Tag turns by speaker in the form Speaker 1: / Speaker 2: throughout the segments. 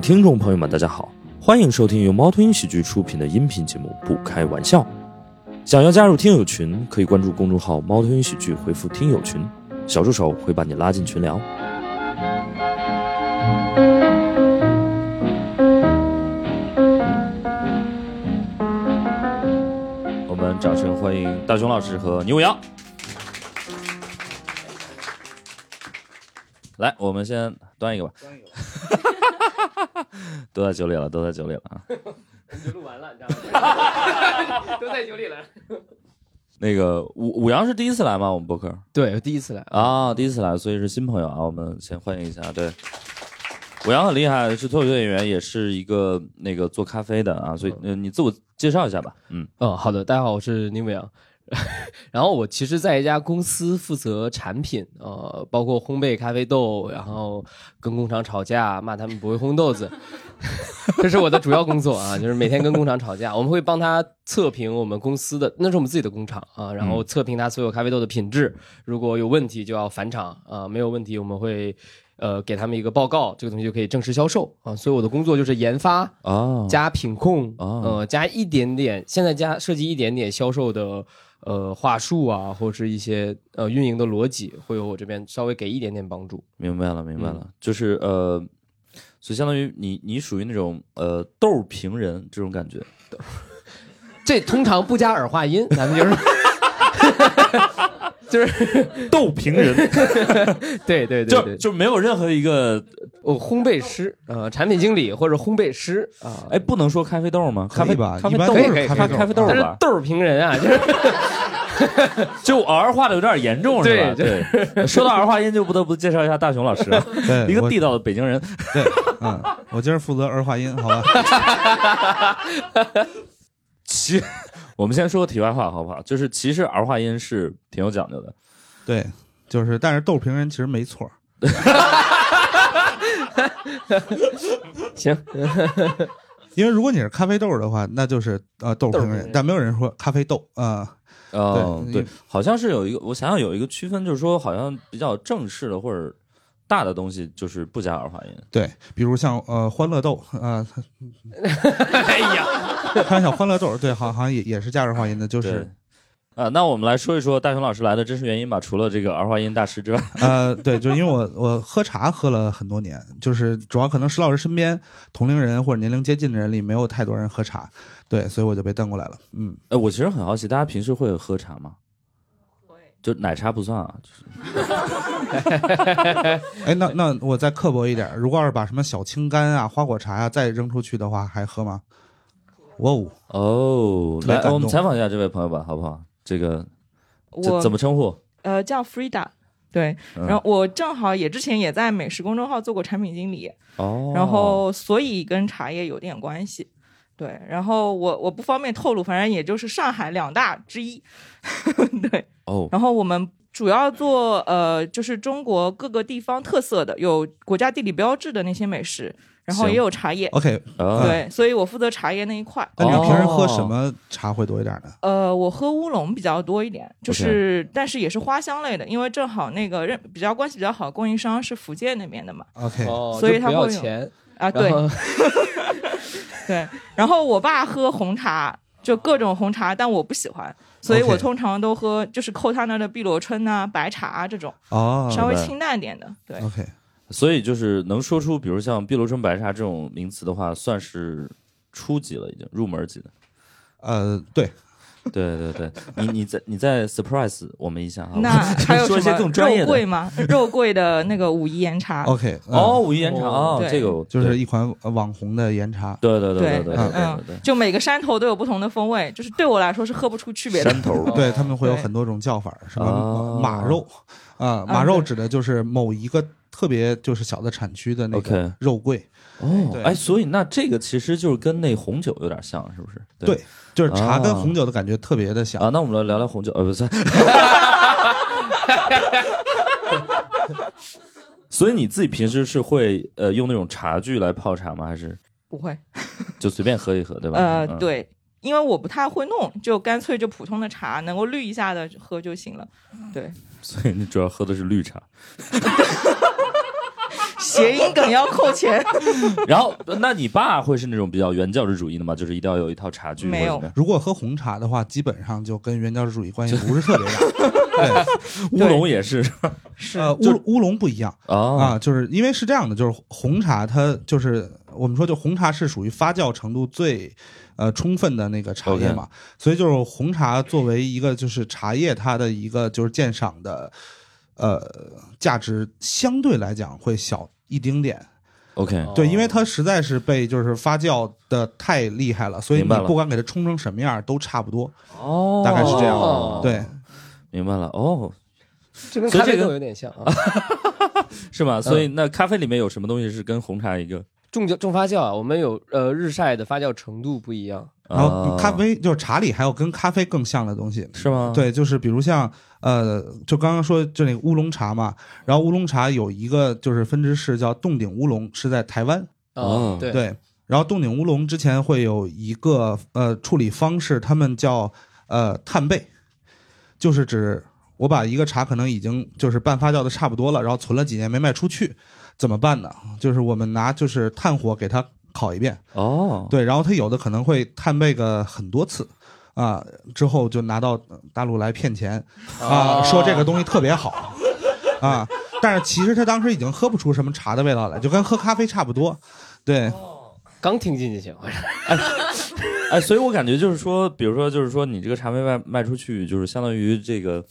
Speaker 1: 听众朋友们，大家好，欢迎收听由猫头鹰喜剧出品的音频节目《不开玩笑》。想要加入听友群，可以关注公众号“猫头鹰喜剧”，回复“听友群”，小助手会把你拉进群聊。我们掌声欢迎大熊老师和牛羊。来，我们先端一个吧。都在酒里了，都在酒里了啊！
Speaker 2: 你就录完了，你知道 吗？都在酒里了。
Speaker 1: 那个五五羊是第一次来吗？我们播客
Speaker 2: 对，我第一次来，
Speaker 1: 啊，第一次来，所以是新朋友啊，我们先欢迎一下。对，五羊很厉害，是脱口秀演员，也是一个那个做咖啡的啊，所以呃，你自我介绍一下吧。嗯，
Speaker 2: 嗯，好的，大家好，我是宁伟阳。 然后我其实在一家公司负责产品，呃，包括烘焙咖啡豆，然后跟工厂吵架，骂他们不会烘豆子， 这是我的主要工作 啊，就是每天跟工厂吵架。我们会帮他测评我们公司的，那是我们自己的工厂啊，然后测评他所有咖啡豆的品质，如果有问题就要返厂啊、没有问题我们会。呃，给他们一个报告，这个东西就可以正式销售啊。所以我的工作就是研发、
Speaker 1: 哦，
Speaker 2: 加品控，
Speaker 1: 哦
Speaker 2: 呃，加一点点，现在加涉及一点点销售的呃话术啊，或者是一些呃运营的逻辑，会有我这边稍微给一点点帮助。
Speaker 1: 明白了，明白了，就是呃，所以相当于你你属于那种呃豆评人这种感觉。
Speaker 2: 这通常不加耳化音， 咱们就是就是
Speaker 1: 豆评人，
Speaker 2: 对对对
Speaker 1: 就
Speaker 2: 对，
Speaker 1: 就没有任何一个
Speaker 2: 我烘焙师呃，产品经理或者烘焙师啊。
Speaker 1: 哎，不能说咖啡豆吗？咖
Speaker 3: 可
Speaker 1: 啡
Speaker 3: 以吧
Speaker 1: 咖啡
Speaker 3: 一般
Speaker 1: 豆
Speaker 3: 都
Speaker 2: 是
Speaker 1: 咖
Speaker 2: 咖啡
Speaker 1: 啡
Speaker 3: 豆
Speaker 1: 咖啡啊豆
Speaker 2: 但是
Speaker 1: 吧，
Speaker 2: 豆儿评人 啊，就是
Speaker 1: 就儿化的有点严重是吧？
Speaker 2: 对
Speaker 1: 对，说到儿化音，就不得不介绍一下大熊老师啊，
Speaker 3: 对，
Speaker 1: 一个
Speaker 3: 我
Speaker 1: 地道的北京人。
Speaker 3: 对，嗯，我今儿负责儿化音，好吧？
Speaker 1: 其 我们先说个题外话好不好？就是其实儿化音是挺有讲究的，
Speaker 3: 对，就是，但是豆评人其实没错儿，
Speaker 2: 行，
Speaker 3: 因为如果你是咖啡豆的话，那就是呃豆评
Speaker 2: 豆评
Speaker 3: 人
Speaker 2: 人，
Speaker 3: 但没有人说咖啡豆啊、
Speaker 1: 哦，
Speaker 3: 对
Speaker 1: 对
Speaker 3: 因，
Speaker 1: 好像是有一个，我想想有一个区分，就是说好像比较正式的或者大的东西，就是不加儿化 音。
Speaker 3: 对，比如像呃欢乐豆啊、
Speaker 2: 哎呀，
Speaker 3: 呃，开玩笑，欢乐豆，对，好好像也也是加儿化音的，就
Speaker 1: 对
Speaker 3: 是
Speaker 1: 啊，那我们来说一说大熊老师来的真实原因吧。除了这个儿化音大师之外，
Speaker 3: 呃，对，就是因为我我喝茶喝了很多年，就是主要可能石老师身边同龄人或者年龄接近的人里没有太多人喝茶，对，所以我就被瞪过来了，嗯，
Speaker 1: 呃，我其实很好奇，大家平时会喝茶吗？就奶茶不算啊，
Speaker 3: 哎，那那我再刻薄一点儿，如果要是把什么小青柑啊、花果茶啊再扔出去的话，还喝吗？哇哦，
Speaker 1: 哦，
Speaker 3: 特别
Speaker 1: 来，
Speaker 3: 感
Speaker 1: 我们
Speaker 3: 动
Speaker 1: 采访一下这位朋友吧，好不好？这个这
Speaker 4: 我
Speaker 1: 怎么称呼？
Speaker 4: 呃叫 Frida，对，
Speaker 1: 嗯
Speaker 4: 然后我正好也之前也在美食公众号做过产品经理，
Speaker 1: 哦，
Speaker 4: 然后所以跟茶叶有点关系。对，然后我我不方便透露，反正也就是上海两大之一。对，
Speaker 1: 哦，
Speaker 4: 然后我们主要做呃，就是中国各个地方特色的，有国家地理标志的那些美食，然后
Speaker 1: 行
Speaker 4: 也有茶叶。
Speaker 3: OK，
Speaker 1: 哦
Speaker 4: 对，所以我负责茶叶那一块。
Speaker 3: 那你们
Speaker 1: 哦
Speaker 3: 平时喝什么茶会多一点呢？
Speaker 4: 呃，我喝乌龙比较多一点，就
Speaker 1: OK
Speaker 4: 是但是也是花香类的，因为正好那个认比较关系比较好，供应商是福建那边的嘛。
Speaker 3: OK，
Speaker 2: 哦，
Speaker 4: 所以
Speaker 2: 就
Speaker 4: 他
Speaker 2: 不要
Speaker 4: 会有
Speaker 2: 钱，
Speaker 4: 啊，
Speaker 2: 然
Speaker 4: 对
Speaker 2: 后
Speaker 4: 对。然后我爸喝红茶，就各种红茶，但我不喜欢，所以我
Speaker 3: OK
Speaker 4: 通常都喝就是扣他那儿的碧螺春呐、白茶啊这种稍
Speaker 3: 哦
Speaker 1: 明白
Speaker 4: 微
Speaker 1: 哦
Speaker 4: 清淡点的。对，
Speaker 3: ，OK，
Speaker 1: 所以就是能说出，比如像碧螺春白茶这种名词的话，算是初级了，已经入门级的。
Speaker 3: 呃，对，
Speaker 1: 对对对，你你再你再 surprise 我们一下好
Speaker 4: 那
Speaker 1: 吗？
Speaker 4: 还有
Speaker 1: 说一些
Speaker 4: 什
Speaker 1: 更
Speaker 4: 么
Speaker 1: 专业
Speaker 4: 肉
Speaker 1: 的
Speaker 4: 桂吗？肉桂的那个武夷岩茶。
Speaker 3: ，OK，嗯
Speaker 1: 哦，，武夷岩茶
Speaker 2: 哦
Speaker 1: 哦，
Speaker 4: 啊对
Speaker 1: 这个我
Speaker 3: 就是一款呃网红的岩茶，
Speaker 1: 对对对对对对
Speaker 4: 对
Speaker 1: 对
Speaker 4: 嗯
Speaker 1: 对对
Speaker 4: 就每个山头都有不同的风味，就是对我来说是喝不出区别
Speaker 1: 对，
Speaker 4: 的。
Speaker 1: 山头
Speaker 3: 对他们会有
Speaker 4: 对
Speaker 3: 很多种叫法，什
Speaker 1: 哦
Speaker 3: 么马肉啊，马肉指的就是某一个特别就是小的产区的那
Speaker 1: OK
Speaker 3: 个肉桂，
Speaker 1: 哦
Speaker 3: 对，
Speaker 1: 哎，所以那这个其实就是跟那红酒有点像，是不是？
Speaker 3: 对，就是茶跟
Speaker 1: 哦
Speaker 3: 红酒的感觉特别的像
Speaker 1: 啊，。那我们来聊聊红酒，呃，不是。 所以你自己平时是会呃用那种茶具来泡茶吗？还是
Speaker 4: 不会，
Speaker 1: 就随便喝一喝，对吧？
Speaker 4: 呃，
Speaker 1: 嗯，
Speaker 4: 对，因为我不太会弄，就干脆就普通的茶，能够滤一下的喝就行了。对，
Speaker 1: 所以你主要喝的是绿茶。
Speaker 4: 谐音梗要扣钱。
Speaker 1: 然后，那你爸会是那种比较原教旨主义的吗？就是一定要有一套茶具？
Speaker 4: 没有
Speaker 1: 乌
Speaker 3: 如果喝红茶的话，基本上就跟原教旨主义关系不是特别大。
Speaker 4: 对
Speaker 1: 龙也是
Speaker 4: 是
Speaker 3: 呃，乌乌龙不一样
Speaker 1: 啊，
Speaker 3: 啊，就是因为是这样的，就是红茶它就是我们说，就红茶是属于发酵程度最呃充分的那个茶叶嘛，所以就是红茶作为一个就是茶叶它的一个就是鉴赏的呃价值相对来讲会小一丁点，
Speaker 1: OK，
Speaker 3: 对，因为它实在是被就是发酵的太厉害了，所以你
Speaker 1: 明白了
Speaker 3: 不管给它冲成什么样都差不多。
Speaker 2: 哦
Speaker 3: 大概是这样
Speaker 2: 哦
Speaker 3: 对，
Speaker 1: 明白了哦，
Speaker 2: 这跟
Speaker 1: 所以
Speaker 2: 咖啡
Speaker 1: 这个
Speaker 2: 豆有点像啊，
Speaker 1: 是吧？所
Speaker 3: 嗯
Speaker 1: 以那咖啡里面有什么东西是跟红茶一个？
Speaker 2: 重酵重发酵啊，我们有呃日晒的发酵程度不一样，
Speaker 3: 然后
Speaker 1: 啊
Speaker 3: 哦咖啡就是茶里还有跟咖啡更像的东西，
Speaker 1: 是
Speaker 2: 嗯
Speaker 1: 吗？，
Speaker 3: 对，就是比如像呃，就刚刚说就那个乌龙茶嘛，然后乌龙茶有一个就是分支是叫洞顶乌龙，是在台湾，
Speaker 1: 哦
Speaker 2: 啊，对，
Speaker 3: 对，然后洞顶乌龙之前会有一个呃处理方式，他们叫呃炭焙，就是指我把一个茶可能已经就是半发酵的差不多了，然后存了几年没卖出去，怎么办呢？就是我们拿就是炭火给它烤一遍，
Speaker 1: 哦，
Speaker 3: 对，然后它有的可能会探焙个很多次。啊，之后就拿到大陆来骗钱，啊，
Speaker 2: 哦
Speaker 3: 说这个东西特别好，啊，但是其实他当时已经喝不出什么茶的味道来，就跟喝咖啡差不多，对，
Speaker 2: 刚听进去，好像
Speaker 1: 哎，所以我感觉就是说，比如说，就是说你这个茶杯卖卖出去，就是相当于这个，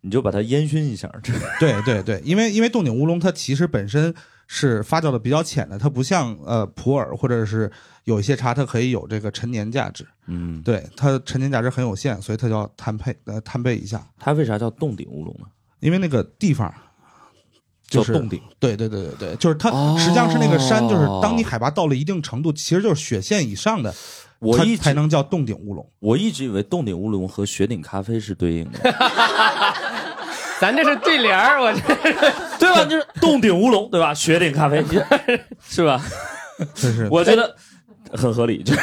Speaker 1: 你就把它烟熏一下，这
Speaker 3: 对对对，因为因为洞顶乌龙它其实本身是发酵的比较浅的，它不像呃普洱或者是有一些茶它可以有这个陈年价值，
Speaker 1: 嗯，
Speaker 3: 对，它陈年价值很有限，所以它叫摊配呃摊焙一下，
Speaker 1: 它为啥叫洞顶乌龙呢？
Speaker 3: 因为那个地方。啊就是
Speaker 1: 叫洞顶，
Speaker 3: 对对对对对，就是它
Speaker 1: 哦
Speaker 3: 实际上是那个山，就是当你海拔到了一定程度，其实就是雪线以上的，
Speaker 1: 我
Speaker 3: 它
Speaker 1: 一
Speaker 3: 才
Speaker 1: 直
Speaker 3: 能叫洞顶乌龙。
Speaker 1: 我一直以为洞顶乌龙和雪顶咖啡是对应的，
Speaker 2: 咱这是对联儿，我这
Speaker 1: 对吧？就是洞顶乌龙，对吧？雪顶咖啡， 你是吧？
Speaker 3: 这是
Speaker 1: 我觉得哎很合理，就是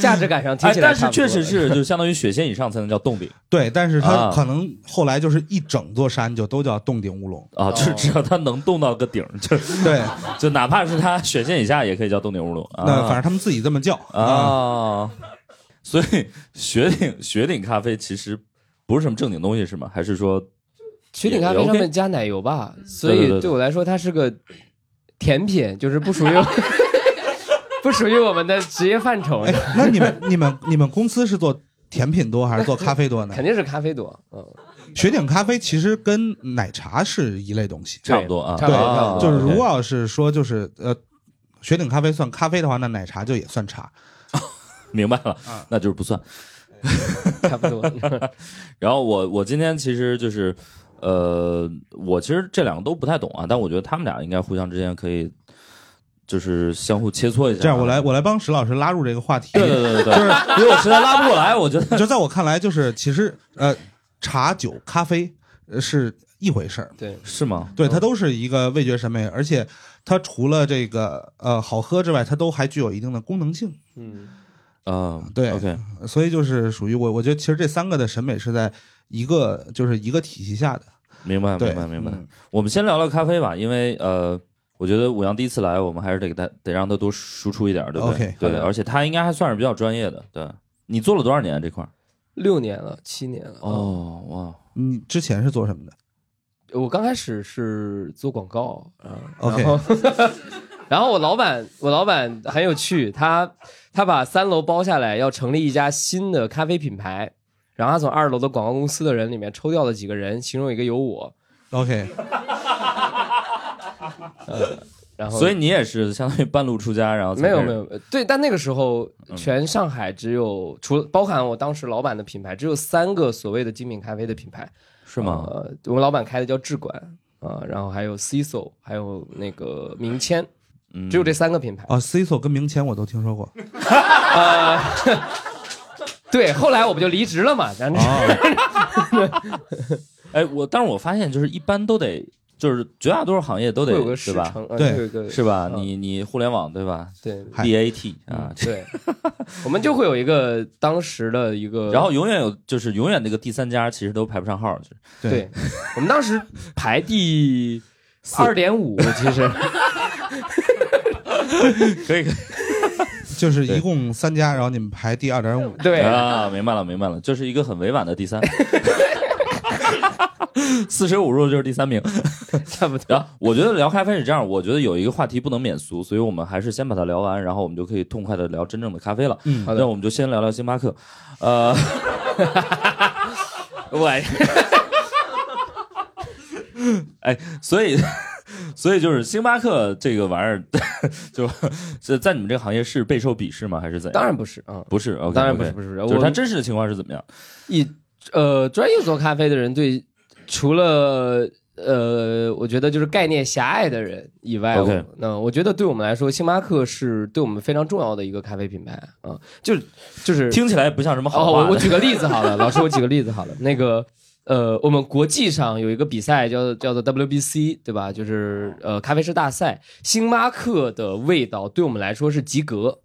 Speaker 2: 价值感上听
Speaker 1: 哎，
Speaker 2: 起来
Speaker 1: 但是
Speaker 2: 差不多
Speaker 1: 确
Speaker 2: 了
Speaker 1: 实 是，就相当于雪线以上才能叫洞顶
Speaker 3: 对，但是它
Speaker 1: 啊
Speaker 3: 可能后来就是一整座山就都叫洞顶乌龙。
Speaker 1: 啊，就是只要它能冻到个顶儿，就
Speaker 3: 对，
Speaker 1: 就哪怕是它雪线以下也可以叫洞顶乌龙啊。
Speaker 3: 那反正他们自己这么叫啊。
Speaker 1: 啊，所以雪顶雪顶咖啡其实不是什么正经东西是吗？还是说
Speaker 2: 雪顶咖啡上
Speaker 1: OK
Speaker 2: 面加奶油吧，所
Speaker 1: 对对
Speaker 2: 以
Speaker 1: 对
Speaker 2: 对我来说它是个甜品，就是不属于 不属于我们的职业范畴
Speaker 3: 哎，，那你们你们你们公司是做甜品多还是做咖啡多呢
Speaker 2: 肯？定是咖啡多，嗯，
Speaker 3: 雪顶咖啡其实跟奶茶是一类东西，
Speaker 1: 差不多啊？
Speaker 2: 差不多
Speaker 1: 啊
Speaker 2: 差不多
Speaker 3: 就是如
Speaker 1: OK
Speaker 3: 果要是说就是呃，雪顶咖啡算咖啡的话，那奶茶就也算茶。啊
Speaker 1: 明白了，那就是不算。
Speaker 2: 差不 多。
Speaker 1: 然后我我今天其实就是，呃，我其实这两个都不太懂啊，但我觉得他们俩应该互相之间可以，就是相互切磋一下。啊
Speaker 3: 这样，我来。我来帮石老师拉入这个话题。
Speaker 1: 对对对对
Speaker 3: 就是
Speaker 1: 对，因为我实在拉不过来，我觉得
Speaker 3: 就在我看来，就是其实呃，茶酒咖啡呃是一回事儿，
Speaker 2: 对，
Speaker 1: 是吗？
Speaker 3: 对，它都是一个味觉审美，而且它除了这个呃好喝之外，它都还具有一定的功能性，
Speaker 2: 嗯，
Speaker 1: 嗯，
Speaker 3: 对
Speaker 1: ，OK，
Speaker 3: 呃所以就是属于我，我觉得其实这三个的审美是在一个就是一个体系下的。
Speaker 1: 明白
Speaker 3: 对，
Speaker 1: 明白明白。
Speaker 3: 嗯
Speaker 1: 我们先聊聊咖啡吧，因为呃，我觉得五羊第一次来，我们还是得给他得让他多输出一点，对不对
Speaker 3: OK，
Speaker 1: 对，
Speaker 2: 好的
Speaker 1: 而且他应该还算是比较专业的。对你做了多少年啊这块儿？
Speaker 2: 六年了，七年了。哦，
Speaker 1: 哦哇，
Speaker 3: 你之前是做什么的？
Speaker 2: 嗯我刚开始是做广告啊
Speaker 3: OK
Speaker 2: 然后然后我老板，我老板很有趣，他他把三楼包下来，要成立一家新的咖啡品牌，然后他从二楼的广告公司的人里面抽调了几个人，其中一个有我，
Speaker 3: OK，
Speaker 2: 然后
Speaker 1: 哦所以你也是相当于半路出家，然后才
Speaker 2: 没有
Speaker 1: 开始
Speaker 2: 没有，呃对，但那个时候
Speaker 1: 嗯
Speaker 2: 全上海只有、除了包含我当时老板的品牌，只有三个所谓的精品咖啡的品牌，
Speaker 1: 是吗？
Speaker 2: 呃，我老板开的叫智管啊、然后还有 CISO，还有那个明谦，
Speaker 1: 嗯
Speaker 2: 只有这三个品牌。
Speaker 3: 哦 c i s o 跟明前我都听说过。
Speaker 2: 对，后来我不就离职了嘛，咱这、
Speaker 1: 哦哎，我但是我发现就是一般都得就是绝大多数行业都
Speaker 2: 会
Speaker 1: 得
Speaker 2: 有个
Speaker 1: 对
Speaker 2: 时
Speaker 1: 吧？
Speaker 2: 长，呃
Speaker 3: 对
Speaker 2: 会有个
Speaker 1: 是吧？
Speaker 2: 嗯
Speaker 1: 你你互联网对吧
Speaker 2: 对
Speaker 3: 嗨
Speaker 1: ？BAT 啊，
Speaker 2: 对，我们就会有一个当时的一个，
Speaker 1: 然后永远有就是永远那个第三家其实都排不上号，就是
Speaker 2: 对，我们当时排第二点五，其实
Speaker 1: 可以可以
Speaker 3: 就是一共三家，然后你们排第二点五。
Speaker 2: 对，
Speaker 1: 啊，明白了明白了，这是一个很委婉的第三。 四舍五入就是第三名，
Speaker 2: 差不多。
Speaker 1: 然后我觉得聊咖啡是这样，我觉得有一个话题不能免俗，所以我们还是先把它聊完，然后我们就可以痛快的聊真正的咖啡了。
Speaker 3: 嗯
Speaker 2: 好的
Speaker 1: 那我们就先聊聊星巴克， 呃，
Speaker 2: 我
Speaker 1: 哎，所以，所以就是星巴克这个玩意儿， 就是在你们这个行业是备受鄙视吗？还是怎样？
Speaker 2: 当然不是啊，
Speaker 1: 不是，OK，
Speaker 2: 当然不是，不是，
Speaker 1: 就是它
Speaker 2: 我
Speaker 1: 真实的情况是怎么样？
Speaker 2: 以呃专业做咖啡的人对，除了呃，我觉得就是概念狭隘的人以外
Speaker 1: OK
Speaker 2: 那我觉得对我们来说，星巴克是对我们非常重要的一个咖啡品牌啊，就是就是
Speaker 1: 听起来不像什么好
Speaker 2: 哦，
Speaker 1: 话。
Speaker 2: 我 我举个例子好了，老师，我举个例子好了。那个呃，我们国际上有一个比赛叫叫做 WBC，对吧？就是呃咖啡师大赛。星巴克的味道对我们来说是及格。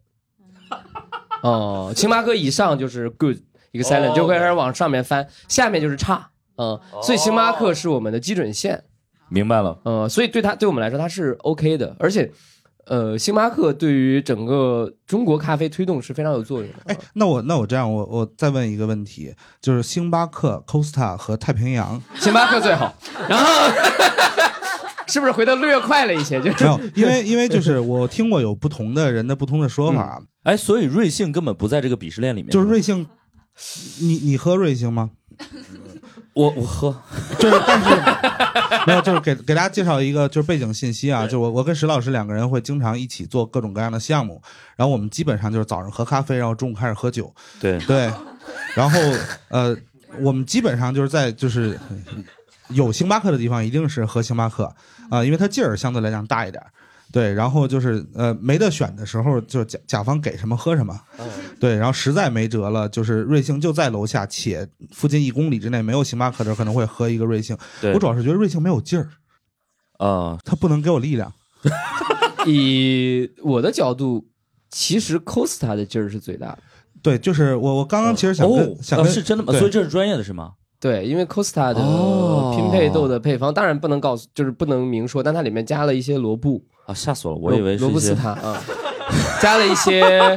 Speaker 2: 哦、星巴克以上就是 good excellent，、
Speaker 1: 哦
Speaker 2: 就开始往上面翻，下面就是差。嗯、所以星巴克是我们的基准线。
Speaker 1: 明白了，
Speaker 2: 呃，所以对它对我们来说它是 OK 的，而且。呃，星巴克对于整个中国咖啡推动是非常有作用的。
Speaker 3: 哎，那我那我这样，我我再问一个问题，就是星巴克、Costa 和太平洋，
Speaker 2: 星巴克最好。然后 是不是回的略快了一些？就是
Speaker 3: 没有，因为因为就是我听过有不同的人的不同的说法，
Speaker 1: 哎，所以瑞幸根本不在这个鄙视链里面，
Speaker 3: 就是瑞幸，你你喝瑞幸吗？
Speaker 1: 我我喝，
Speaker 3: 就是，但是没有，就是给给大家介绍一个就是背景信息啊，就我我跟石老师两个人会经常一起做各种各样的项目，然后我们基本上就是早上喝咖啡，然后中午开始喝酒，
Speaker 1: 对，
Speaker 3: 对，然后呃，我们基本上就是在就是有星巴克的地方，一定是喝星巴克啊、因为它劲儿相对来讲大一点儿。对，然后就是呃没得选的时候，就甲甲方给什么喝什么。
Speaker 1: 嗯
Speaker 3: 对，然后实在没辙了，就是瑞幸就在楼下，且附近一公里之内没有星巴克的时候，可能会喝一个瑞幸。
Speaker 1: 对
Speaker 3: 我主要是觉得瑞幸没有劲儿，
Speaker 1: 啊，
Speaker 3: 它不能给我力量。
Speaker 2: 以我的角度，其实 Costa 的劲儿是最大的。
Speaker 3: 对，就是我我刚刚其实想跟、
Speaker 1: 哦，
Speaker 3: 想
Speaker 1: 呃
Speaker 3: 跟、
Speaker 1: 是真的吗？
Speaker 3: 对
Speaker 1: 所以这是专业的是吗？
Speaker 2: 对，因为 Costa 的
Speaker 1: 哦
Speaker 2: 拼配豆的配方，当然不能告诉，就是不能明说，但它里面加了一些罗布，
Speaker 1: 啊，吓死我了，我以为是
Speaker 2: 罗罗布
Speaker 1: 一
Speaker 2: 斯
Speaker 1: 些
Speaker 2: 塔啊，加了一些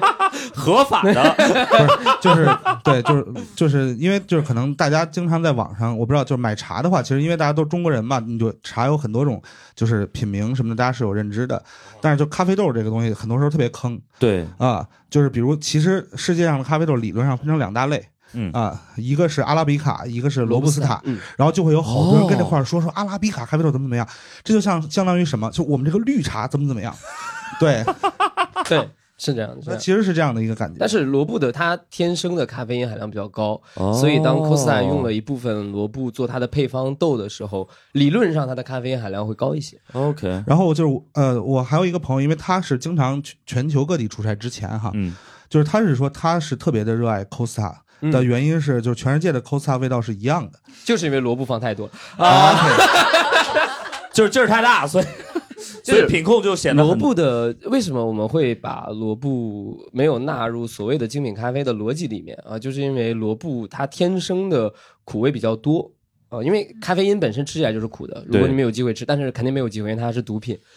Speaker 1: 合法 的，
Speaker 3: 不是，就是对，就是就是因为就是可能大家经常在网上，我不知道，就是买茶的话，其实因为大家都中国人嘛，你就茶有很多种，就是品名什么的，大家是有认知的。但是就咖啡豆这个东西，很多时候特别坑
Speaker 1: 对，
Speaker 3: 啊，就是比如其实世界上的咖啡豆理论上分成两大类。
Speaker 1: 嗯
Speaker 3: 啊，一个是阿拉比卡，一个是罗布斯
Speaker 1: 啊
Speaker 3: 塔，哦
Speaker 2: 嗯
Speaker 3: 然后就会有好多人跟这块儿说、说阿拉比卡咖啡豆怎么怎么样，这就像相当于什么？就我们这个绿茶怎么怎么 样？对，
Speaker 2: 对，是这样的。是这
Speaker 3: 那
Speaker 2: 样的
Speaker 3: 其实是这样的一个感觉。
Speaker 2: 但是罗布的它天生的咖啡因含量比较高，
Speaker 1: 哦
Speaker 2: 所以当 Costa 用了一部分罗布做它的配方豆的时候，理论上它的咖啡因含量会高一些。
Speaker 1: OK，
Speaker 3: 然后就是呃，我还有一个朋友，因为他是经常去全球各地出差，之前哈，
Speaker 1: 嗯，
Speaker 3: 就是他是说他是特别的热爱 Costa 的原因是，就是全世界的 Costa 味道是一样的。
Speaker 2: 就是因为罗布放太多了，
Speaker 1: 就是劲儿太大，所以所以品控就显得
Speaker 2: 罗
Speaker 1: 哎很
Speaker 2: 布的为什么我们会把罗布没有纳入所谓的精品咖啡的逻辑里面啊？就是因为罗布它天生的苦味比较多啊，因为咖啡因本身吃起来就是苦的。如果
Speaker 1: 对
Speaker 2: 你们有机会吃，但是肯定没有机会，因为它是毒品。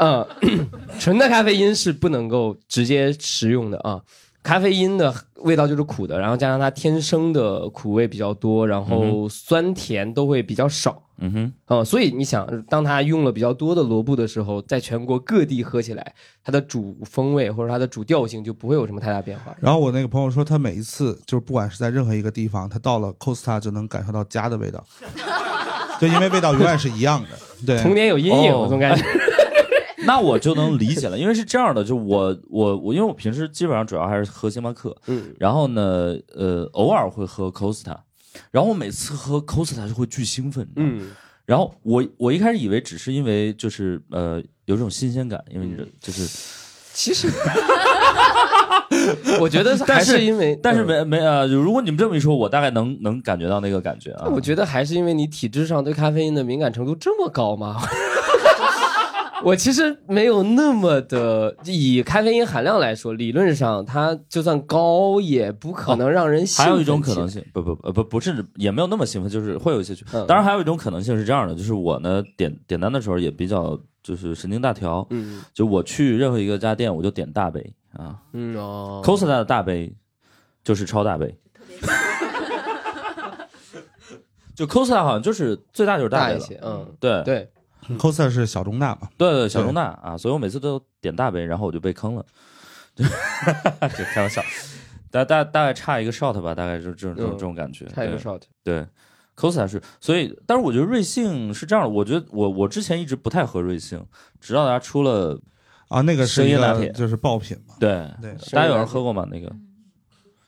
Speaker 2: 嗯， 纯的咖啡因是不能够直接食用的啊。咖啡因的味道就是苦的，然后加上它天生的苦味比较多，然后酸甜都会比较少。
Speaker 1: 嗯哼，
Speaker 2: 嗯，所以你想，当他用了比较多的罗布的时候，在全国各地喝起来，它的主风味或者它的主调性就不会有什么太大变化。
Speaker 3: 然后我那个朋友说，他每一次就是不管是在任何一个地方，他到了 Costa 就能感受到家的味道，就因为味道永远是一样的。
Speaker 2: 童
Speaker 3: 对，
Speaker 2: 年有阴影，
Speaker 1: 哦
Speaker 2: 我总感 觉。
Speaker 1: 那我就能理解了，因为是这样的，就我我我，因为我平时基本上主要还是喝星巴克，
Speaker 2: 嗯，
Speaker 1: 然后呢，呃，偶尔会喝 Costa，然后我每次喝 Costa 就会巨兴奋，你知道吗，
Speaker 2: 嗯，
Speaker 1: 然后我我一开始以为只是因为就是呃有种新鲜感，因为你
Speaker 2: 嗯
Speaker 1: 这就是，
Speaker 2: 其实 我觉得还
Speaker 1: 但是
Speaker 2: 因为，
Speaker 1: 但是
Speaker 2: 嗯
Speaker 1: 没没呃，如果你们这么一说，我大概能能感觉到那个感觉啊
Speaker 2: 那，我觉得还是因为你体质上对咖啡因的敏感程度这么高吗？ 我其实没有那么的，以咖啡因含量来说，理论上它就算高，也不可能让人兴
Speaker 1: 还
Speaker 2: 奋起来、
Speaker 1: 有一种可能性，不不呃不不是也没有那么兴奋，就是会有一些趣。
Speaker 2: 嗯
Speaker 1: 当然还有一种可能性是这样的，就是我呢点点单的时候也比较就是神经大条，
Speaker 2: 嗯
Speaker 1: 就我去任何一个家店我就点大杯啊
Speaker 2: 嗯哦
Speaker 1: ，Costa 的大杯就是超大杯， 就 Costa 好像就是最大就是
Speaker 2: 大
Speaker 1: 杯
Speaker 2: 一
Speaker 1: 了，
Speaker 2: 些，嗯，
Speaker 1: 对
Speaker 2: 对，
Speaker 3: Costa 是小众大嘛，
Speaker 1: 对对，小中大啊，所以我每次都点大杯，然后我就被坑了， 就开玩笑，大大大概差一个 shot 吧，大概就这种这种
Speaker 2: 嗯
Speaker 1: 这种感觉，
Speaker 2: 差一个
Speaker 1: 对
Speaker 2: shot，
Speaker 1: 对，Costa 是，所以，但是我觉得瑞幸是这样的，我觉得我我之前一直不太喝瑞幸，直到它出了，
Speaker 3: 啊，那个是
Speaker 1: 生
Speaker 3: 一
Speaker 1: 椰拿
Speaker 3: 个
Speaker 1: 铁
Speaker 3: 就是爆品嘛，
Speaker 1: 对，
Speaker 3: 对，
Speaker 2: 生椰
Speaker 1: 大家有人
Speaker 2: 拿铁
Speaker 1: 喝过吗？那个，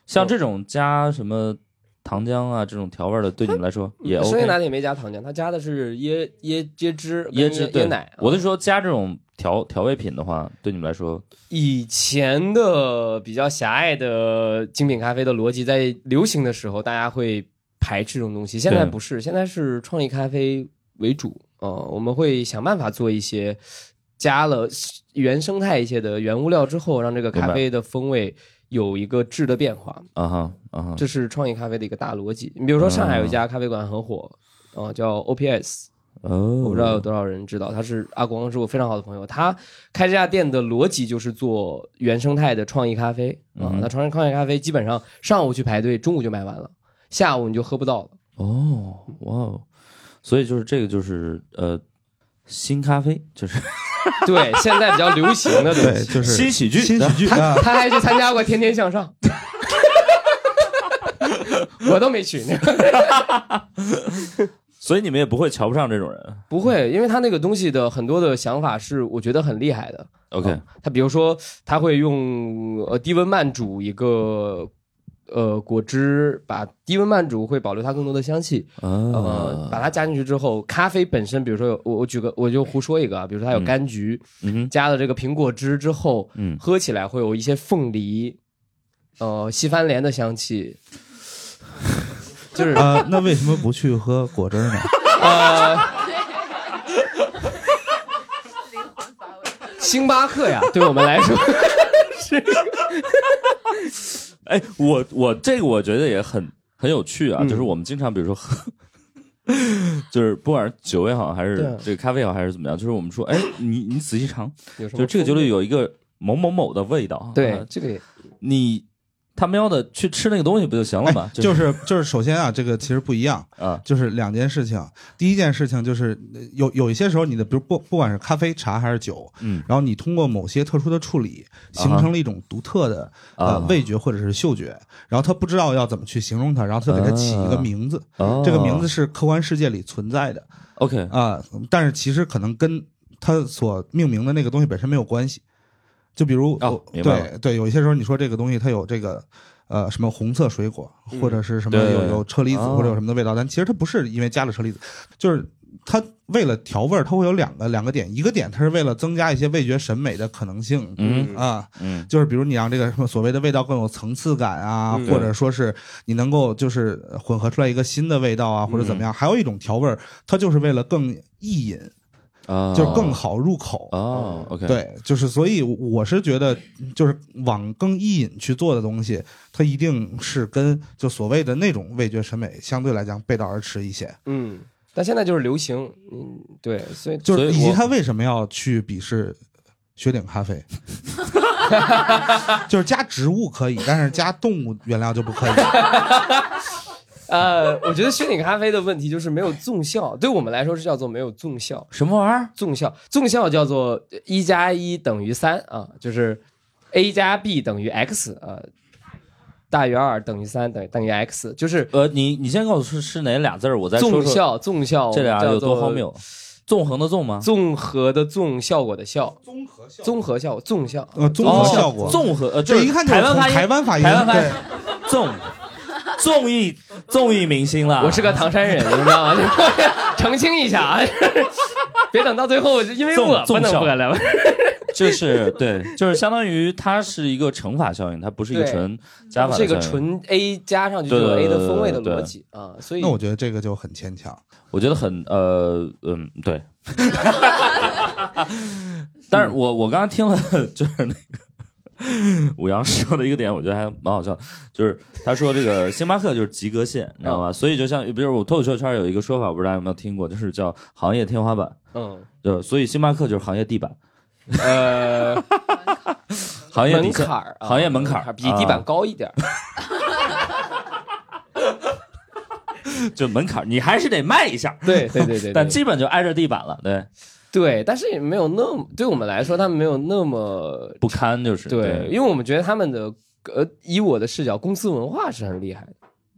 Speaker 1: 像这种加什么糖浆啊这种调味儿的，对你们来说也
Speaker 2: 生椰
Speaker 1: OK。
Speaker 2: 嗯拿铁没加糖浆，它加的是椰椰椰汁跟
Speaker 1: 椰汁对
Speaker 2: 椰奶。，嗯啊
Speaker 1: 我
Speaker 2: 的
Speaker 1: 是说加这种调调味品的话，对你们来说，
Speaker 2: 以前的比较狭隘的精品咖啡的逻辑，在流行的时候，大家会排斥这种东西。现在
Speaker 1: 对
Speaker 2: 不是，现在是创意咖啡为主。呃，我们会想办法做一些加了原生态一些的原物料之后，让这个
Speaker 1: 明
Speaker 2: 咖
Speaker 1: 白
Speaker 2: 啡的风味有一个质的变化。
Speaker 1: 啊哈啊哈，
Speaker 2: 这是创意咖啡的一个大逻辑。你比如说，上海有一家咖啡馆很火，呃，叫 OPS，
Speaker 1: 哦，
Speaker 2: 我不知道有多少人知道，他是阿光是我非常好的朋友。他开这家店的逻辑就是做原生态的创意咖啡啊
Speaker 1: 嗯。
Speaker 2: 那创意创意咖啡基本上上午去排队，中午就卖完了，下午你就喝不到了。
Speaker 1: 哦，哇哦，所以就是这个就是呃，新咖啡就是
Speaker 2: 对，现在比较流行的东
Speaker 3: 对，
Speaker 2: 西。
Speaker 3: 就是
Speaker 1: 新喜剧
Speaker 3: 新喜 剧啊，
Speaker 2: 他还去参加过《天天向上》，我都没去。那个
Speaker 1: 所以你们也不会瞧不上这种人。
Speaker 2: 不会，因为他那个东西的很多的想法是我觉得很厉害的。
Speaker 1: OK，、
Speaker 2: 啊他比如说他会用呃低温慢煮一个呃果汁，把低温慢煮会保留它更多的香气，
Speaker 3: 哦
Speaker 1: 嗯哦
Speaker 2: 呃，把它加进去之后，咖啡本身，比如说有我我举个我就胡说一个啊，比如说它有
Speaker 1: 嗯
Speaker 2: 柑橘，
Speaker 1: 嗯哼
Speaker 2: 加了这个苹果汁之后，
Speaker 1: 嗯，
Speaker 2: 喝起来会有一些凤梨，呃西番莲的香气，就是
Speaker 3: 啊，那为什么不去喝果汁呢？
Speaker 2: 星巴克呀，对我们来说，
Speaker 1: 哎，我我这个我觉得也很很有趣啊，
Speaker 2: 嗯
Speaker 1: 就是我们经常比如说 喝。就是不管是酒也好，还是
Speaker 2: 对
Speaker 1: 这个咖啡也好，还是怎么样，就是我们说，哎，你你仔细尝，
Speaker 2: 有什么
Speaker 1: 就这个酒
Speaker 2: 风味
Speaker 1: 里有一个某某某的味道，
Speaker 2: 对
Speaker 1: 啊
Speaker 2: 这个也
Speaker 1: 你他喵的去吃那个东西不就行了吗？
Speaker 3: 哎就是是就是，首先啊，这个其实不一样，
Speaker 1: 啊，
Speaker 3: 就是两件事情。第一件事情就是呃有有一些时候，你的比如不不管是咖啡、茶还是酒，
Speaker 1: 嗯
Speaker 3: 然后你通过某些特殊的处理，形成了一种独特的
Speaker 1: 啊
Speaker 3: 呃味觉或者是嗅觉，然后他不知道要怎么去形容它，然后他给它起一个
Speaker 1: 啊
Speaker 3: 名字，
Speaker 1: 哦
Speaker 3: 这个名字是客观世界里存在的
Speaker 1: OK，
Speaker 3: 啊、但是其实可能跟它所命名的那个东西本身没有关系。就比如，
Speaker 1: 哦明白了
Speaker 3: 对对，有一些时候你说这个东西它有这个呃什么红色水果，
Speaker 2: 嗯
Speaker 3: 或者是什么
Speaker 1: 对
Speaker 3: 有有车厘子
Speaker 1: 哦
Speaker 3: 或者有什么的味道，但其实它不是因为加了车厘子，就是它为了调味儿，它会有两个两个点，一个点它是为了增加一些味觉审美的可能性
Speaker 1: 嗯
Speaker 3: 啊、
Speaker 1: 嗯，
Speaker 3: 就是比如你让这个什么所谓的味道更有层次感啊，
Speaker 2: 嗯
Speaker 3: 或者说是你能够就是混合出来一个新的味道啊，或者怎么样。
Speaker 1: 嗯
Speaker 3: 还有一种调味儿，它就是为了更易饮，
Speaker 1: 啊，
Speaker 3: 就是更好入口。
Speaker 1: 哦，OK，，
Speaker 3: 对，就是所以我是觉得，就是往更易饮去做的东西，它一定是跟就所谓的那种味觉审美相对来讲背道而驰一些。
Speaker 2: 嗯，但现在就是流行，嗯，对，所以
Speaker 3: 就
Speaker 1: 所以
Speaker 3: 是以
Speaker 1: 我
Speaker 3: 及他为什么要去鄙视雪顶咖啡，就是加植物可以，但是加动物原料就不可以。
Speaker 2: 呃，我觉得雪顶咖啡的问题就是没有纵效，对我们来说是叫做没有纵效。
Speaker 1: 什么玩意儿？
Speaker 2: 纵效，纵效叫做一加一等于三啊，就是 a 加 b 等于 x 啊、大于二等于三等于等于 x，就是
Speaker 1: 呃，你你先告诉我是是哪俩字儿，我再说
Speaker 2: 纵
Speaker 1: 说
Speaker 2: 效，纵效
Speaker 1: 这俩
Speaker 2: 叫
Speaker 1: 有多
Speaker 2: 做
Speaker 1: 荒谬。纵横的纵吗？
Speaker 2: 综合的综，效果的效，
Speaker 3: 综合效
Speaker 2: 综合效，纵效，
Speaker 3: 呃综
Speaker 1: 哦
Speaker 3: 合效果
Speaker 1: 纵横呃，
Speaker 3: 这
Speaker 1: 是
Speaker 3: 一看就是
Speaker 1: 台湾
Speaker 3: 从
Speaker 1: 发音，
Speaker 3: 台湾发音，
Speaker 1: 台湾发音
Speaker 3: 对，
Speaker 1: 纵综艺综艺明星了。
Speaker 2: 我是个唐山人，你知道吗？ 澄清一下啊， 别等到最后，因为
Speaker 1: 纵
Speaker 2: 我不
Speaker 1: 纵
Speaker 2: 能
Speaker 1: 效
Speaker 2: 回来了。
Speaker 1: 就是对，就是相当于它是一个乘法效应，它不是一个
Speaker 2: 对
Speaker 1: 纯加法的
Speaker 2: 它不是一个
Speaker 1: 效应。
Speaker 2: 纯 A 加上去就有
Speaker 1: 对
Speaker 2: A
Speaker 1: 对对
Speaker 2: 的风味的
Speaker 1: 对对
Speaker 2: 逻
Speaker 1: 对
Speaker 2: 辑啊，所以
Speaker 3: 那我觉得这个就很牵强。
Speaker 1: 我觉得很呃嗯对，但是我我刚刚听了，就是那个武阳说的一个点，我觉得还蛮好笑，就是他说这个星巴克就是及格线，你知
Speaker 2: 哦
Speaker 1: 道吗？所以就像比如我脱口秀圈有一个说法，我不知道大家有没有听过，就是叫行业天花板，
Speaker 2: 嗯，
Speaker 1: 对，所以星巴克就是行业地板，
Speaker 2: 呃，
Speaker 1: 行业底
Speaker 2: 门
Speaker 1: 线
Speaker 2: 槛，儿啊，
Speaker 1: 行业门槛儿
Speaker 2: 比地板
Speaker 1: 啊
Speaker 2: 高一点儿。
Speaker 1: 就门槛儿，你还是得迈一下，
Speaker 2: 对对对 对，
Speaker 1: 但
Speaker 2: 对
Speaker 1: 基本就挨着地板了，对，
Speaker 2: 对，但是也没有那么，对我们来说，他们没有那么
Speaker 1: 不堪就是
Speaker 2: 对，因为我们觉得他们的呃，以我的视角，公司文化是很厉害的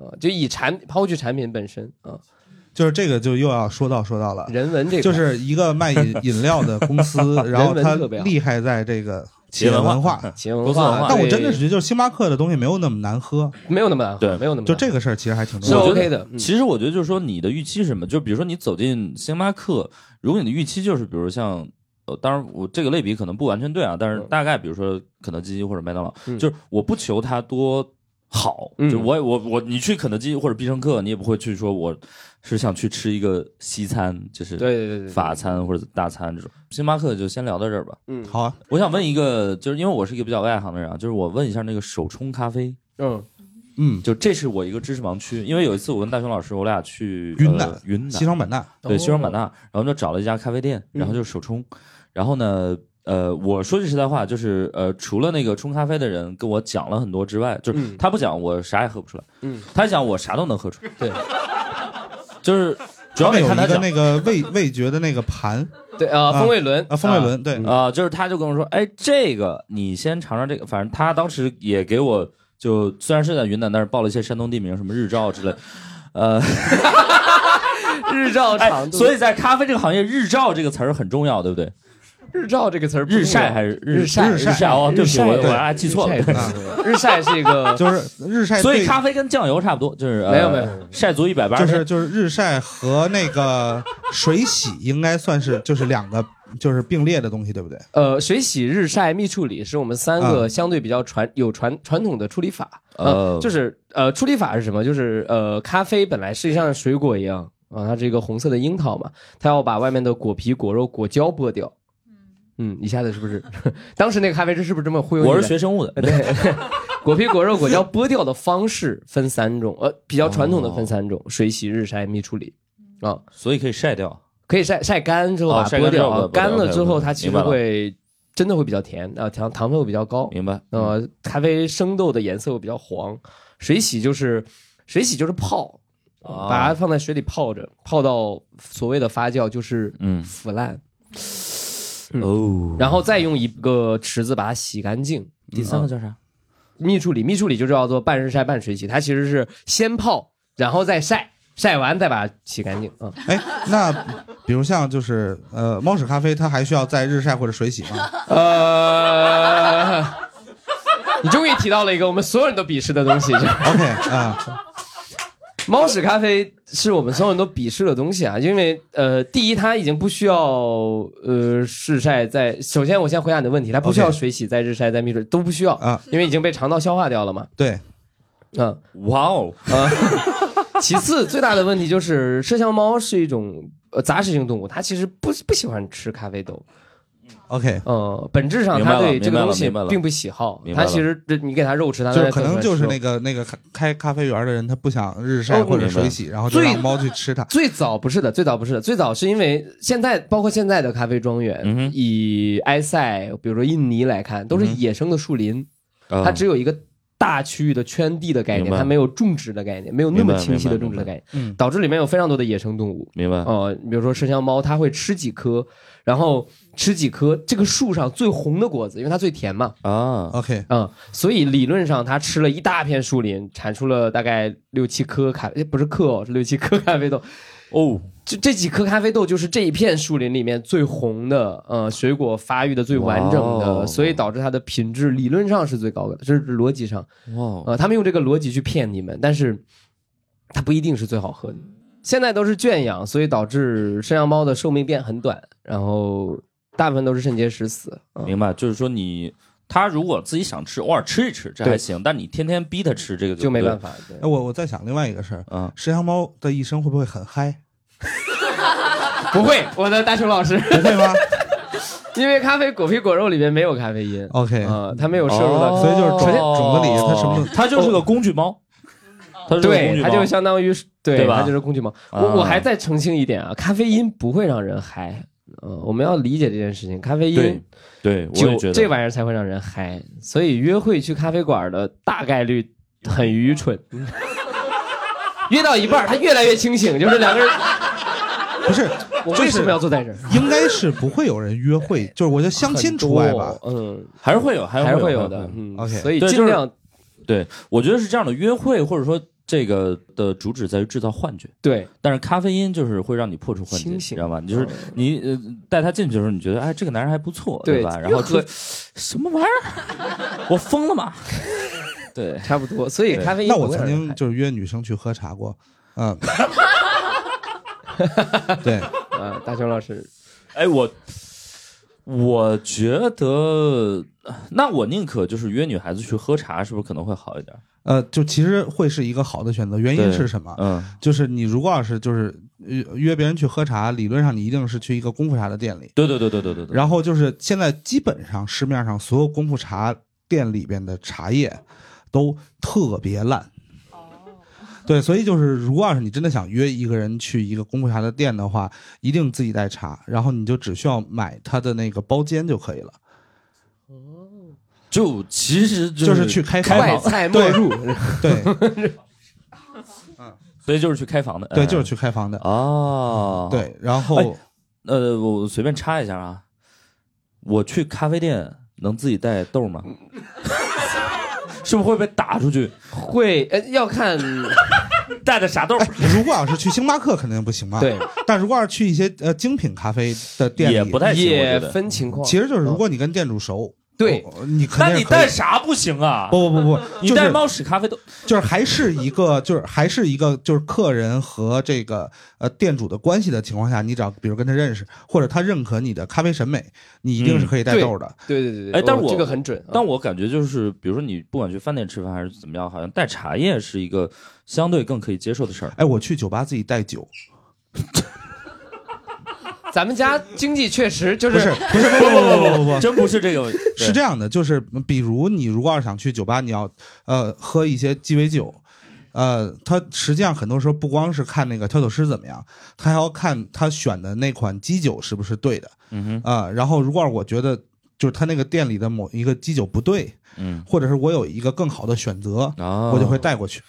Speaker 2: 啊、就以产抛去产品本身啊、
Speaker 3: 就是这个就又要说到说到了，
Speaker 2: 人文这个
Speaker 3: 就是一个卖饮饮料的公司，然后
Speaker 2: 人文
Speaker 3: 它
Speaker 2: 特别好
Speaker 3: 厉害在这个企
Speaker 1: 企业
Speaker 3: 业
Speaker 1: 文
Speaker 3: 文化。
Speaker 2: 企业文
Speaker 1: 公司文
Speaker 2: 化
Speaker 1: 化，
Speaker 3: 但我真的
Speaker 2: 对
Speaker 3: 是觉得，就是星巴克的东西没有那么难喝，
Speaker 2: 没有那么难喝，
Speaker 1: 对
Speaker 2: 没有那么
Speaker 3: 就
Speaker 2: 难
Speaker 3: 这个事儿其实还挺重
Speaker 2: 是
Speaker 3: 要的。
Speaker 1: 我觉得
Speaker 2: OK 的，嗯
Speaker 1: 其实我觉得就是说你的预期是什么？就比如说你走进星巴克，如果你的预期就是比如像。呃，当然，我这个类比可能不完全对啊，但是
Speaker 2: 嗯
Speaker 1: 大概比如说肯德基或者麦当劳，
Speaker 2: 嗯
Speaker 1: 就是我不求它多好，
Speaker 2: 嗯
Speaker 1: 就我也我我你去肯德基或者必胜客，你也不会去说我是想去吃一个西餐，就是
Speaker 2: 对对对对，
Speaker 1: 法餐或者大餐这种。星巴克就先聊到这儿吧。
Speaker 2: 嗯
Speaker 3: 好啊，
Speaker 1: 我想问一个，就是因为我是一个比较外行的人啊，就是我问一下那个手冲咖啡，
Speaker 2: 嗯
Speaker 3: 嗯，
Speaker 1: 就这是我一个知识盲区，因为有一次我跟大雄老师，我俩去
Speaker 3: 云
Speaker 1: 呃
Speaker 3: 南
Speaker 1: 云
Speaker 3: 西
Speaker 1: 南
Speaker 3: 双版纳，
Speaker 1: 对
Speaker 2: 哦嗯
Speaker 1: 西双版纳，然后就找了一家咖啡店，然后就是手冲，然后呢。呃，我说句实在话，就是呃，除了那个冲咖啡的人跟我讲了很多之外，就是
Speaker 2: 嗯
Speaker 1: 他不讲，我啥也喝不出来；
Speaker 2: 嗯
Speaker 1: 他讲，我啥都能喝出来。
Speaker 2: 对，
Speaker 1: 就是 主要
Speaker 3: 他
Speaker 1: 得
Speaker 3: 们有
Speaker 1: 看
Speaker 3: 一个
Speaker 1: 讲
Speaker 3: 那个味味觉的那个盘
Speaker 2: 对啊，
Speaker 3: 啊
Speaker 2: 风味轮
Speaker 3: 啊，风味轮，对，
Speaker 1: 啊、就是他就跟我说，哎，这个你先尝尝这个，反正他当时也给我就虽然是在云南，但是报了一些山东地名，什么日照之类，呃，
Speaker 2: 日照
Speaker 1: 哎
Speaker 2: 长，度，
Speaker 1: 所以在咖啡这个行业，日照这个词儿很重要，对不对？
Speaker 2: 日照这个词儿不重要，
Speaker 1: 日晒还是
Speaker 2: 日晒
Speaker 1: 日晒哦，对不起，我我还记错了。
Speaker 2: 了， 日晒是一个，
Speaker 3: 就是日晒 对，
Speaker 1: 所以咖啡跟酱油差不多，就是呃
Speaker 2: 没有没有没有
Speaker 1: 晒足一百八
Speaker 3: 就是就是日晒和那个水洗应该算是就是两个就是并列的东西，对不对？
Speaker 2: 呃，水洗、日晒、蜜处理是我们三个相对比较传有传传统的处理法。呃
Speaker 1: 哦，
Speaker 2: 就是呃，处理法是什么？就是呃，咖啡本来是像水果一样啊、它是一个红色的樱桃嘛，它要把外面的果皮、果肉、果胶剥掉。嗯，一下子是不是？ 当时那个咖啡师是不是这么忽悠你的？
Speaker 1: 我是学生物的，
Speaker 2: 对，果皮、果肉、果胶剥掉的方式分三种，呃，比较传统的分三种：水洗、日晒、蜜处理。啊、
Speaker 1: 所以可以晒掉。
Speaker 2: 可以晒晒干之后
Speaker 1: 哦
Speaker 2: 把它
Speaker 1: 晒
Speaker 2: 剥
Speaker 1: 干之
Speaker 2: 掉
Speaker 1: 后把
Speaker 2: 啊，
Speaker 1: 它剥掉
Speaker 2: 干了之后
Speaker 1: OK，OK，
Speaker 2: 它其实
Speaker 1: 明白了
Speaker 2: 会真的会比较甜啊，糖糖分会比较高，
Speaker 1: 明嗯白？
Speaker 2: 呃，咖啡生豆的颜色会比较黄。水洗就是水洗就是泡，
Speaker 1: 啊
Speaker 2: 把它放在水里泡着，泡到所谓的发酵就是
Speaker 1: 嗯
Speaker 2: 腐烂，嗯
Speaker 1: 哦。
Speaker 2: 然后再用一个池子把它洗干净。
Speaker 1: 第三个叫啥？
Speaker 2: 蜜处理，蜜处理就叫做半日晒半水洗，它其实是先泡，然后再晒，晒完再把它洗干净啊。
Speaker 3: 哎，那比如像就是呃猫屎咖啡，它还需要在日晒或者水洗吗？
Speaker 2: 呃，你终于提到了一个我们所有人都鄙视的东西， 就是
Speaker 3: OK 啊，
Speaker 2: 猫屎咖啡是我们所有人都鄙视的东西啊，因为呃，第一，它已经不需要呃日晒在，首先我先回答你的问题，它不需要
Speaker 3: OK
Speaker 2: 水洗在日晒在蜜水都不需要
Speaker 3: 啊，
Speaker 2: 因为已经被肠道消化掉了嘛，
Speaker 3: 对，
Speaker 2: 嗯。
Speaker 1: 哇哦，
Speaker 2: 其次，最大的问题就是麝香猫是一种呃杂食性动物，它其实不不喜欢吃咖啡豆，
Speaker 3: OK，
Speaker 2: 呃，本质上
Speaker 1: 明白
Speaker 2: 它
Speaker 1: 了
Speaker 2: 对这个
Speaker 1: 明白了
Speaker 2: 东西
Speaker 1: 明白了
Speaker 2: 并不喜好
Speaker 1: 明，白
Speaker 2: 它
Speaker 1: 了
Speaker 2: 其实这你给它肉吃，它
Speaker 3: 就是可能就是
Speaker 2: 个。
Speaker 3: 那个那个开开咖啡园的人，他不想日晒或者水洗，然后就
Speaker 2: 最
Speaker 3: 让猫去吃它。
Speaker 2: 最早不是的，最早不是的，最早是因为现在包括现在的咖啡庄园，
Speaker 1: 嗯哼嗯
Speaker 2: 以埃塞，比如说印尼来看，都是野生的树林，
Speaker 1: 哦
Speaker 2: 它只有一个大区域的圈地的概念，
Speaker 1: 明白
Speaker 2: 它没有种植的概念，没有那
Speaker 1: 明
Speaker 2: 么
Speaker 1: 白
Speaker 2: 清晰的
Speaker 1: 明白嗯
Speaker 2: 种植的概念，
Speaker 3: 嗯
Speaker 2: 导致里面有非常多的野生动物。
Speaker 1: 明白。
Speaker 2: 呃，比如说麝香猫，它会吃几颗，然后吃几颗这个树上最红的果子，因为它最甜嘛，
Speaker 1: 啊，
Speaker 3: OK，
Speaker 2: 嗯，所以理论上它吃了一大片树林，产出了大概六七颗咖，哎不是克哦，是六七颗咖啡豆，
Speaker 1: 哦，
Speaker 2: 这这几颗咖啡豆就是这一片树林里面最红的，呃，水果发育的最完整
Speaker 1: 哇哦
Speaker 2: 的，所以导致它的品质理论上是最高的，这是逻辑上，
Speaker 1: 哇哦，
Speaker 2: 呃，他们用这个逻辑去骗你们，但是它不一定是最好喝的。现在都是圈养，所以导致麝香猫的寿命变很短，然后大部分都是肾结石死。嗯
Speaker 1: 明白。就是说你他如果自己想吃，偶尔吃一吃，这还
Speaker 2: 对
Speaker 1: 行。但你天天逼他吃，这个
Speaker 2: 就没办
Speaker 1: 法。
Speaker 2: 法。对
Speaker 3: 哎，我我在想另外一个事儿，
Speaker 1: 啊，
Speaker 3: 石羊猫的一生会不会很嗨？
Speaker 2: 不会，我的大熊老师，
Speaker 3: 不会吗？
Speaker 2: 因为咖啡果皮果肉里面没有咖啡因，
Speaker 3: 哦 OK，、
Speaker 2: 呃，它没有摄入到，
Speaker 1: 哦
Speaker 3: 所以就是种
Speaker 1: 首先
Speaker 3: 种子里它什么都
Speaker 1: 它就是个工具猫，它是个工
Speaker 2: 哦对，
Speaker 1: 具
Speaker 2: 它
Speaker 1: 猫，
Speaker 2: 就相当于对
Speaker 1: 对吧
Speaker 2: 它就是工具猫。我、
Speaker 1: 啊
Speaker 2: 我还再澄清一点啊，咖啡因不会让人嗨，呃，我们要理解这件事情，咖啡因
Speaker 1: 对对，我
Speaker 2: 酒
Speaker 1: 也觉得
Speaker 2: 这玩意儿才会让人嗨，所以约会去咖啡馆的大概率很愚蠢。约到一半儿，他越来越清醒，就是两个人，
Speaker 3: 不是，
Speaker 2: 我
Speaker 3: 就是
Speaker 2: 为什么要坐在这儿？
Speaker 3: 应该是不会有人约会，就是我觉得相亲除外吧
Speaker 2: 很。多，嗯，
Speaker 1: 还是会有，还
Speaker 2: 还是会有
Speaker 1: 有
Speaker 2: 的，嗯
Speaker 3: OK
Speaker 2: 所以
Speaker 1: 对
Speaker 2: 尽
Speaker 1: 就是
Speaker 2: 量
Speaker 1: 我觉得是这样的，约会或者说这个的主旨在于制造幻觉，
Speaker 2: 对
Speaker 1: 但是咖啡因就是会让你破除幻觉，
Speaker 2: 清
Speaker 1: 你
Speaker 2: 醒嗯
Speaker 1: 知道吧？你就是你呃带他进去的时候，你觉得哎这个男人还不错，
Speaker 2: 对
Speaker 1: 吧？
Speaker 2: 越
Speaker 1: 然后
Speaker 2: 喝
Speaker 1: 出什么玩意儿？我疯了吗？对，
Speaker 2: 差不多。所以
Speaker 1: 对
Speaker 2: 咖啡因
Speaker 3: 那
Speaker 2: 不
Speaker 3: 我
Speaker 2: 会
Speaker 3: 曾
Speaker 2: 让人
Speaker 3: 经
Speaker 2: 嗨
Speaker 3: 就是约女生去喝茶过，嗯，对，
Speaker 2: 啊，大雄老师
Speaker 1: 哎我。我觉得，那我宁可就是约女孩子去喝茶，是不是可能会好一点？
Speaker 3: 呃，就其实会是一个好的选择。原因
Speaker 1: 对
Speaker 3: 是什么？
Speaker 1: 嗯，
Speaker 3: 就是你如果要是就是约约别人去喝茶，理论上你一定是去一个功夫茶的店里。
Speaker 1: 对对对对对对对。
Speaker 3: 然后就是现在基本上市面上所有功夫茶店里边的茶叶都特别烂。对，所以就是，如果要是你真的想约一个人去一个功夫茶的店的话，一定自己带茶，然后你就只需要买它的那个包间就可以了，
Speaker 1: 就其实
Speaker 3: 就是是去开
Speaker 1: 开
Speaker 3: 房
Speaker 2: 快
Speaker 1: 房，
Speaker 2: 菜莫入，
Speaker 3: 对
Speaker 1: 所以就是去开房的。
Speaker 3: 对，就是
Speaker 1: 去
Speaker 3: 去开房的。
Speaker 1: 哦，。
Speaker 3: 对，然后、
Speaker 1: 哎呃，我随便插一下啊，我去咖啡店能自己带豆吗？ 是不是会被打出去？
Speaker 2: 会呃要看
Speaker 1: 带的啥豆？
Speaker 3: 哎，如果要是去星巴克肯定不行嘛。
Speaker 2: 对，
Speaker 3: 但如果要是去一些呃精品咖啡的店里，
Speaker 1: 也不太行，我觉
Speaker 2: 也
Speaker 1: 得。
Speaker 2: 分情况，
Speaker 3: 其实就是如果你跟店主熟，
Speaker 2: 对
Speaker 3: 哦你肯
Speaker 1: 那
Speaker 3: 定
Speaker 1: 你
Speaker 3: 是可以
Speaker 1: 带啥不行啊？
Speaker 3: 不嗯不不不，
Speaker 1: 你带猫屎咖啡豆，
Speaker 3: 就是就是还是一个就是还是一个就是客人和这个呃店主的关系的情况下，你只要比如跟他认识，或者他认可你的咖啡审美，你一定是可以带豆的。
Speaker 2: 对对对对，
Speaker 1: 哎但
Speaker 2: 哦
Speaker 1: 我
Speaker 2: 这个很准，
Speaker 1: 但我感觉就是，比如说你不管去饭店吃饭还是怎么样，好像带茶叶是一个相对更可以接受的事儿。
Speaker 3: 哎，我去酒吧自己带酒，
Speaker 2: 咱们家经济确实就
Speaker 3: 不
Speaker 2: 是
Speaker 3: 是不是不不不不不不。
Speaker 1: 真不 是这个问题，
Speaker 3: 是这样的，就是比如你如果要是想去酒吧，你要呃喝一些鸡尾酒，呃，它实际上很多时候不光是看那个调酒师怎么样，他还要看他选的那款基酒是不是对的
Speaker 1: 嗯哼，
Speaker 3: 啊、然后如果我觉得就是他那个店里的某一个基酒不对，
Speaker 1: 嗯，
Speaker 3: 或者是我有一个更好的选择，
Speaker 1: 啊，
Speaker 3: 我就会，带过去。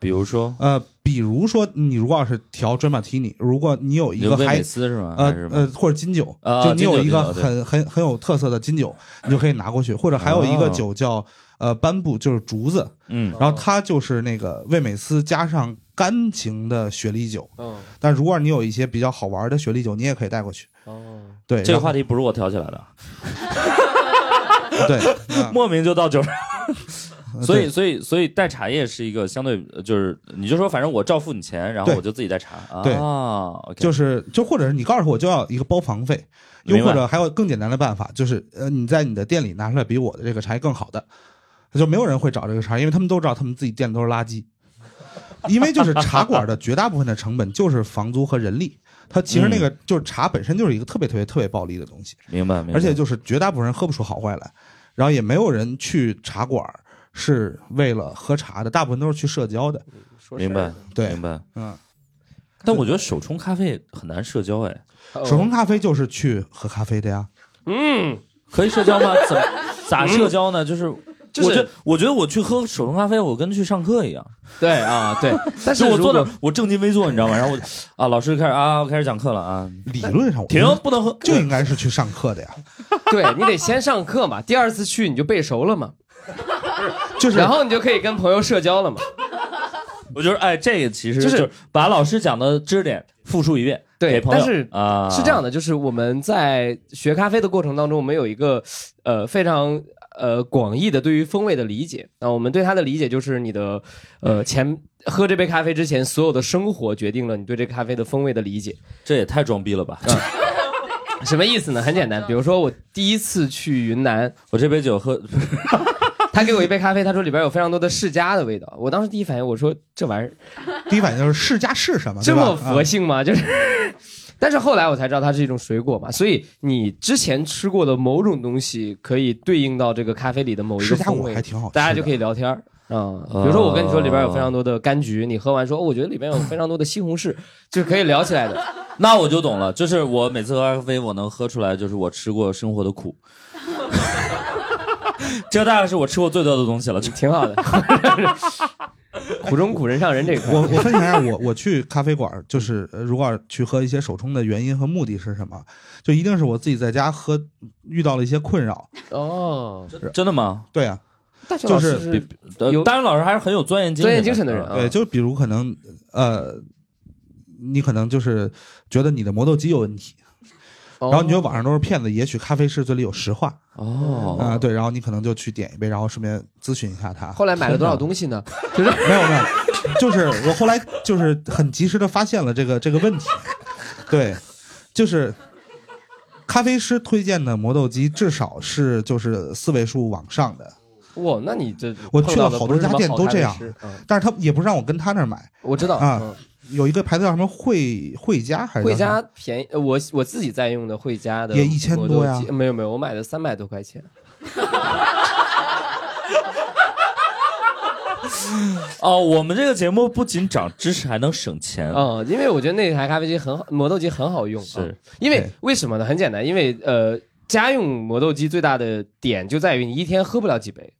Speaker 1: 比如说
Speaker 3: 呃，比如说你如果要是调 d r a m a t i n i 如果你有一
Speaker 1: 刘
Speaker 3: 个
Speaker 1: 威
Speaker 3: 还
Speaker 1: 美斯是吗？
Speaker 3: 呃
Speaker 1: 还是什么
Speaker 3: 呃，或者金酒，
Speaker 1: 啊
Speaker 3: 就你有一
Speaker 1: 金酒
Speaker 3: 个
Speaker 1: 金酒对
Speaker 3: 很很很有特色的金酒，你就可以拿过去，或者还有一个
Speaker 1: 哦
Speaker 3: 酒叫呃斑布，就是竹子，
Speaker 1: 嗯
Speaker 3: 然后它就是那个味美斯加上干型的雪莉酒，
Speaker 2: 嗯
Speaker 3: 但如果你有一些比较好玩的雪莉酒，你也可以带过去。
Speaker 2: 哦，
Speaker 3: 对，
Speaker 1: 这个
Speaker 3: 然后
Speaker 1: 话题不是我挑起来的，
Speaker 3: 对，啊
Speaker 1: 莫名就到酒上，
Speaker 3: 嗯
Speaker 1: 所以
Speaker 3: 对
Speaker 1: 所以所以带茶叶是一个相对呃就是你就说反正我照付你钱，然后
Speaker 3: 对
Speaker 1: 我就自己带茶啊，
Speaker 3: 对
Speaker 1: o k
Speaker 3: 就是就或者是你告诉我就要一个包房费，又
Speaker 1: 明白
Speaker 3: 或者还有更简单的办法，就是呃你在你的店里拿出来比我的这个茶叶更好的，就没有人会找这个茶，因为他们都知道他们自己店都是垃圾， 因为就是茶馆的绝大部分的成本就是房租和人力。它其实那个就是茶本身就是一个特别特别特别暴利的东西，
Speaker 1: 明白嗯明白，
Speaker 3: 而且就是绝大部分人喝不出好坏来，然后也没有人去茶馆是为了喝茶的，大部分都是去社交的。
Speaker 2: 说事儿
Speaker 1: 明白
Speaker 3: 对
Speaker 1: 明，白，
Speaker 3: 嗯，
Speaker 1: 但我觉得手冲咖啡很难社交哎，
Speaker 2: 哦
Speaker 3: 嗯手冲咖啡就是去喝咖啡的呀。
Speaker 2: 嗯，
Speaker 1: 可以社交吗？怎么咋社交呢？就是。
Speaker 2: 就
Speaker 1: 我
Speaker 2: 是
Speaker 1: 觉得我觉得我去喝手冲咖啡，我跟去上课一样，
Speaker 2: 对啊 对，但是
Speaker 1: 就我坐那
Speaker 2: 的
Speaker 1: 儿，我正襟危坐，你知道吗？然后我啊，老师开始啊，我开始讲课了啊，
Speaker 3: 理论上我
Speaker 1: 停，不能喝，
Speaker 3: 就应该是去上课的呀，
Speaker 2: 对你得先上课嘛，第二次去你就背熟了嘛，
Speaker 3: 就是
Speaker 2: 然后你就可以跟朋友社交了嘛，
Speaker 1: 我觉得哎，这个其实
Speaker 2: 就是
Speaker 1: 是把老师讲的知识点复述一遍，
Speaker 2: 对
Speaker 1: 给朋友
Speaker 2: 但是
Speaker 1: 啊
Speaker 2: 是这样的，就是我们在学咖啡的过程当中，我们有一个呃非常呃广义的对于风味的理解。那、我们对它的理解就是你的呃前喝这杯咖啡之前，所有的生活决定了你对这咖啡的风味的理解。
Speaker 1: 这也太装逼了吧！
Speaker 2: 什么意思呢？很简单，比如说我第一次去 云南，
Speaker 1: 我这杯酒喝，
Speaker 2: 他给我一杯咖啡，他说里边有非常多的释迦的味道。我当时第一反应我说这玩意儿
Speaker 3: 第一反应就是世家是什么，
Speaker 2: 这
Speaker 3: 啊对吧
Speaker 2: 么佛
Speaker 3: 啊
Speaker 2: 性吗？就是。但是后来我才知道它是一种水果嘛，所以你之前吃过的某种东西可以对应到这个咖啡里的某一个
Speaker 3: 释迦
Speaker 2: 风
Speaker 3: 果
Speaker 2: 味
Speaker 3: 还，挺好吃的，
Speaker 2: 大家就可以聊天儿。啊、比如说我跟你说里边有非常多的柑橘，你喝完说，哦，我觉得里边有非常多的西红柿，就可以聊起 来的。
Speaker 1: 那我就懂了，就是我每次喝咖啡，我能喝出来，就是我吃过生活的苦。 这大概是我吃过最多的东西了。就
Speaker 2: 挺好 的。苦中苦，人上人这一块
Speaker 3: 我我分享一下我我去咖啡馆，就是呃如果去喝一些手冲的原因和目的是什么？就一定是我自己在家喝遇到了一些困扰。
Speaker 2: 哦，
Speaker 1: 真的吗？
Speaker 3: 对啊，
Speaker 2: 大学
Speaker 3: 就
Speaker 2: 老
Speaker 3: 是
Speaker 2: 师是
Speaker 1: 呃
Speaker 2: 有
Speaker 1: 当然，老师还是很有钻研精
Speaker 2: 专业精神的人
Speaker 1: 啊
Speaker 2: 啊，
Speaker 3: 对，就比如可能呃，你可能就是觉得你的磨豆机有问题，
Speaker 2: 然
Speaker 3: 然后你觉得网上都是骗子，也许咖啡师嘴里有实话
Speaker 1: 哦
Speaker 3: 啊、对，然后你可能就去点一杯，然后顺便咨询一下他。
Speaker 2: 后来买了多少东西呢？就是
Speaker 3: 没有没有，就是我后来就是很及时的发现了这个这个问题，对，就是咖啡师推荐的磨豆机至少是就是四位数往上的，
Speaker 2: 哇，那你这
Speaker 3: 我
Speaker 2: 碰
Speaker 3: 去
Speaker 2: 到
Speaker 3: 了
Speaker 2: 的
Speaker 3: 好
Speaker 2: 不
Speaker 3: 多
Speaker 2: 是什
Speaker 3: 家
Speaker 2: 么
Speaker 3: 店
Speaker 2: 好
Speaker 3: 都
Speaker 2: 咖
Speaker 3: 这
Speaker 2: 啡
Speaker 3: 样
Speaker 2: 师嗯
Speaker 3: 但是他也不让我跟他那儿买，
Speaker 2: 我知道
Speaker 3: 啊
Speaker 2: 嗯
Speaker 3: 有一个牌子叫什么惠惠家还是
Speaker 2: 惠
Speaker 3: 叫什
Speaker 2: 家
Speaker 3: 么
Speaker 2: 便宜，呃我我自己在用的惠家的
Speaker 3: 也1000
Speaker 2: 磨豆
Speaker 3: 多呀
Speaker 2: 机没有没有，我买的三百多块钱，
Speaker 1: 哦，我们这个节目不仅长知识，还能省钱。
Speaker 2: 嗯，因为我觉得那台咖啡机很好，磨豆机很好用，
Speaker 1: 是
Speaker 2: 嗯因为
Speaker 3: 对
Speaker 2: 为什么呢？很简单，因为呃，家用磨豆机最大的点就在于你一天喝不了几杯，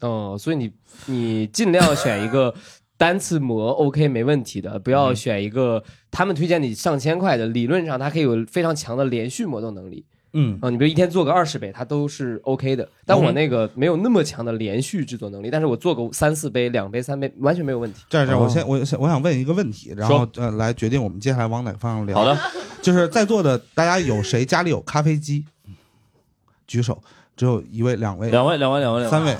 Speaker 2: 嗯，所以你你尽量选一个单次磨 OK 没问题的，不要选一个他们推荐你上千块的，理论上它可以有非常强的连续磨豆能力，
Speaker 3: 嗯
Speaker 2: 啊，你比如一天做个二十杯，它都是 OK 的。但我那个没有那么强的连续制作能力，但是我做个三四杯、两杯、三杯，完全没有问题。
Speaker 3: 这样这样，我先我先我想问一个问题，然后呃来决定我们接下来往哪个方向聊。
Speaker 1: 好的，
Speaker 3: 就是在座的大家有谁家里有咖啡机？嗯举手，只有一位、两位、
Speaker 1: 两位，两位，两位，两
Speaker 3: 哎三位，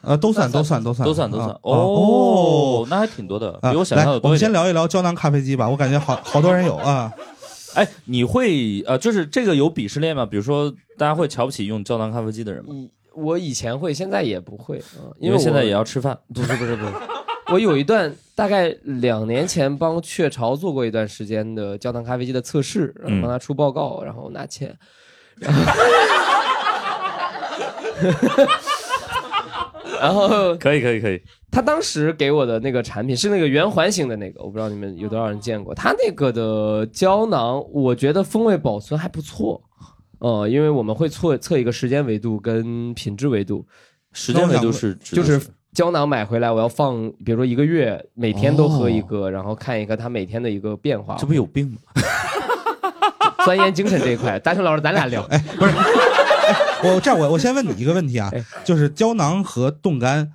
Speaker 3: 呃，都算都算都算
Speaker 1: 都算都算
Speaker 3: 啊。
Speaker 1: 哦，那还挺多的，
Speaker 3: 啊
Speaker 1: 比我想象
Speaker 3: 来
Speaker 1: 的
Speaker 3: 我
Speaker 1: 多
Speaker 3: 们
Speaker 1: 一点
Speaker 3: 先。聊一聊胶囊咖啡机吧，我感觉好好多人有啊。
Speaker 1: 哎，你会呃，就是这个有鄙视链吗？比如说，大家会瞧不起用胶囊咖啡机的人吗？
Speaker 2: 以我以前会，现在也不会，啊，
Speaker 1: 因
Speaker 2: 为
Speaker 1: 为现在也
Speaker 2: 要
Speaker 1: 要吃饭。
Speaker 2: 不是不是不是，我有一段大概两年前帮雀巢做过一段时间的焦糖咖啡机的测试，然
Speaker 1: 嗯
Speaker 2: 后帮他出报告，然后拿钱。 然后，然后
Speaker 1: 可以，可以，可以。
Speaker 2: 他当时给我的那个产品是那个圆环形的那个，我不知道你们有多少人见过。他那个的胶囊，我觉得风味保存还不错，呃，因为我们会测测一个时间维度跟品质维度，
Speaker 1: 时间维度是指
Speaker 2: 就
Speaker 1: 的
Speaker 2: 是胶囊买回来我要放，比如说一个月，每天都喝一个，然后看一个它每天的一个变化
Speaker 1: 哦这。 不有病吗？
Speaker 2: 钻研精神这一块，大成老师咱俩聊，
Speaker 3: 我这样，我我先问你一个问题啊，
Speaker 1: 哎
Speaker 3: 就是胶囊和冻干，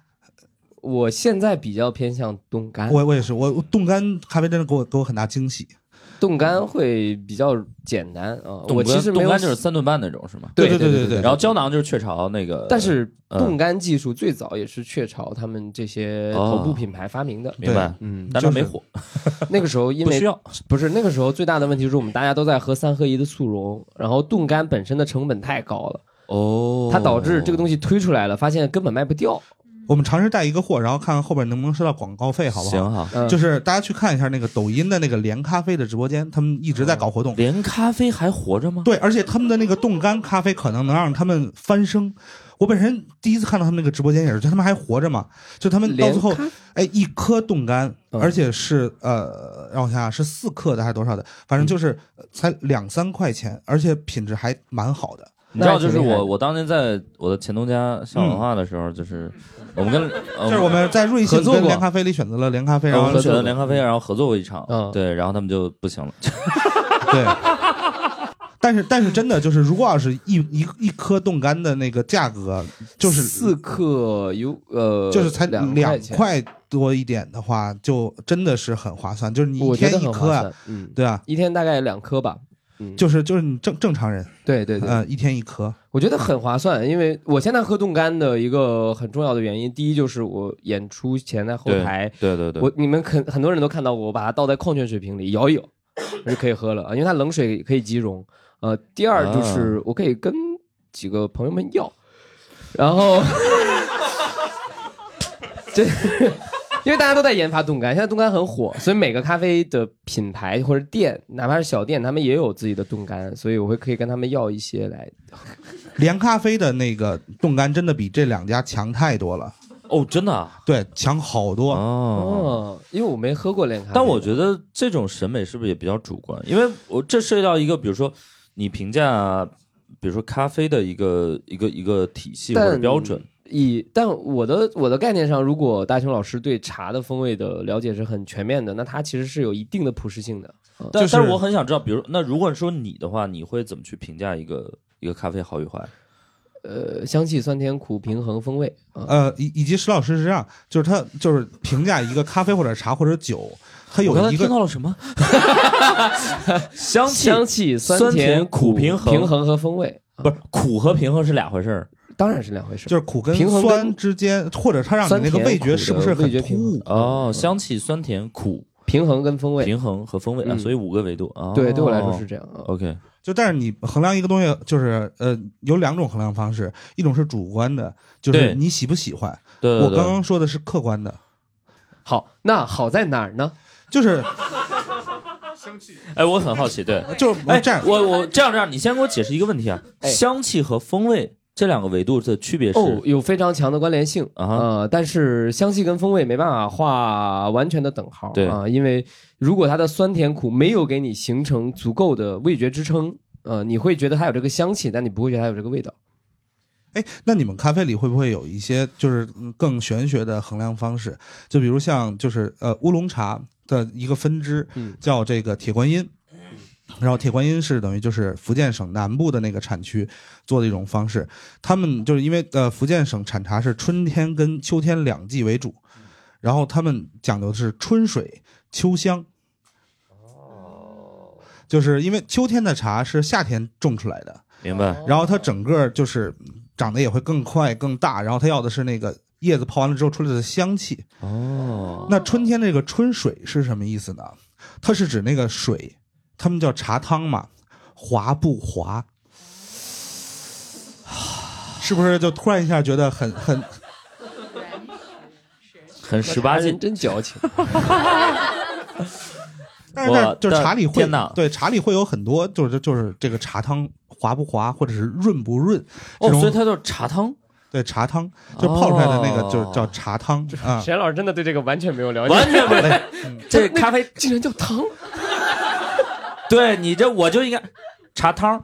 Speaker 2: 我现在比较偏向冻
Speaker 1: 哎
Speaker 2: 干，
Speaker 3: 我我也是，我我冻干咖啡真的给我给我很大惊喜。
Speaker 2: 冻干会比较简单啊。
Speaker 1: 冻
Speaker 2: 我其
Speaker 1: 干
Speaker 2: 实没
Speaker 1: 冻
Speaker 2: 有
Speaker 1: 干就是三顿半那种是吗？
Speaker 2: 对
Speaker 3: 对
Speaker 2: 对
Speaker 3: 对
Speaker 2: 对
Speaker 3: 对
Speaker 1: 然后胶囊就是雀巢那个，
Speaker 2: 但是
Speaker 1: 呃
Speaker 2: 冻干技术最早也是雀巢他们这些头部品牌发明的。
Speaker 1: 哦明白，
Speaker 2: 嗯，
Speaker 1: 但它没火，
Speaker 2: 那个时候因
Speaker 1: 不
Speaker 2: 为
Speaker 1: 需要。
Speaker 2: 不是那个时候最大的问题就是我们大家都在喝三合一的速溶，然后冻干本身的成本太高了，
Speaker 1: 哦
Speaker 2: 它导致这个东西推出来了，发现根本卖不掉。
Speaker 3: 我们尝试带一个货，然后看看后边能不能收到广告费，好不好？
Speaker 1: 行哈。
Speaker 2: 嗯，
Speaker 3: 就是是大家去看一下那个抖音的那个连咖啡的直播间，他们一直在搞活动。
Speaker 1: 连咖啡还活着吗？
Speaker 3: 对，而且他们的那个冻干咖啡可能能让他们翻身。我本身第一次看到他们那个直播间也是，就他们还活着嘛，就他们到最后，哎，一颗冻干，
Speaker 2: 嗯
Speaker 3: 而且是呃，让我想想是四克的还是多少的，反正就是
Speaker 2: 嗯
Speaker 3: 呃才两三块钱，而且品质还蛮好的。
Speaker 1: 你知道，就是
Speaker 2: 那还挺厉害
Speaker 1: 我
Speaker 2: 的
Speaker 1: 我当年在我的前东家校文化的时候，就是
Speaker 2: 嗯
Speaker 1: 我们跟就
Speaker 3: 就
Speaker 1: 是
Speaker 3: 我们在瑞
Speaker 2: 哦合
Speaker 3: 幸
Speaker 2: 作过哦
Speaker 3: 跟连咖啡里选择了连咖啡，然
Speaker 1: 我
Speaker 3: 后
Speaker 1: 们
Speaker 2: 合
Speaker 1: 选
Speaker 2: 作
Speaker 1: 择
Speaker 2: 过
Speaker 1: 连咖啡，然后合作过一场
Speaker 2: 嗯，
Speaker 1: 对，然后他们就不行了，
Speaker 3: 对。但是但是真的就是，如果要是一一一颗冻干的那个价格，就是
Speaker 2: 四克有呃，
Speaker 3: 就是才
Speaker 2: 两
Speaker 3: 两
Speaker 2: 钱，
Speaker 3: 块多一点的话，就真的是很划算。就是你一
Speaker 2: 我觉
Speaker 3: 天
Speaker 2: 得
Speaker 3: 一
Speaker 2: 很
Speaker 3: 颗
Speaker 2: 划
Speaker 3: 啊，
Speaker 2: 算。嗯，
Speaker 3: 对啊，
Speaker 2: 一天大概两颗吧。嗯，
Speaker 3: 就是就是你正正常人，
Speaker 2: 对对对，
Speaker 3: 呃，一天一颗，
Speaker 2: 我觉得很划算，因为我现在喝冻干的一个很重要的原因，第一就是我演出前在后
Speaker 1: 对
Speaker 2: 台，
Speaker 1: 对对对，
Speaker 2: 我你们肯很多人都看到过，我把它倒在矿泉水瓶里摇一摇，就可以喝 了啊，因为它冷水可以即溶。呃，第二
Speaker 1: 啊
Speaker 2: 就是我可以跟几个朋友们 要，然后这因为大家都在研发冻干，现在冻干很火，所以每个咖啡的品牌或者店，哪怕是小店，他们也有自己的冻干，所以我会可以跟他们要一些来。
Speaker 3: 连咖啡的那个冻干真的比这两家强太多了，
Speaker 1: 哦，真的啊
Speaker 3: 对，强好多。
Speaker 1: 哦。
Speaker 2: 哦，因为我没喝过炼咖啡，
Speaker 1: 但我觉得这种审美是不是也比较主观？因为我这涉及到一个，比如说你评价，比如说咖啡的一个一个一个体系或者
Speaker 2: 但
Speaker 1: 标准。
Speaker 2: 以但我的我的概念上，如果大雄老师对茶的风味的了解是很全面的，那它其实是有一定的普适性的。
Speaker 1: 但、
Speaker 3: 就是
Speaker 1: 但是我很想知道，比如那如果说你的话，你会怎么去评价一个一个咖啡好与坏？
Speaker 2: 呃，香气、酸甜苦平衡风味啊，
Speaker 3: 呃，以以及石老师是这样，就是他就是评价一个咖啡或者茶或者酒，他
Speaker 1: 我刚
Speaker 3: 有
Speaker 1: 才
Speaker 3: 一个
Speaker 1: 听到了什么？香气
Speaker 2: 香气、
Speaker 1: 酸
Speaker 2: 甜
Speaker 1: 甜苦平衡
Speaker 2: 平衡和风味，啊
Speaker 1: 不是苦和平衡是俩回事儿
Speaker 2: 当然是两回事。
Speaker 3: 就是苦跟
Speaker 2: 平衡跟
Speaker 3: 酸之间，或者他让你那个
Speaker 2: 酸甜
Speaker 3: 味
Speaker 2: 苦
Speaker 3: 觉
Speaker 2: 的
Speaker 3: 是不是很
Speaker 2: 味觉
Speaker 3: 突
Speaker 2: 平衡
Speaker 3: 兀？
Speaker 1: 哦，香气、酸甜、苦、
Speaker 2: 平衡跟风味，
Speaker 1: 平衡和风味啊，
Speaker 2: 嗯
Speaker 1: 所以五个维度啊。
Speaker 2: 对，对我来说是这样啊。
Speaker 1: OK，
Speaker 3: 就但是你衡量一个东西，就是呃，有两种衡量方式，一种是主观的，就
Speaker 1: 对
Speaker 3: 是你喜不喜欢。
Speaker 1: 对对
Speaker 3: 我
Speaker 1: 对，
Speaker 3: 刚刚说的是客观的，
Speaker 2: 好，那好在哪儿呢？
Speaker 3: 就是
Speaker 1: 哎，我很好奇，对，
Speaker 3: 就是
Speaker 1: 哎，
Speaker 3: 这样，
Speaker 1: 我我这样这样，你先给我解释一个问题啊，
Speaker 2: 哎
Speaker 1: 香气和风味这两个维度的区别是？
Speaker 2: 哦，有非常强的关联性
Speaker 1: 啊哈
Speaker 2: 呃，但是香气跟风味没办法画完全的等号，
Speaker 1: 对
Speaker 2: 啊，因为如果它的酸甜苦没有给你形成足够的味觉支撑，呃，你会觉得它有这个香气，但你不会觉得它有这个味道。
Speaker 3: 哎，那你们咖啡里会不会有一些就是嗯更玄学的衡量方式？就比如像就是呃乌龙茶的一个分支
Speaker 2: 嗯
Speaker 3: 叫这个铁观音，然后铁观音是等于就是福建省南部的那个产区做的一种方式。他们就是因为呃福建省产茶是春天跟秋天两季为主，然后他们讲究的是春水秋香。就是因为秋天的茶是夏天种出来的，
Speaker 1: 明白。
Speaker 3: 然后它整个就是长得也会更快更大，然后它要的是那个叶子泡完了之后出来的香气。
Speaker 1: 哦，
Speaker 3: 那春天这个春水是什么意思呢？它是指那个水，他们叫茶汤嘛，滑不滑？是不是就突然一下觉得很很
Speaker 1: 很十八
Speaker 2: 人
Speaker 1: 禁。
Speaker 2: 真矫 情。啊
Speaker 3: 但是那
Speaker 1: 我
Speaker 3: 就是
Speaker 1: 的
Speaker 3: 茶里会
Speaker 1: 天哪
Speaker 3: 对茶里会有很多，就是就是这个茶汤滑不滑，或者是润不润这
Speaker 1: 哦，
Speaker 3: 种、
Speaker 1: 所以它就是茶汤。
Speaker 3: 对茶汤，就泡出来的那个就是
Speaker 1: 哦
Speaker 3: 叫茶汤啊。
Speaker 2: 沈老师真的对这个完全没有了解，
Speaker 1: 完全不
Speaker 3: 嘞
Speaker 1: 是，这咖啡，
Speaker 2: 竟然叫汤，
Speaker 1: 对你这我就应该茶汤，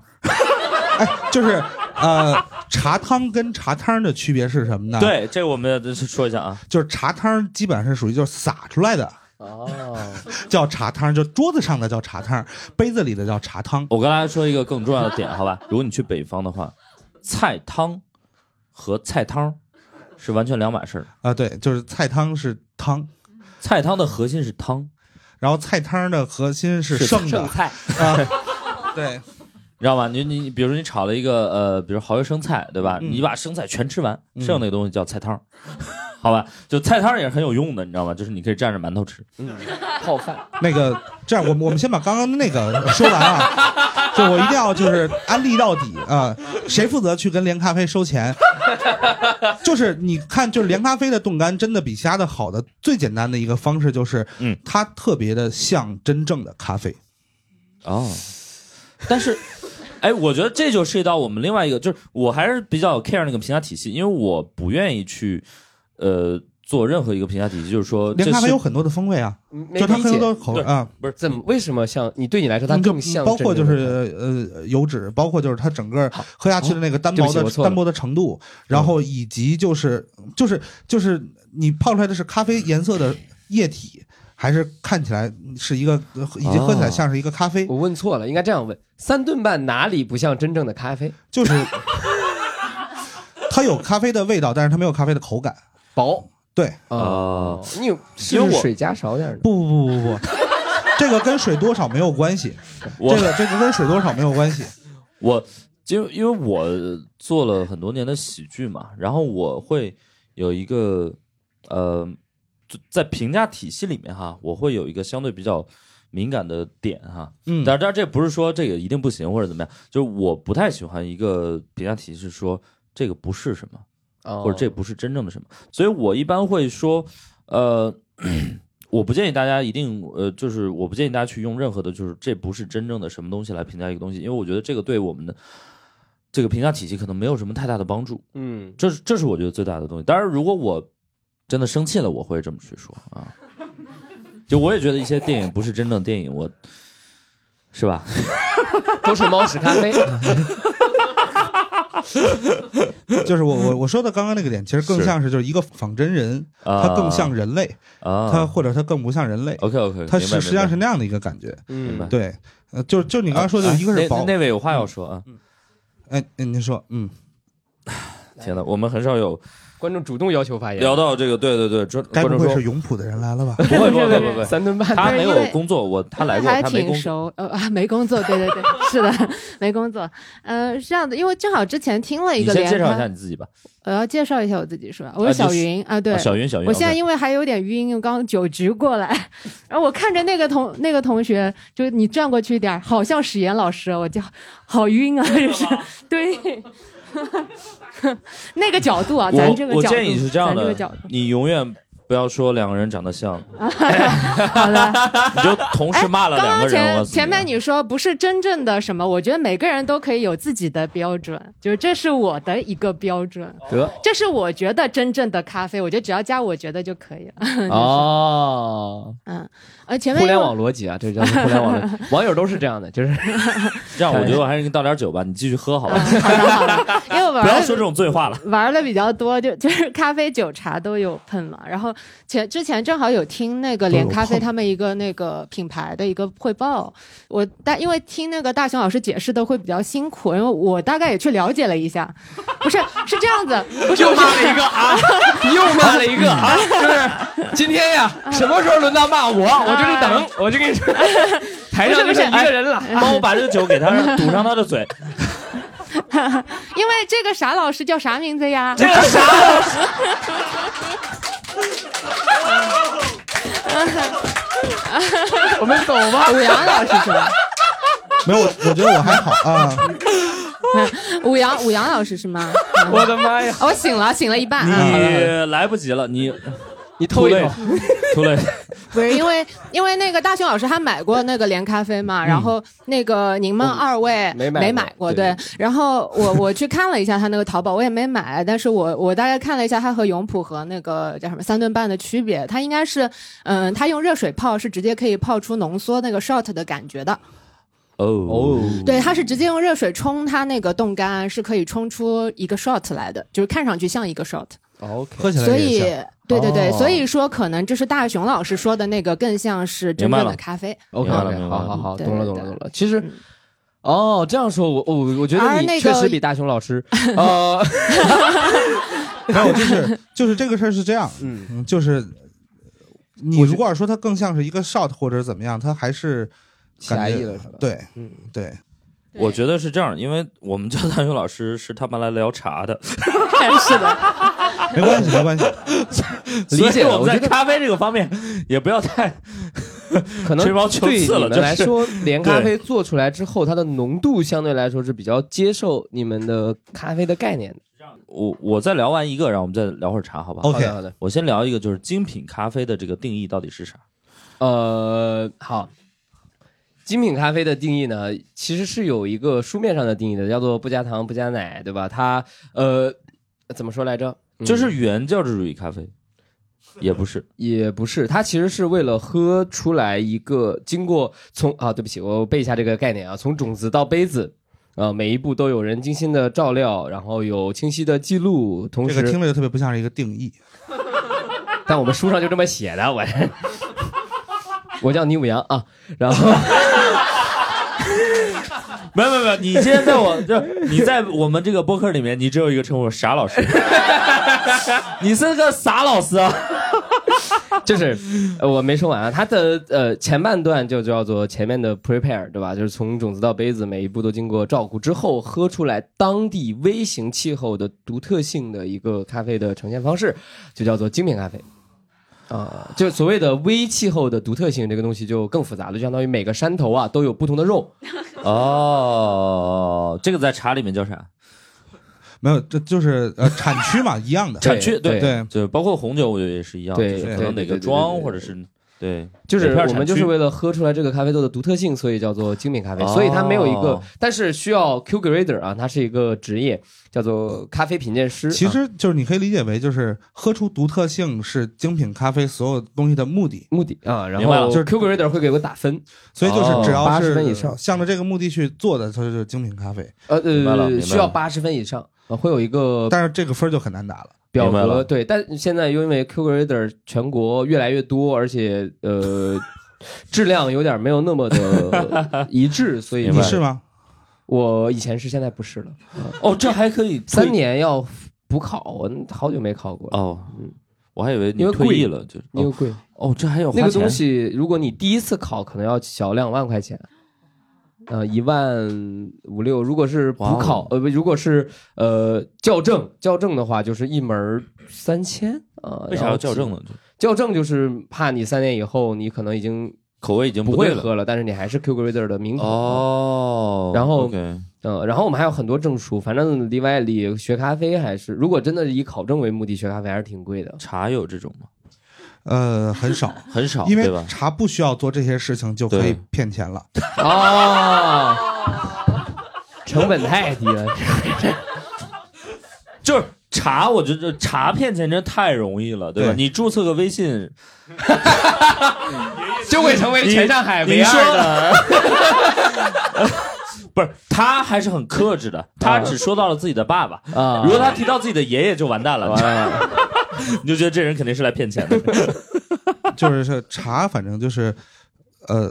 Speaker 3: 哎，就是呃，茶汤跟茶汤的区别是什么呢？，
Speaker 1: 对，这我们要说一下啊，
Speaker 3: 就是茶汤基本上是属于就是洒出来的，
Speaker 2: 哦，
Speaker 3: 叫茶汤，就桌子上的叫茶汤，杯子里的叫茶汤。
Speaker 1: 我跟大家说一个更重要的点，好吧？如果你去北方的话，菜汤和菜汤是完全两码事儿。
Speaker 3: 啊、对，就是菜汤是汤，
Speaker 1: 菜汤的核心是汤，
Speaker 3: 然后菜汤的核心是
Speaker 1: 是
Speaker 3: 剩的
Speaker 2: 剩
Speaker 3: 啊、
Speaker 2: 菜，
Speaker 3: 对，
Speaker 1: 你知道吗？你你你比如说你炒了一个呃，比如蚝油生菜，对吧？
Speaker 3: 嗯
Speaker 1: 你把生菜全吃完，
Speaker 3: 嗯
Speaker 1: 剩下那个东西叫菜汤， 好吧？就菜汤也是很有用的，你知道吗？就是你可以蘸着馒头吃。
Speaker 2: 嗯，泡饭，
Speaker 3: 那个这样，我们我们先把刚刚那个说完啊。就我一定要就是安利到底啊、谁负责去跟连咖啡收钱？就是你看，就是连咖啡的冻干真的比其他的好的最简单的一个方式就是，
Speaker 1: 嗯，
Speaker 3: 它特别的像真正的咖啡。
Speaker 1: 哦， 但是，哎，我觉得这就涉及到我们另外一个，就是我还是比较 care 那个评价体系，因为我不愿意去，呃，做任何一个评价体系，就是说这
Speaker 3: 连
Speaker 1: 是
Speaker 3: 咖啡有很很多的风味啊，
Speaker 2: 嗯 没
Speaker 3: 就它
Speaker 2: 理
Speaker 3: 很
Speaker 2: 解。
Speaker 3: 多口
Speaker 1: 对
Speaker 3: 啊，
Speaker 2: 怎么？为什么像你对你来说，它
Speaker 1: 嗯
Speaker 3: 嗯就
Speaker 2: 更像
Speaker 3: 包括
Speaker 2: 真
Speaker 3: 就
Speaker 2: 正的茶
Speaker 3: 是呃油脂，包括就是它整个喝下去的那个单薄
Speaker 2: 哦对
Speaker 3: 的
Speaker 2: 不起我错了嗯
Speaker 3: 单薄的程度，然后以及就是就是就是你泡出来的是咖啡颜色的液体，还是看起来是一个呃以及喝起
Speaker 2: 哦
Speaker 3: 来像是一个咖啡，
Speaker 2: 我问错了，应该这样问：三顿半哪里不像真正的咖啡？
Speaker 3: 就是它有咖啡的味道，但是它没有咖啡的口感。
Speaker 2: 薄
Speaker 3: 对，
Speaker 1: 哦，
Speaker 2: 啊你有是
Speaker 1: 因
Speaker 2: 不
Speaker 1: 为
Speaker 2: 是
Speaker 1: 我
Speaker 2: 水加少点儿呢？
Speaker 3: 不不不不不，这个跟水多少没有 关系，
Speaker 1: 我
Speaker 3: 这个这个跟水多少没有关系。
Speaker 1: 我就因为我做了很多年的喜剧嘛，然后我会有一个呃，就在评价体系里面哈，我会有一个相对比较敏感的点哈。
Speaker 3: 嗯
Speaker 1: 但但这不是说这个一定不行或者怎么样，就是我不太喜欢一个评价体系是说这个不是什么，
Speaker 2: 哦
Speaker 1: 或者这不是真正的什么，所以我一般会说，呃， 我不建议大家一定呃，就是我不建议大家去用任何的，就是这不是真正的什么东西来评价一个东西，因为我觉得这个对我们的这个评价体系可能没有什么太大的帮助。
Speaker 2: 嗯，
Speaker 1: 这是这是我觉得最大的东西。当然，如果我真的生气了，我会这么去说啊。就我也觉得一些电影不是真正的电影，我是吧？
Speaker 2: 都是猫屎咖 啡。
Speaker 3: 就是我我我说的刚刚那个点，其实更
Speaker 1: 是
Speaker 3: 像是就是一个仿真人，
Speaker 2: 呃
Speaker 1: 啊，
Speaker 3: 他更像人类，
Speaker 2: 嗯
Speaker 1: 啊，
Speaker 3: 他或者他更不像人
Speaker 2: 哦
Speaker 3: 类，
Speaker 1: OK OK，
Speaker 3: 他是实际上是那样的一个感觉。
Speaker 2: 嗯
Speaker 1: 明白
Speaker 3: 对，呃，就就你刚刚说
Speaker 2: 哎
Speaker 3: 的，一个是保
Speaker 1: 哎
Speaker 3: 嗯
Speaker 1: 那，那位有话要说啊。
Speaker 3: 哎，您说，嗯，
Speaker 1: 天哪，我们很少有
Speaker 2: 观众主动要求发言，
Speaker 1: 聊到这个，对对对，专
Speaker 3: 该
Speaker 1: 观
Speaker 3: 不
Speaker 1: 众
Speaker 3: 会
Speaker 1: 说
Speaker 3: 是永璞的人来了吧？
Speaker 1: 不 会不会不会不会，
Speaker 2: 三顿半，
Speaker 1: 他没
Speaker 5: 因
Speaker 1: 有
Speaker 5: 为
Speaker 1: 工作，我他来过，
Speaker 5: 还
Speaker 1: 他没
Speaker 5: 挺
Speaker 1: 工作。
Speaker 5: 熟，呃啊，没工作，对对对，是的， 没工作，呃，是这样的，因为正好之前听了一
Speaker 1: 你
Speaker 5: 个
Speaker 1: 先
Speaker 5: 连
Speaker 1: 介绍一下
Speaker 5: 环，
Speaker 1: 你自己吧。
Speaker 5: 我要介绍一下我自己是吧？我
Speaker 1: 啊
Speaker 5: 是
Speaker 1: 你
Speaker 5: 小
Speaker 1: 是
Speaker 5: 云啊，对
Speaker 1: 啊，小云小云，
Speaker 5: 我现在
Speaker 1: OK
Speaker 5: 因为还有点晕，我刚酒局过来，然后我看着那个同那个同学，就你转过去一点儿，好像史岩老师，我就好晕啊，就是 对，那个角度啊，咱这个
Speaker 1: 我我
Speaker 5: 角度，
Speaker 1: 建议是这样
Speaker 5: 咱这
Speaker 1: 的
Speaker 5: 个角度，
Speaker 1: 你永远不要说两个人长得 像，
Speaker 5: 好的。
Speaker 1: 你就同时骂了
Speaker 5: 刚
Speaker 1: 两个人。
Speaker 5: 刚前
Speaker 1: 我死
Speaker 5: 前面
Speaker 1: 你
Speaker 5: 你说不是真正的什么，我觉得每个人都可以有自己的标准，就是这是我的一个标准，
Speaker 1: 哦
Speaker 2: 得
Speaker 5: 这是我觉得真正的咖啡，我觉得只要加我觉得就可以了。
Speaker 2: 哦，
Speaker 5: 嗯，呃，前面
Speaker 2: 互
Speaker 5: 因为
Speaker 2: 联网逻辑啊，这叫做互联网逻辑，网友都是这样的，就是
Speaker 1: 这
Speaker 5: 哎
Speaker 1: 样，我觉得我还是给你倒点酒吧，你继续喝好
Speaker 5: 嗯
Speaker 1: 吧，
Speaker 5: 好的好的，因为我玩
Speaker 1: 不要说这种醉话了。
Speaker 5: 玩的比较多，就 就是咖啡、酒、茶都有碰嘛。然后前之前正好有听那个
Speaker 3: 都有
Speaker 5: 连咖啡
Speaker 3: 碰
Speaker 5: 他们一个那个品牌的一个汇报，我大因为听那个大熊老师解释的会比较辛苦，因为我大概也去了解了一下，不是是这样子， 不 是
Speaker 2: 又骂了一个啊， 又骂了一个啊，就是 今天呀，什么时候轮到骂我？我就得等，我就跟你说，台上就剩一个人了。
Speaker 1: 帮我把这个酒给他， 让堵上他的嘴。
Speaker 5: 因为这个傻老师叫啥名字呀？
Speaker 1: 这个啥？
Speaker 2: 我们走 吧，
Speaker 5: 武阳老师是吧？
Speaker 3: 没有，我我觉得我还好啊。
Speaker 5: 武阳武阳老师是吗？嗯
Speaker 2: 我的妈呀，
Speaker 5: 哦我醒了，醒了一半啊。
Speaker 1: 你来不及了， 你
Speaker 2: 你偷一口，
Speaker 1: 出来。
Speaker 5: 不是因为因为那个大熊老师他买过那个连咖啡嘛，然后那个您们二位
Speaker 2: 没买过
Speaker 5: 买过，
Speaker 2: 对
Speaker 5: 对。然后我我去看了一下他那个淘宝，我也没买，但是我我大概看了一下他和永璞和那个叫什么三顿半的区别，他应该是嗯，他用热水泡是直接可以泡出浓缩那个 shot 的感觉的，
Speaker 1: 哦
Speaker 2: 哦
Speaker 5: 对，它是直接用热水冲它那个冻干，是可以冲出一个 shot 来的，就是看上去像一个 shot。
Speaker 2: ，OK，
Speaker 3: 喝起来
Speaker 5: 所
Speaker 3: 也
Speaker 5: 以
Speaker 3: 像，
Speaker 5: 对对对，
Speaker 2: 哦
Speaker 5: 所以说可能就是大熊老师说的那个更像是真正
Speaker 1: 明白
Speaker 5: 的
Speaker 1: 了
Speaker 5: 咖啡。
Speaker 2: OK，
Speaker 1: 明白了
Speaker 2: OK，
Speaker 1: 明白
Speaker 2: 好
Speaker 1: 了嗯
Speaker 2: 好好，
Speaker 5: 对
Speaker 2: 懂了
Speaker 5: 对
Speaker 2: 懂了
Speaker 5: 对
Speaker 2: 懂了。其实
Speaker 5: 嗯，
Speaker 2: 哦，这样说，我我我觉得
Speaker 5: 而
Speaker 2: 你
Speaker 5: 那
Speaker 2: 确
Speaker 5: 个
Speaker 2: 实比大熊老 师，呃，
Speaker 3: 没有，就是就是这个事儿是这样，
Speaker 2: 嗯，
Speaker 3: 嗯，就是你如果说它更像是一个 shot 或者怎么样，它还是
Speaker 2: 狭义
Speaker 3: 感
Speaker 2: 了
Speaker 3: 觉
Speaker 2: 是吧？
Speaker 3: 对，
Speaker 2: 嗯
Speaker 3: 对，
Speaker 1: 我觉得是这样，因为我们教大学老师是他们来聊茶的，
Speaker 5: 是的，
Speaker 3: 没关系，没关系。
Speaker 2: 理
Speaker 1: 所
Speaker 2: 解
Speaker 1: 以
Speaker 2: 了。
Speaker 1: 我
Speaker 2: 我
Speaker 1: 们
Speaker 2: 觉
Speaker 1: 在
Speaker 2: 得
Speaker 1: 咖啡这个方面也不要太
Speaker 2: 可能
Speaker 1: 吹毛求
Speaker 2: 对你
Speaker 1: 疵了
Speaker 2: 们来
Speaker 1: 就是
Speaker 2: 说，连咖
Speaker 1: 对
Speaker 2: 啡做出来之后，它的浓度相对来说是比较接受你们的咖啡的概念的。
Speaker 1: 我我再聊完一个，然后我们再聊会儿茶，好吧
Speaker 3: OK
Speaker 2: 好的好的，
Speaker 1: 我先聊一个，就是精品咖啡的这个定义到底是啥？
Speaker 2: 呃，好。精品咖啡的定义呢，其实是有一个书面上的定义的，叫做不加糖不加奶，对吧？它呃，怎么说来着？嗯
Speaker 1: 就是原教旨主义咖啡，也不是
Speaker 2: 也不是，它其实是为了喝出来一个经过从啊，对不起，我背一下这个概念啊，从种子到杯子，呃，每一步都有人精心的照料，然后有清晰的记录，同
Speaker 3: 这
Speaker 2: 时，
Speaker 3: 个听着就特别不像是一个定义。
Speaker 2: 但我们书上就这么写的，我 我叫倪武阳啊，然后
Speaker 1: 没有没有没有，你今天在 我就你在我们这个播客里面，你只有一个称呼傻 老师，你是个傻老师啊！
Speaker 2: 就是呃我没说完啊，它的呃前半段就叫做前面的 prepare，对吧？就是从种子到杯子，每一步都经过照顾之后，喝出来当地微型气候的独特性的一个咖啡的呈现方式，就叫做精品咖啡。啊、就所谓的微气候的独特性这个东西就更复杂了，就相当于每个山头啊都有不同的肉，
Speaker 1: 哦，这个在茶里面叫啥？
Speaker 3: 没有，这就是呃产区嘛，一样的。
Speaker 1: 产区
Speaker 2: 对
Speaker 3: 对，
Speaker 1: 对，包括红酒，我觉得也是一样，
Speaker 2: 对
Speaker 1: 就是可能
Speaker 2: 对
Speaker 1: 哪
Speaker 2: 对
Speaker 1: 个
Speaker 2: 对对对
Speaker 1: 庄
Speaker 2: 对
Speaker 1: 或者是对，
Speaker 2: 就是
Speaker 1: 哪片
Speaker 2: 我
Speaker 1: 产
Speaker 2: 们就是
Speaker 1: 区
Speaker 2: 为了喝出来这个咖啡豆的独特性，所以叫做精品咖啡。
Speaker 1: 哦
Speaker 2: 所以它没有一个，但是需要 Q grader 啊，它是一个职业，叫做咖啡品鉴师。
Speaker 3: 其
Speaker 2: 啊
Speaker 3: 实就是你可以理解为，就是喝出独特性是精品咖啡所有东西的目的。
Speaker 2: 目的啊，然
Speaker 1: 明白了
Speaker 2: 后
Speaker 3: 就是
Speaker 2: Q grader 会给我打分。
Speaker 3: 所以就是只要
Speaker 2: 哦80分以
Speaker 3: 是
Speaker 2: 上
Speaker 3: 向着这个目的去做的，它就是精品咖啡。
Speaker 2: 呃
Speaker 1: 明白了明白了
Speaker 2: 呃，需要八十分以上，呃会有一个
Speaker 1: 哦
Speaker 3: 但是这个分儿就很难打了。
Speaker 2: 表
Speaker 1: 明白了
Speaker 2: 格。对，但现在因为 Q Grader 全国越来越多，而且呃 质量有点没有那么的一致，所以
Speaker 1: 明
Speaker 3: 你
Speaker 1: 白
Speaker 3: 是吗？
Speaker 2: 我以前是，现在不是了。
Speaker 1: 哦，这还可以退
Speaker 2: 三年要补考，我好久没考过了，
Speaker 1: 哦
Speaker 2: 嗯，
Speaker 1: 我还以为你
Speaker 2: 因为
Speaker 1: 退
Speaker 2: 贵
Speaker 1: 役了，就是
Speaker 2: 因为
Speaker 1: 哦
Speaker 2: 贵。
Speaker 1: 哦，这还有
Speaker 2: 那
Speaker 1: 花
Speaker 2: 个
Speaker 1: 钱
Speaker 2: 东西，如果你第一次考，可能要小两万块钱，呃，一万五六。如果是补考
Speaker 1: 哇哦，
Speaker 2: 呃，不，如果是呃校正，校正的话，就是一门三千啊。
Speaker 1: 为啥要校正
Speaker 2: 呢？
Speaker 1: 呢？就
Speaker 2: 校正就是怕你三年以后你可能已经
Speaker 1: 口味已经
Speaker 2: 不
Speaker 1: 嗯对
Speaker 2: 会
Speaker 1: 了
Speaker 2: 喝了，但是你还是 Q Grader 的名口。
Speaker 1: 哦，
Speaker 2: 然后
Speaker 1: OK
Speaker 2: 嗯，然后我们还有很多证书，反正里外里学咖啡还是，如果真的以考证为目的学咖啡，还是挺贵的。
Speaker 1: 茶有这种吗？
Speaker 3: 呃，很少，
Speaker 1: 很少，
Speaker 3: 因
Speaker 1: 对
Speaker 3: 为
Speaker 1: 吧？
Speaker 3: 茶不需要做这些事情就可以
Speaker 1: 对
Speaker 3: 骗钱了。
Speaker 2: 哦，成本太低了。
Speaker 1: 就是茶，我觉得茶骗钱真太容易了，对吧？
Speaker 3: 对
Speaker 1: 你注册个微信，
Speaker 2: 就会成为全上海唯
Speaker 1: 你说
Speaker 2: 哎二的。
Speaker 1: 的。 不是，他还是很克制的，他只说到了自己的爸爸。
Speaker 2: 啊
Speaker 1: 如果他提到自己的爷爷，就完蛋了，
Speaker 2: 啊，
Speaker 1: 你就觉得这人肯定是来骗钱的。
Speaker 3: 就是是茶，反正就是，呃，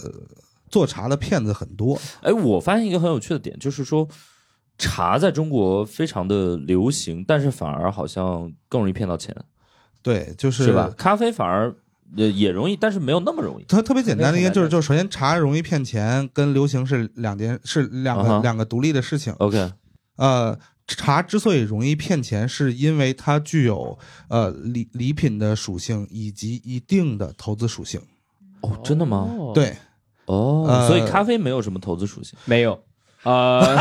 Speaker 3: 做茶的骗子很多。
Speaker 1: 哎，我发现一个很有趣的点，就是说茶在中国非常的流行，但是反而好像更容易骗到钱，
Speaker 3: 对，就是
Speaker 1: 是吧？？咖啡反而呃也容易，但是没有那么容易。
Speaker 3: 它特别简单的一个就是，
Speaker 1: 特别简单
Speaker 3: 就是首先茶容易骗钱，跟流行是两件是两个、
Speaker 1: 啊哈哦
Speaker 3: 两个独立的事情。
Speaker 1: OK，
Speaker 3: 呃，茶之所以容易骗钱，是因为它具有呃礼礼品的属性以及一定的投资属性。
Speaker 1: 哦，真的吗？？
Speaker 3: 对，
Speaker 1: 哦，
Speaker 3: 呃
Speaker 1: 所以咖啡没有什么投资属性。
Speaker 2: 没有，呃，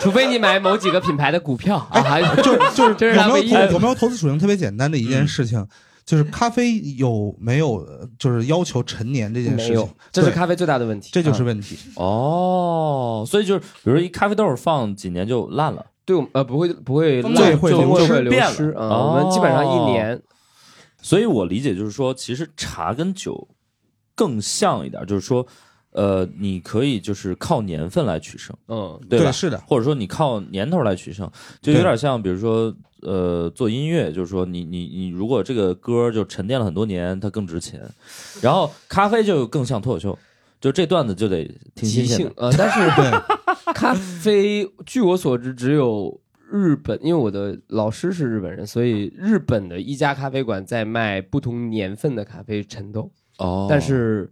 Speaker 2: 除非你买某几个品牌的股票啊，还
Speaker 3: 就就是
Speaker 2: 这是
Speaker 3: 有
Speaker 2: 他
Speaker 3: 没
Speaker 2: 唯
Speaker 3: 有
Speaker 2: 一
Speaker 3: 投
Speaker 2: 的
Speaker 3: 有没有投资属性特别简单的一件事情，就是咖啡有没有呃就是要求陈年这件
Speaker 2: 没
Speaker 3: 事
Speaker 2: 有
Speaker 3: 情，，
Speaker 2: 这是
Speaker 3: 对
Speaker 2: 咖啡最大的问题，
Speaker 3: 这就是
Speaker 2: 啊
Speaker 3: 问题。
Speaker 1: 哦，所以就是，比如一咖啡豆放几年就烂了。
Speaker 2: 对我们呃不会不会
Speaker 3: 风
Speaker 2: 烂
Speaker 3: 味会
Speaker 2: 就
Speaker 3: 流
Speaker 2: 会
Speaker 3: 失
Speaker 2: 流
Speaker 1: 变
Speaker 2: 失
Speaker 1: 了
Speaker 2: 啊，我们基本上
Speaker 1: 哦
Speaker 2: 一年
Speaker 1: 所以我理解就是说，其实茶跟酒更像一点，就是说，呃，你可以就是靠年份来取胜，
Speaker 2: 嗯
Speaker 1: 对吧？
Speaker 3: 是的，
Speaker 1: 或者说你靠年头来取胜，就有
Speaker 3: 对
Speaker 1: 点像，比如说，呃，做音乐，就是说你你你如果这个歌就沉淀了很多年，它更值钱。然后咖啡就更像脱口秀，就这段子就得听
Speaker 2: 即
Speaker 1: 新鲜
Speaker 2: 兴
Speaker 1: 的。
Speaker 2: 呃，但是
Speaker 3: 对，
Speaker 2: 咖啡，据我所知，只有日本，因为我的老师是日本人，所以日本的一家咖啡馆在卖不同年份的咖啡陈豆，
Speaker 1: 哦
Speaker 2: 但是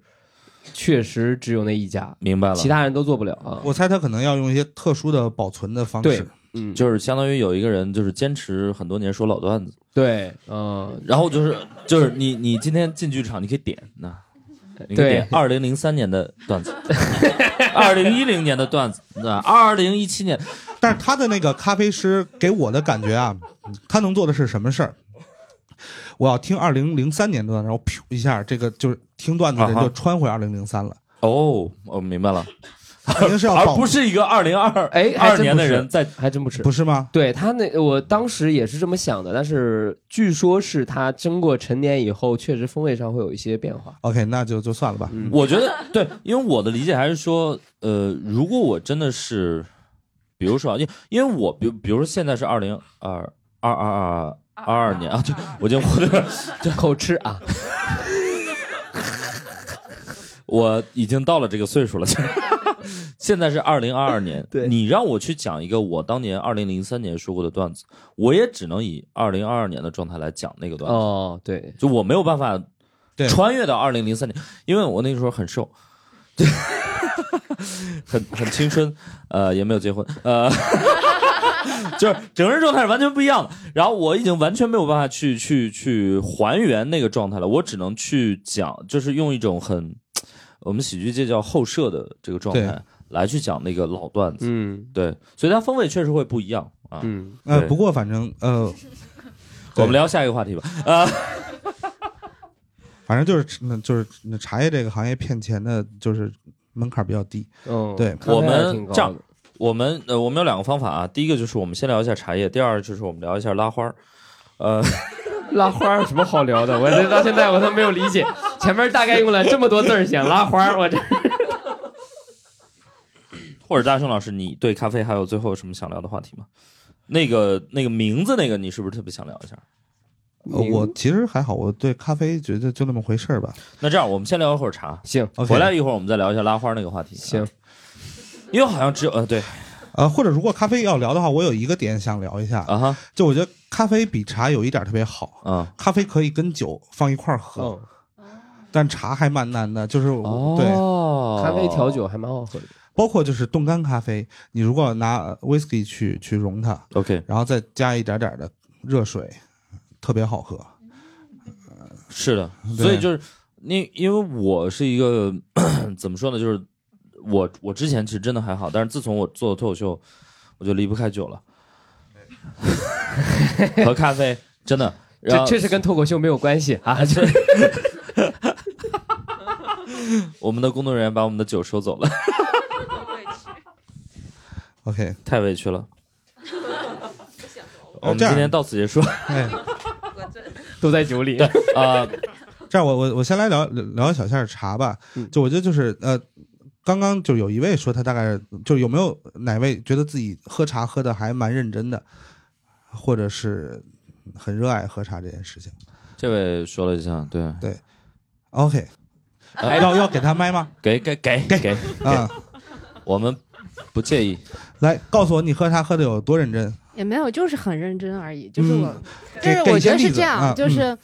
Speaker 2: 确实只有那一家，
Speaker 1: 明白了，
Speaker 2: 其他人都做不了啊。
Speaker 3: 我猜他可能要用一些特殊的保存的方
Speaker 2: 对
Speaker 3: 式。，
Speaker 2: 嗯，
Speaker 1: 就是相当于有一个人就是坚持很多年说老段子，
Speaker 2: 对，嗯，
Speaker 1: 然后就是就是你你今天进剧场你可以点那。你可以
Speaker 2: 对
Speaker 1: 点二零零三年的段子， 二零一零年的段子，那二零一七年
Speaker 3: 但是他的那个咖啡师给我的感觉啊，他能做的是什么事儿？我要听二零零三年段，然后噗一下，这个就是听段子的人
Speaker 1: 啊哈
Speaker 3: 就穿回二零零三了，
Speaker 1: 哦，我明白了，
Speaker 3: 肯定 是要
Speaker 1: 而
Speaker 3: 保
Speaker 1: 不是一个二零二
Speaker 2: 哎还
Speaker 1: 二
Speaker 2: 真不
Speaker 1: 年的
Speaker 2: 是
Speaker 1: 人在
Speaker 2: 还真不是
Speaker 3: 不。是吗？
Speaker 2: 对他那，我当时也是这么想的，但是据说是他经过陈年以后，确实风味上会有一些变化。
Speaker 3: OK，那就就算了吧。
Speaker 2: 嗯
Speaker 1: 我觉得对，因为我的理解还是说，呃，如果我真的是，比如说啊，因因为我比如比如说现在是二零二二二二二 二年啊，对，我已经我的
Speaker 2: 口吃 啊，
Speaker 1: 我已经到了这个岁数了，现在是二零二二年，
Speaker 2: 对
Speaker 1: 你让我去讲一个我当年二零零三年说过的段子，我也只能以二零二二年的状态来讲那个段子，
Speaker 2: 哦，对，
Speaker 1: 就我没有办法
Speaker 3: 对
Speaker 1: 穿越到二零零三年，因为我那个时候很瘦， 对，很很青春，呃，也没有结婚，呃， 就是整个人状态是完全不一样的。然后我已经完全没有办法去去去还原那个状态了，我只能去讲，就是用一种很我们喜剧界叫后设的这个状
Speaker 3: 对
Speaker 1: 态来去讲那个老段子，
Speaker 2: 嗯
Speaker 1: 对，所以它风味确实会不一样啊。
Speaker 2: 嗯，
Speaker 3: 呃，
Speaker 1: 对
Speaker 3: 不过反正呃，
Speaker 1: 我们聊下一个话题吧。
Speaker 3: 反正就是那就是那茶叶这个行业骗钱的，就是门槛比较低。
Speaker 2: 哦，
Speaker 3: 对
Speaker 2: 咖啡
Speaker 1: 我们
Speaker 2: 还是挺高的
Speaker 1: 这样我们呃，我们有两个方法啊，第一个就是我们先聊一下茶叶，第二就是我们聊一下拉花儿。呃，
Speaker 2: 拉花儿有什么好聊的？我这到现在我都没有理解，前面大概用了这么多字儿想拉花儿，我这
Speaker 1: 或者大圣老师，你对咖啡还有最后有什么想聊的话题吗？那个那个名字那个，你是不是特别想聊一下？
Speaker 3: 呃我其实还好，我对咖啡觉得就那么回事儿吧。
Speaker 1: 那这样，我们先聊一会儿茶，
Speaker 2: 行
Speaker 3: OK
Speaker 1: 回来一会儿我们再聊一下拉花那个话题。啊
Speaker 2: 行，，
Speaker 1: 因为好像只有呃对
Speaker 3: 呃，或者如果咖啡要聊的话，我有一个点想聊一下，
Speaker 1: 啊哈
Speaker 3: 就我觉得咖啡比茶有一点特别好，
Speaker 1: 啊
Speaker 3: 咖啡可以跟酒放一块儿喝，
Speaker 2: 哦，
Speaker 3: 但茶还蛮难的，就是、对，
Speaker 1: 哦
Speaker 2: 咖啡调酒还蛮好喝的，
Speaker 3: 包括就是冻干咖啡，你如果拿 whisky 去去溶它，
Speaker 1: OK
Speaker 3: 然后再加一点点的热水，特别好喝。
Speaker 1: 是的，
Speaker 3: 对
Speaker 1: 所以就是那因为我是一个 怎么说呢，就是我我之前其实真的还好，但是自从我做了脱口秀，我就离不开酒了 和咖啡，真的。然
Speaker 2: 这
Speaker 1: 后
Speaker 2: 这是跟脱口秀没有关系啊，就
Speaker 1: 我们的工作人员把我们的酒收走了，
Speaker 3: OK，
Speaker 1: 太委屈了。我
Speaker 3: 呃
Speaker 1: 们
Speaker 3: 这
Speaker 1: 今天
Speaker 3: 样，
Speaker 1: 到此结束啊、
Speaker 3: 哎，
Speaker 2: 都在酒里。
Speaker 3: 这样我我我先来聊聊聊小夏茶吧，就我觉得就是呃，刚刚就有一位说他大概就有没有哪位觉得自己喝茶喝的还蛮认真的，或者是很热爱喝茶这件事情。
Speaker 1: 这位说了一下，对，
Speaker 3: OK，、呃
Speaker 1: 哎
Speaker 3: 要要给他麦吗？
Speaker 1: 给给给给，
Speaker 3: 啊、
Speaker 1: 我们不介意。
Speaker 3: 来告诉我你喝茶喝的有多认真。
Speaker 5: 也没有，就是很认真而已。就是我，
Speaker 3: 嗯给
Speaker 5: 就是
Speaker 3: 给
Speaker 5: 我
Speaker 3: 一
Speaker 5: 觉
Speaker 3: 些
Speaker 5: 得
Speaker 3: 例
Speaker 5: 是
Speaker 3: 子
Speaker 5: 这样，
Speaker 3: 啊
Speaker 5: 就是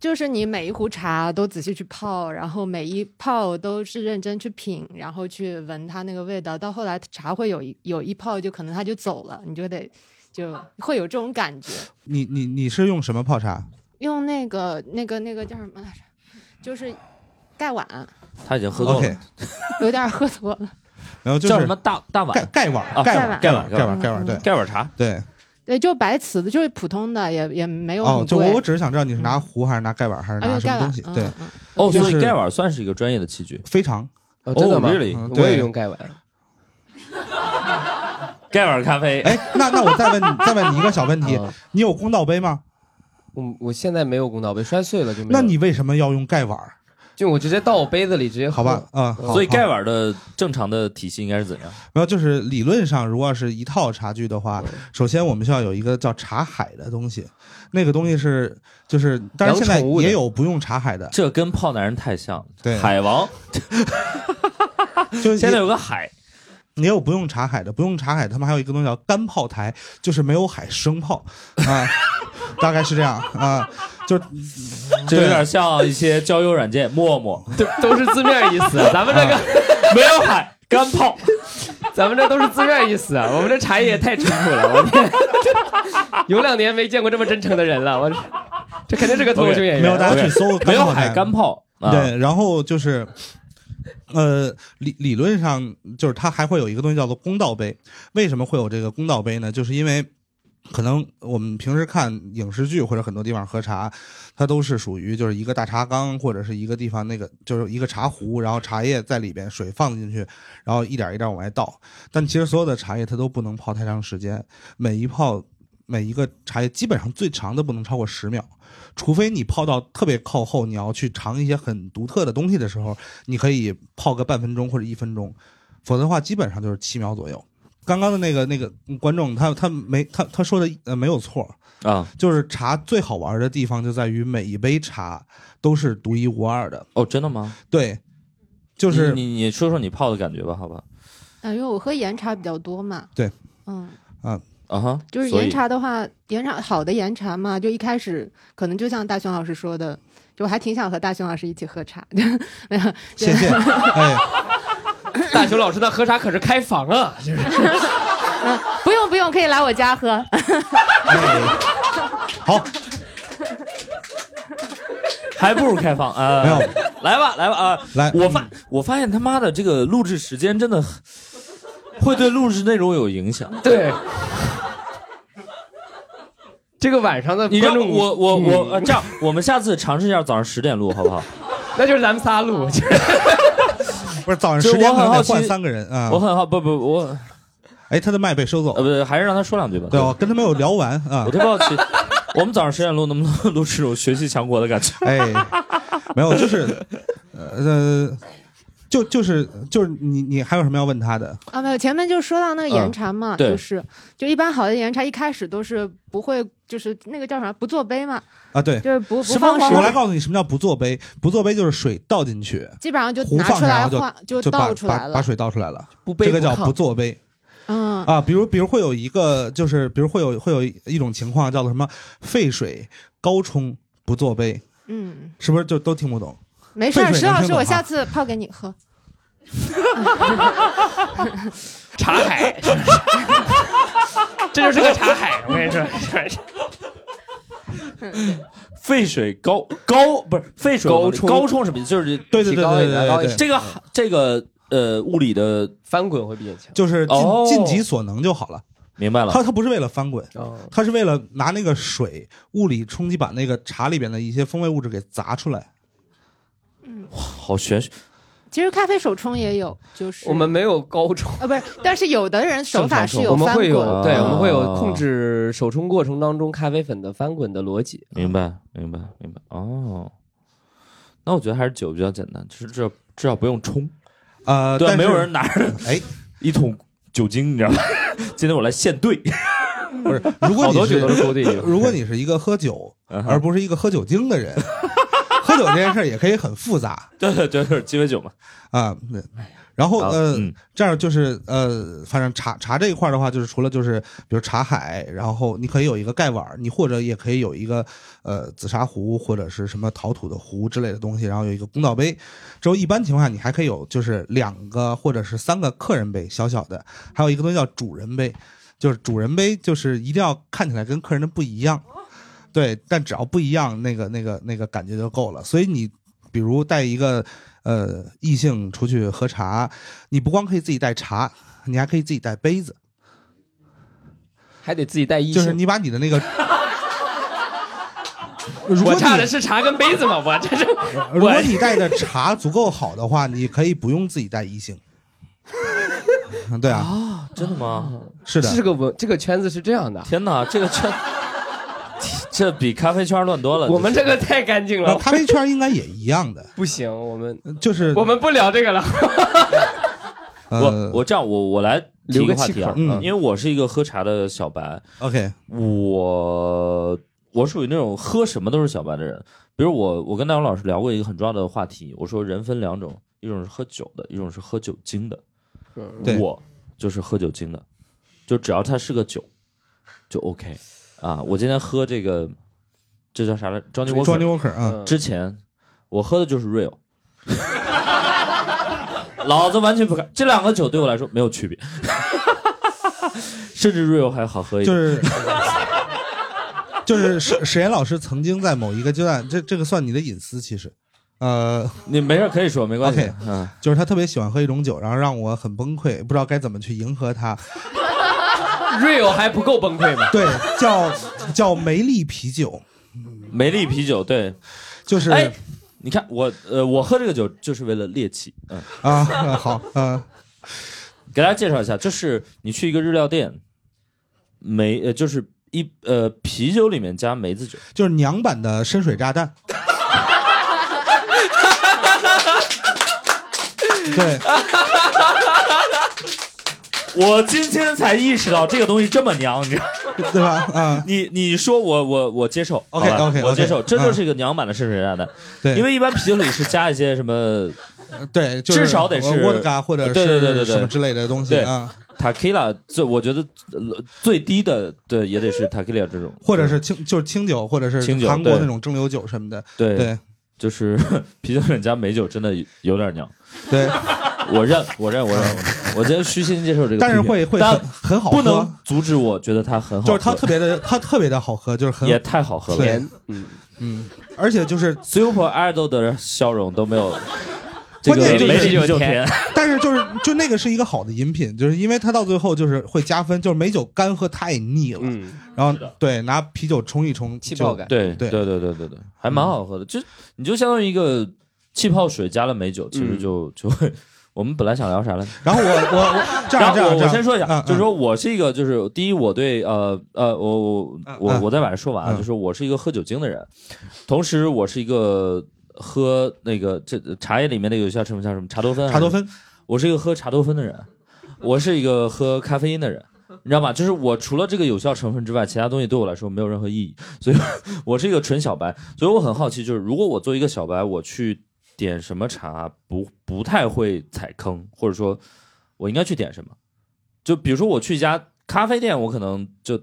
Speaker 5: 就是你每一壶茶都仔细去泡，然后每一泡都是认真去品，然后去闻它那个味道。到后来茶会有一有一泡就可能它就走了，你就得就会有这种感觉。
Speaker 3: 你你你是用什么泡茶？
Speaker 5: 用那个那个那个叫什么来着？就是盖碗，
Speaker 1: 他已经喝够了
Speaker 3: OK
Speaker 5: 有点喝多了。
Speaker 3: 然后就是
Speaker 1: 叫什么大大
Speaker 3: 盖
Speaker 1: 碗
Speaker 3: 盖碗
Speaker 1: 啊
Speaker 3: 盖
Speaker 5: 盖
Speaker 3: 碗
Speaker 5: 碗
Speaker 3: 盖碗
Speaker 1: 盖
Speaker 3: 碗
Speaker 5: 碗
Speaker 3: 盖碗对
Speaker 1: 盖碗茶，
Speaker 3: 对
Speaker 5: 对，就白瓷的，就是普通的，也也没有
Speaker 3: 哦，
Speaker 5: 很
Speaker 3: 就
Speaker 5: 贵。嗯
Speaker 3: 我我只是想知道你是拿壶还是拿盖碗还是
Speaker 5: 啊
Speaker 3: 拿
Speaker 5: 有
Speaker 3: 什么
Speaker 5: 盖碗
Speaker 3: 东西？，
Speaker 5: 嗯
Speaker 3: 对，，
Speaker 5: 嗯
Speaker 1: 哦，
Speaker 3: 就
Speaker 1: 所以
Speaker 3: 是
Speaker 1: 盖碗算是一个专业的器具。
Speaker 3: 非常
Speaker 2: 哦，真的吗？
Speaker 1: 哦，really？
Speaker 3: 嗯对
Speaker 2: 我也用盖碗。
Speaker 1: 盖碗咖啡，
Speaker 3: 哎，那那我再问你再问你一个小问题，
Speaker 2: 啊
Speaker 3: 你有公道杯吗？
Speaker 2: 我我现在没有公道杯，摔碎了就没有。
Speaker 3: 那你为什么要用盖碗？
Speaker 2: 就我直接倒我杯子里直接喝
Speaker 3: 好吧，，啊，好
Speaker 1: 所以盖
Speaker 3: 好
Speaker 1: 碗的正常的体系应该是怎样？
Speaker 3: 没有，就是理论上，如果是一套茶具的话，首先我们需要有一个叫茶海的东西，那个东西是就是，当然现在
Speaker 2: 养宠物的
Speaker 3: 也有不用茶海的，
Speaker 1: 这跟泡男人太像了。
Speaker 3: 对
Speaker 1: 海王
Speaker 3: 就是
Speaker 1: 现在有个海，
Speaker 3: 也有不用茶海的，不用茶海，他们还有一个东西叫干泡台，就是没有海生泡啊，大概是这样啊，就
Speaker 1: 这有点像一些交友软件，陌陌
Speaker 2: 都 都是字面意思。咱们这个，
Speaker 1: 没有海，干泡。
Speaker 2: 咱们这都是字面意思。啊我们这茶叶也太淳朴了，我天， 有两年没见过这么真诚的人了。我这这肯定是个脱口秀演员。啊
Speaker 3: 没有大家去
Speaker 1: OK，没
Speaker 3: 搜干
Speaker 1: 有
Speaker 3: 泡台
Speaker 1: 海，干泡啊，
Speaker 3: 对，然后就是。呃，理理论上就是它还会有一个东西叫做公道杯。为什么会有这个公道杯呢？就是因为可能我们平时看影视剧或者很多地方喝茶，它都是属于就是一个大茶缸或者是一个地方那个就是一个茶壶，然后茶叶在里边，水放进去，然后一点一点往外倒。但其实所有的茶叶它都不能泡太长时间，每一泡每一个茶叶基本上最长的不能超过十秒。除非你泡到特别靠后，你要去尝一些很独特的东西的时候，你可以泡个半分钟或者一分钟，否则的话基本上就是七秒左右。刚刚的那个那个观众，他他没他他说的呃没有错，
Speaker 1: 啊，
Speaker 3: 就是茶最好玩的地方就在于每一杯茶都是独一无二的，
Speaker 1: 哦，真的吗？
Speaker 3: 对，就是
Speaker 1: 你你你说说你泡的感觉吧，好吧？
Speaker 5: 嗯，因为我喝岩茶比较多嘛。
Speaker 3: 对，
Speaker 5: 嗯，
Speaker 1: 啊哈，
Speaker 5: 就是
Speaker 1: 所以
Speaker 5: 岩茶的话，岩茶好的岩茶嘛，就一开始可能就像大熊老师说的，就我还挺想和大熊老师一起喝茶， 没有，
Speaker 3: 谢 谢，哎，
Speaker 2: 大熊老师那喝茶可是开房啊，就是
Speaker 5: 不用不用，可以来我家喝。
Speaker 3: 好，
Speaker 1: 还不如开放啊，
Speaker 3: 没有
Speaker 1: 来吧，来吧啊！
Speaker 2: 哎
Speaker 3: 来
Speaker 1: 我
Speaker 2: 嗯
Speaker 1: 发我发现他妈的这个录制时间真的很会对录制内容有影响。
Speaker 2: 对，这个晚上的
Speaker 1: 你
Speaker 2: 观
Speaker 1: 让
Speaker 2: 众，
Speaker 1: 我我我、呃
Speaker 2: 嗯
Speaker 1: 这样，我们下次尝试一下早上十点录好不好？
Speaker 2: 那就是咱们仨录， 就是
Speaker 3: 不是早上
Speaker 1: 就
Speaker 3: 十
Speaker 1: 是
Speaker 3: 点
Speaker 1: 我
Speaker 3: 可
Speaker 1: 很
Speaker 3: 能
Speaker 1: 好
Speaker 3: 得
Speaker 1: 奇
Speaker 3: 换三个人啊
Speaker 1: 我。很好，不不我
Speaker 3: 哎，他的麦被收
Speaker 1: 呃
Speaker 3: 走，
Speaker 1: 不还是让他说两句吧。
Speaker 3: 对，我跟他没有聊完啊
Speaker 1: 我。特别好奇，我们早上十点录能不能录出这种学习强国的感觉？
Speaker 3: 哎，没有，就是呃，就就是就是你你还有什么要问他的？
Speaker 5: 啊，没有，前面就说到那个岩茶
Speaker 3: 嗯
Speaker 5: 嘛，
Speaker 1: 对
Speaker 5: 就是就一般好的岩茶一开始都是不会，就是那个叫啥不做杯嘛，
Speaker 3: 啊，对，
Speaker 5: 就是不不
Speaker 1: 什么
Speaker 5: 放
Speaker 1: 玩
Speaker 3: 我来
Speaker 5: 手，
Speaker 3: 告诉你什么叫不做杯。不做杯就是水倒进去，
Speaker 5: 基本上就
Speaker 3: 壶
Speaker 5: 拿
Speaker 3: 放
Speaker 5: 出来
Speaker 3: 上就
Speaker 5: 换就
Speaker 3: 就把
Speaker 5: 倒出来
Speaker 3: 把
Speaker 5: 了
Speaker 3: 把，水倒出来了，
Speaker 2: 不卑
Speaker 3: 这个叫
Speaker 2: 不
Speaker 3: 不
Speaker 2: 亢
Speaker 3: 做杯
Speaker 5: 嗯
Speaker 3: 啊。比如比如会有一个就是比如会有会有一种情况叫做什么沸水高冲不做杯，
Speaker 5: 嗯，
Speaker 3: 是不是就都听不懂？
Speaker 5: 没事
Speaker 3: 沸
Speaker 5: 儿，
Speaker 3: 水
Speaker 5: 石
Speaker 3: 能
Speaker 5: 老
Speaker 3: 听
Speaker 5: 师，
Speaker 3: 懂
Speaker 5: 我
Speaker 3: 吗
Speaker 5: 下次泡给你喝。
Speaker 2: 茶 海，这就是个茶海，我跟你说，
Speaker 1: 沸水高高不是沸水
Speaker 2: 高冲
Speaker 1: 高冲什么意思？就是
Speaker 3: 对对
Speaker 2: 提
Speaker 3: 对
Speaker 2: 高一
Speaker 3: 对
Speaker 2: 点
Speaker 3: 对
Speaker 2: 高一
Speaker 3: 对
Speaker 2: 点
Speaker 3: 对，
Speaker 1: 这个这个呃物理的
Speaker 2: 翻滚会比较强。
Speaker 3: 就是尽
Speaker 1: 哦
Speaker 3: 尽己所能就好了。
Speaker 1: 明白了。
Speaker 3: 它它不是为了翻滚，
Speaker 2: 哦，
Speaker 3: 它是为了拿那个水物理冲击把那个茶里边的一些风味物质给砸出来。
Speaker 1: 好玄学，
Speaker 5: 其实咖啡手冲也有，就是
Speaker 2: 我们没有高冲，
Speaker 5: 啊，不是，但是有的人手法是
Speaker 2: 我
Speaker 5: 有
Speaker 2: 们
Speaker 5: 翻
Speaker 2: 会
Speaker 5: 滚
Speaker 2: 有
Speaker 5: 的，
Speaker 2: 对，我们会有
Speaker 3: 啊
Speaker 1: 哦
Speaker 2: 控制手冲过程当中咖啡粉的翻滚的逻辑。
Speaker 3: 嗯
Speaker 1: 明白明白明白哦。那我觉得还是酒比较简单，就是至少至少不用冲，
Speaker 3: 呃，
Speaker 1: 对啊，
Speaker 3: 但
Speaker 1: 没
Speaker 3: 是
Speaker 1: 有人拿着
Speaker 3: 哎，
Speaker 1: 一桶酒精，你知道吗？ 今天我来现兑，
Speaker 3: 不是，如果
Speaker 2: 好
Speaker 3: 你
Speaker 2: 多酒都
Speaker 3: 是
Speaker 2: 是勾兑酒，
Speaker 3: 如果你是一个喝酒
Speaker 1: 嗯哼
Speaker 3: 而不是一个喝酒精的人， 喝酒这件事儿也可以很复杂
Speaker 1: 对对对，就是鸡尾酒嘛。
Speaker 3: 啊。那然后
Speaker 1: 好
Speaker 3: 呃，
Speaker 1: 嗯
Speaker 3: 这样就是呃，反正茶茶这一块儿的话，就是除了就是比如茶海，然后你可以有一个盖碗儿，你或者也可以有一个呃紫砂壶或者是什么陶土的壶之类的东西，然后有一个公道杯。之后一般情况下你还可以有就是两个或者是三个客人杯，小小的，还有一个东西叫主人杯，就是主人杯就是一定要看起来跟客人的不一样。对，但只要不一样，那个那个那个感觉就够了。所以你比如带一个呃异性出去喝茶，你不光可以自己带茶，你还可以自己带杯子，
Speaker 2: 还得自己带衣
Speaker 3: 就是
Speaker 2: 性。
Speaker 3: 你把你的那个。如果
Speaker 2: 我
Speaker 3: 你
Speaker 2: 差的是茶跟杯子嘛，我这是
Speaker 3: 如果
Speaker 2: 我
Speaker 3: 你带的茶足够好的话，你可以不用自己带异性。嗯对啊，
Speaker 1: 真的吗？
Speaker 3: 是的，
Speaker 2: 这个文这个圈子是这 样的，
Speaker 1: 天哪，这个圈， 这比咖啡圈乱多了。
Speaker 2: 我们这个太干净
Speaker 3: 呃
Speaker 2: 了，
Speaker 3: 咖啡圈应该也一样的，
Speaker 2: 不行，我们
Speaker 3: 就是
Speaker 2: 我们不聊这个了。
Speaker 1: 我
Speaker 3: 呃
Speaker 1: 我这样，我我来提一个话题啊，
Speaker 3: 留个气口嗯
Speaker 1: 因为我是一个喝茶的小白，
Speaker 3: ，OK，
Speaker 1: 我我属于那种喝什么都是小白的人。比如我我跟大勇老师聊过一个很重要的话题，我说人分两种，一种是喝酒的，一种是喝酒精的。
Speaker 3: 对
Speaker 1: 我就是喝酒精的，就只要它是个酒，就 OK 啊。我今天喝这个，这叫啥来着？Johnny
Speaker 3: j o h
Speaker 1: Walker
Speaker 3: n n Walker
Speaker 2: 嗯
Speaker 3: 啊，
Speaker 1: 之前我喝的就是 Real，老子完全不看这两个酒对我来说没有区别， 甚至 Real 还好喝一
Speaker 3: 就
Speaker 1: 点。
Speaker 3: 是 就是史史岩老师曾经在某一个阶段，这这个算你的隐私，其实，呃，
Speaker 1: 你没事可以说，没关系
Speaker 3: OK。
Speaker 1: 嗯，
Speaker 3: 就是他特别喜欢喝一种酒，然后让我很崩溃，不知道该怎么去迎合他。
Speaker 2: real 还不够崩溃吗？
Speaker 3: 对，叫叫梅丽啤酒，
Speaker 1: 梅丽啤酒对，
Speaker 3: 就是
Speaker 1: 哎，你看我呃，我喝这个酒就是为了猎奇。嗯，
Speaker 3: 啊， 呃好，呃，
Speaker 1: 给大家介绍一下，就是你去一个日料店，梅呃就是一呃啤酒里面加梅子酒，
Speaker 3: 就是娘版的深水 炸弹。对，
Speaker 1: 我今天才意识到这个东西这么娘，你知道吗。
Speaker 3: 对吧？啊、
Speaker 1: 你你说我我我接受
Speaker 3: OK，
Speaker 1: 好吧
Speaker 3: OK，OK，
Speaker 1: 我接受，
Speaker 3: 嗯
Speaker 1: 这就是一个娘版的深水炸弹，
Speaker 3: 对，
Speaker 1: 因为一般啤酒里是加一些什么
Speaker 3: 对，就是
Speaker 1: 至少得是
Speaker 3: 沃德嘎或者是
Speaker 1: 对对对对对
Speaker 3: 什么之类的东西
Speaker 1: 对
Speaker 3: 啊，
Speaker 1: tequila，最我觉得呃最低的对也得是 tequila 这种，
Speaker 3: 或者是清就是清酒，或者是
Speaker 1: 清酒
Speaker 3: 韩国
Speaker 1: 对
Speaker 3: 那种蒸馏酒什么的。
Speaker 1: 对
Speaker 3: 对
Speaker 1: 就是啤酒里加美酒真的有点娘，
Speaker 3: 对，
Speaker 1: 我认，我认，我认，我认我觉得虚心接受这个批评，
Speaker 3: 但是会会
Speaker 1: 但
Speaker 3: 很很好喝，
Speaker 1: 不能阻止我觉得它很好
Speaker 3: 就
Speaker 1: 喝，
Speaker 3: 是它特别的，它特别的好喝，就是很
Speaker 1: 也太好喝了
Speaker 3: 对
Speaker 2: 甜，嗯，
Speaker 3: 嗯，而且就是，
Speaker 1: ，Super Idol 的笑容都没有。 这个
Speaker 3: 关键就是
Speaker 1: 梅里
Speaker 2: 就是
Speaker 1: 就
Speaker 2: 甜
Speaker 1: 甜，
Speaker 3: 但是就是就那个是一个好的饮品，就是因为它到最后就是会加分，就是美酒干喝太腻了，
Speaker 2: 嗯，
Speaker 3: 然后对拿啤酒冲一冲，
Speaker 2: 气
Speaker 3: 就
Speaker 2: 泡感
Speaker 1: 对
Speaker 3: 对
Speaker 1: 对对对对对，还蛮好喝的。就你就相当于一个气泡水加了美酒，其实
Speaker 2: 嗯
Speaker 1: 就就会。我们本来想聊啥来着？
Speaker 3: 然后我我我这
Speaker 1: 然
Speaker 3: 样这
Speaker 1: 后我
Speaker 3: 样，这
Speaker 1: 我
Speaker 3: 样
Speaker 1: 先说一下，
Speaker 3: 嗯
Speaker 1: 就是
Speaker 3: 嗯
Speaker 1: 说我是一个，就是第一，我对呃呃，我我
Speaker 3: 嗯
Speaker 1: 我
Speaker 3: 嗯
Speaker 1: 我再把这说完啊，
Speaker 3: 嗯
Speaker 1: 就是我是一个喝酒精的人，同时我是一个喝那个这茶叶里面那个叫什么叫什么茶多酚，啊
Speaker 3: 茶多，酚，
Speaker 1: 我是一个喝茶多酚的人，我是一个喝咖啡因的人。你知道吗？就是我除了这个有效成分之外，其他东西对我来说没有任何意义，所以我是一个纯小白。所以我很好奇，就是如果我作为一个小白，我去点什么茶不不太会踩坑，或者说我应该去点什么？就比如说我去一家咖啡店，我可能就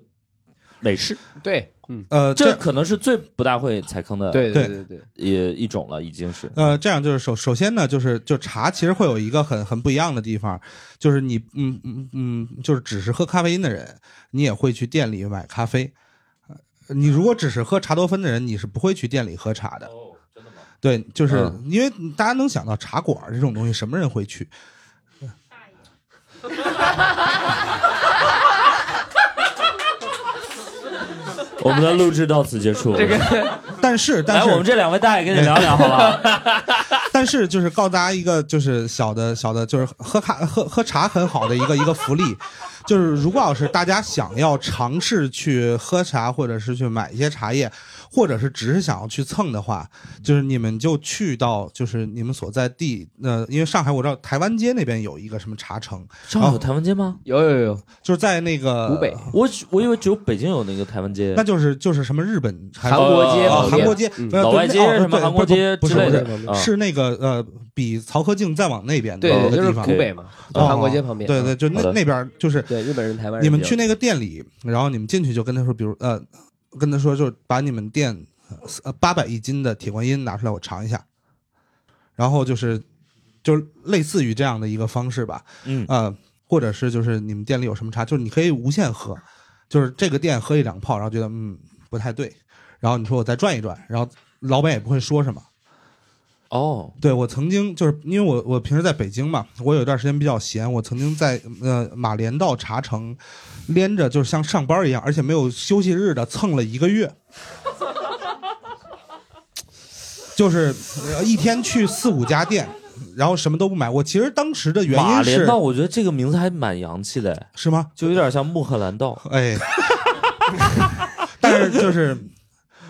Speaker 1: 美式，
Speaker 2: 对，嗯，
Speaker 3: 呃，
Speaker 1: 这
Speaker 3: 这
Speaker 1: 可能是最不大会踩坑的
Speaker 2: 对对
Speaker 3: 对
Speaker 2: 对对，
Speaker 1: 也一种了，已经是。
Speaker 3: 呃，这样就是首首先呢，就是就茶其实会有一个很很不一样的地方，就是你嗯嗯嗯，就是只是喝咖啡因的人，你也会去店里买咖啡。呃你如果只是喝茶多酚的人，你是不会去店里喝茶的。
Speaker 1: 哦，真的吗？
Speaker 3: 对，就是、
Speaker 1: 嗯
Speaker 3: 因为大家能想到茶馆这种东西，什么人会去？
Speaker 1: 我们的录制到此结束。
Speaker 3: 但是，但
Speaker 1: 来，
Speaker 3: 是
Speaker 1: 我们这两位大爷跟你聊聊，好吧？
Speaker 3: 但是就是告诉大家一个就是小的小的，就是喝咖喝喝茶很好的一个一个福利，就是如果要是大家想要尝试去喝茶，或者是去买一些茶叶，或者是只是想要去蹭的话，就是你们就去到就是你们所在地，呃，因为上海我知道台湾街那边有一个什么茶城，
Speaker 1: 上海有台湾街吗？
Speaker 2: 有有有，
Speaker 3: 就是在那个
Speaker 2: 湖北，
Speaker 1: 我只我以为只有北京有那个台湾街
Speaker 3: 那，就是就是什么日本
Speaker 2: 韩国街
Speaker 1: 呃
Speaker 3: 啊
Speaker 2: 老
Speaker 3: 韩
Speaker 2: 店
Speaker 3: 国街、
Speaker 2: 哦嗯
Speaker 3: 呃
Speaker 1: 老
Speaker 3: 对
Speaker 1: 外街
Speaker 3: 哦
Speaker 1: 什么
Speaker 3: 对
Speaker 1: 韩国
Speaker 3: 不
Speaker 1: 街
Speaker 3: 不
Speaker 1: 之
Speaker 3: 是不
Speaker 1: 类
Speaker 3: 是
Speaker 1: 的
Speaker 2: 不是，
Speaker 1: 啊
Speaker 3: 是那个呃，比曹和敬再哦往那边的
Speaker 2: 对
Speaker 3: 一
Speaker 2: 对，
Speaker 3: 个
Speaker 2: 就是
Speaker 3: 地方
Speaker 2: 湖，北嘛，就
Speaker 3: 哦
Speaker 2: 韩国街旁边，
Speaker 3: 对对，
Speaker 2: 嗯
Speaker 3: 就
Speaker 1: 好
Speaker 3: 那
Speaker 1: 的
Speaker 3: 那边就是
Speaker 2: 对，日本人、台湾人，
Speaker 3: 你们去那个店里，然后你们进去就跟他说，比如呃，跟他说就是把你们店呃八百一斤的铁观音拿出来，我尝一下，然后就是就是类似于这样的一个方式吧，
Speaker 1: 嗯
Speaker 3: 呃，或者是就是你们店里有什么茶，就是你可以无限喝，就是这个店喝一两泡，然后觉得嗯不太对，然后你说我再转一转，然后老板也不会说什么。
Speaker 1: 哦，
Speaker 3: 对我曾经就是因为我我平时在北京嘛，我有一段时间比较闲，我曾经在呃马连道茶城连着就是像上班一样，而且没有休息日的蹭了一个月，就是呃一天去四五家店，然后什么都不买。我其实当时的原
Speaker 1: 马
Speaker 3: 因
Speaker 1: 连
Speaker 3: 是
Speaker 1: 道，我觉得这个名字还蛮洋气的，
Speaker 3: 是吗？
Speaker 1: 就有点像穆赫兰道。
Speaker 3: 哎， 但是就是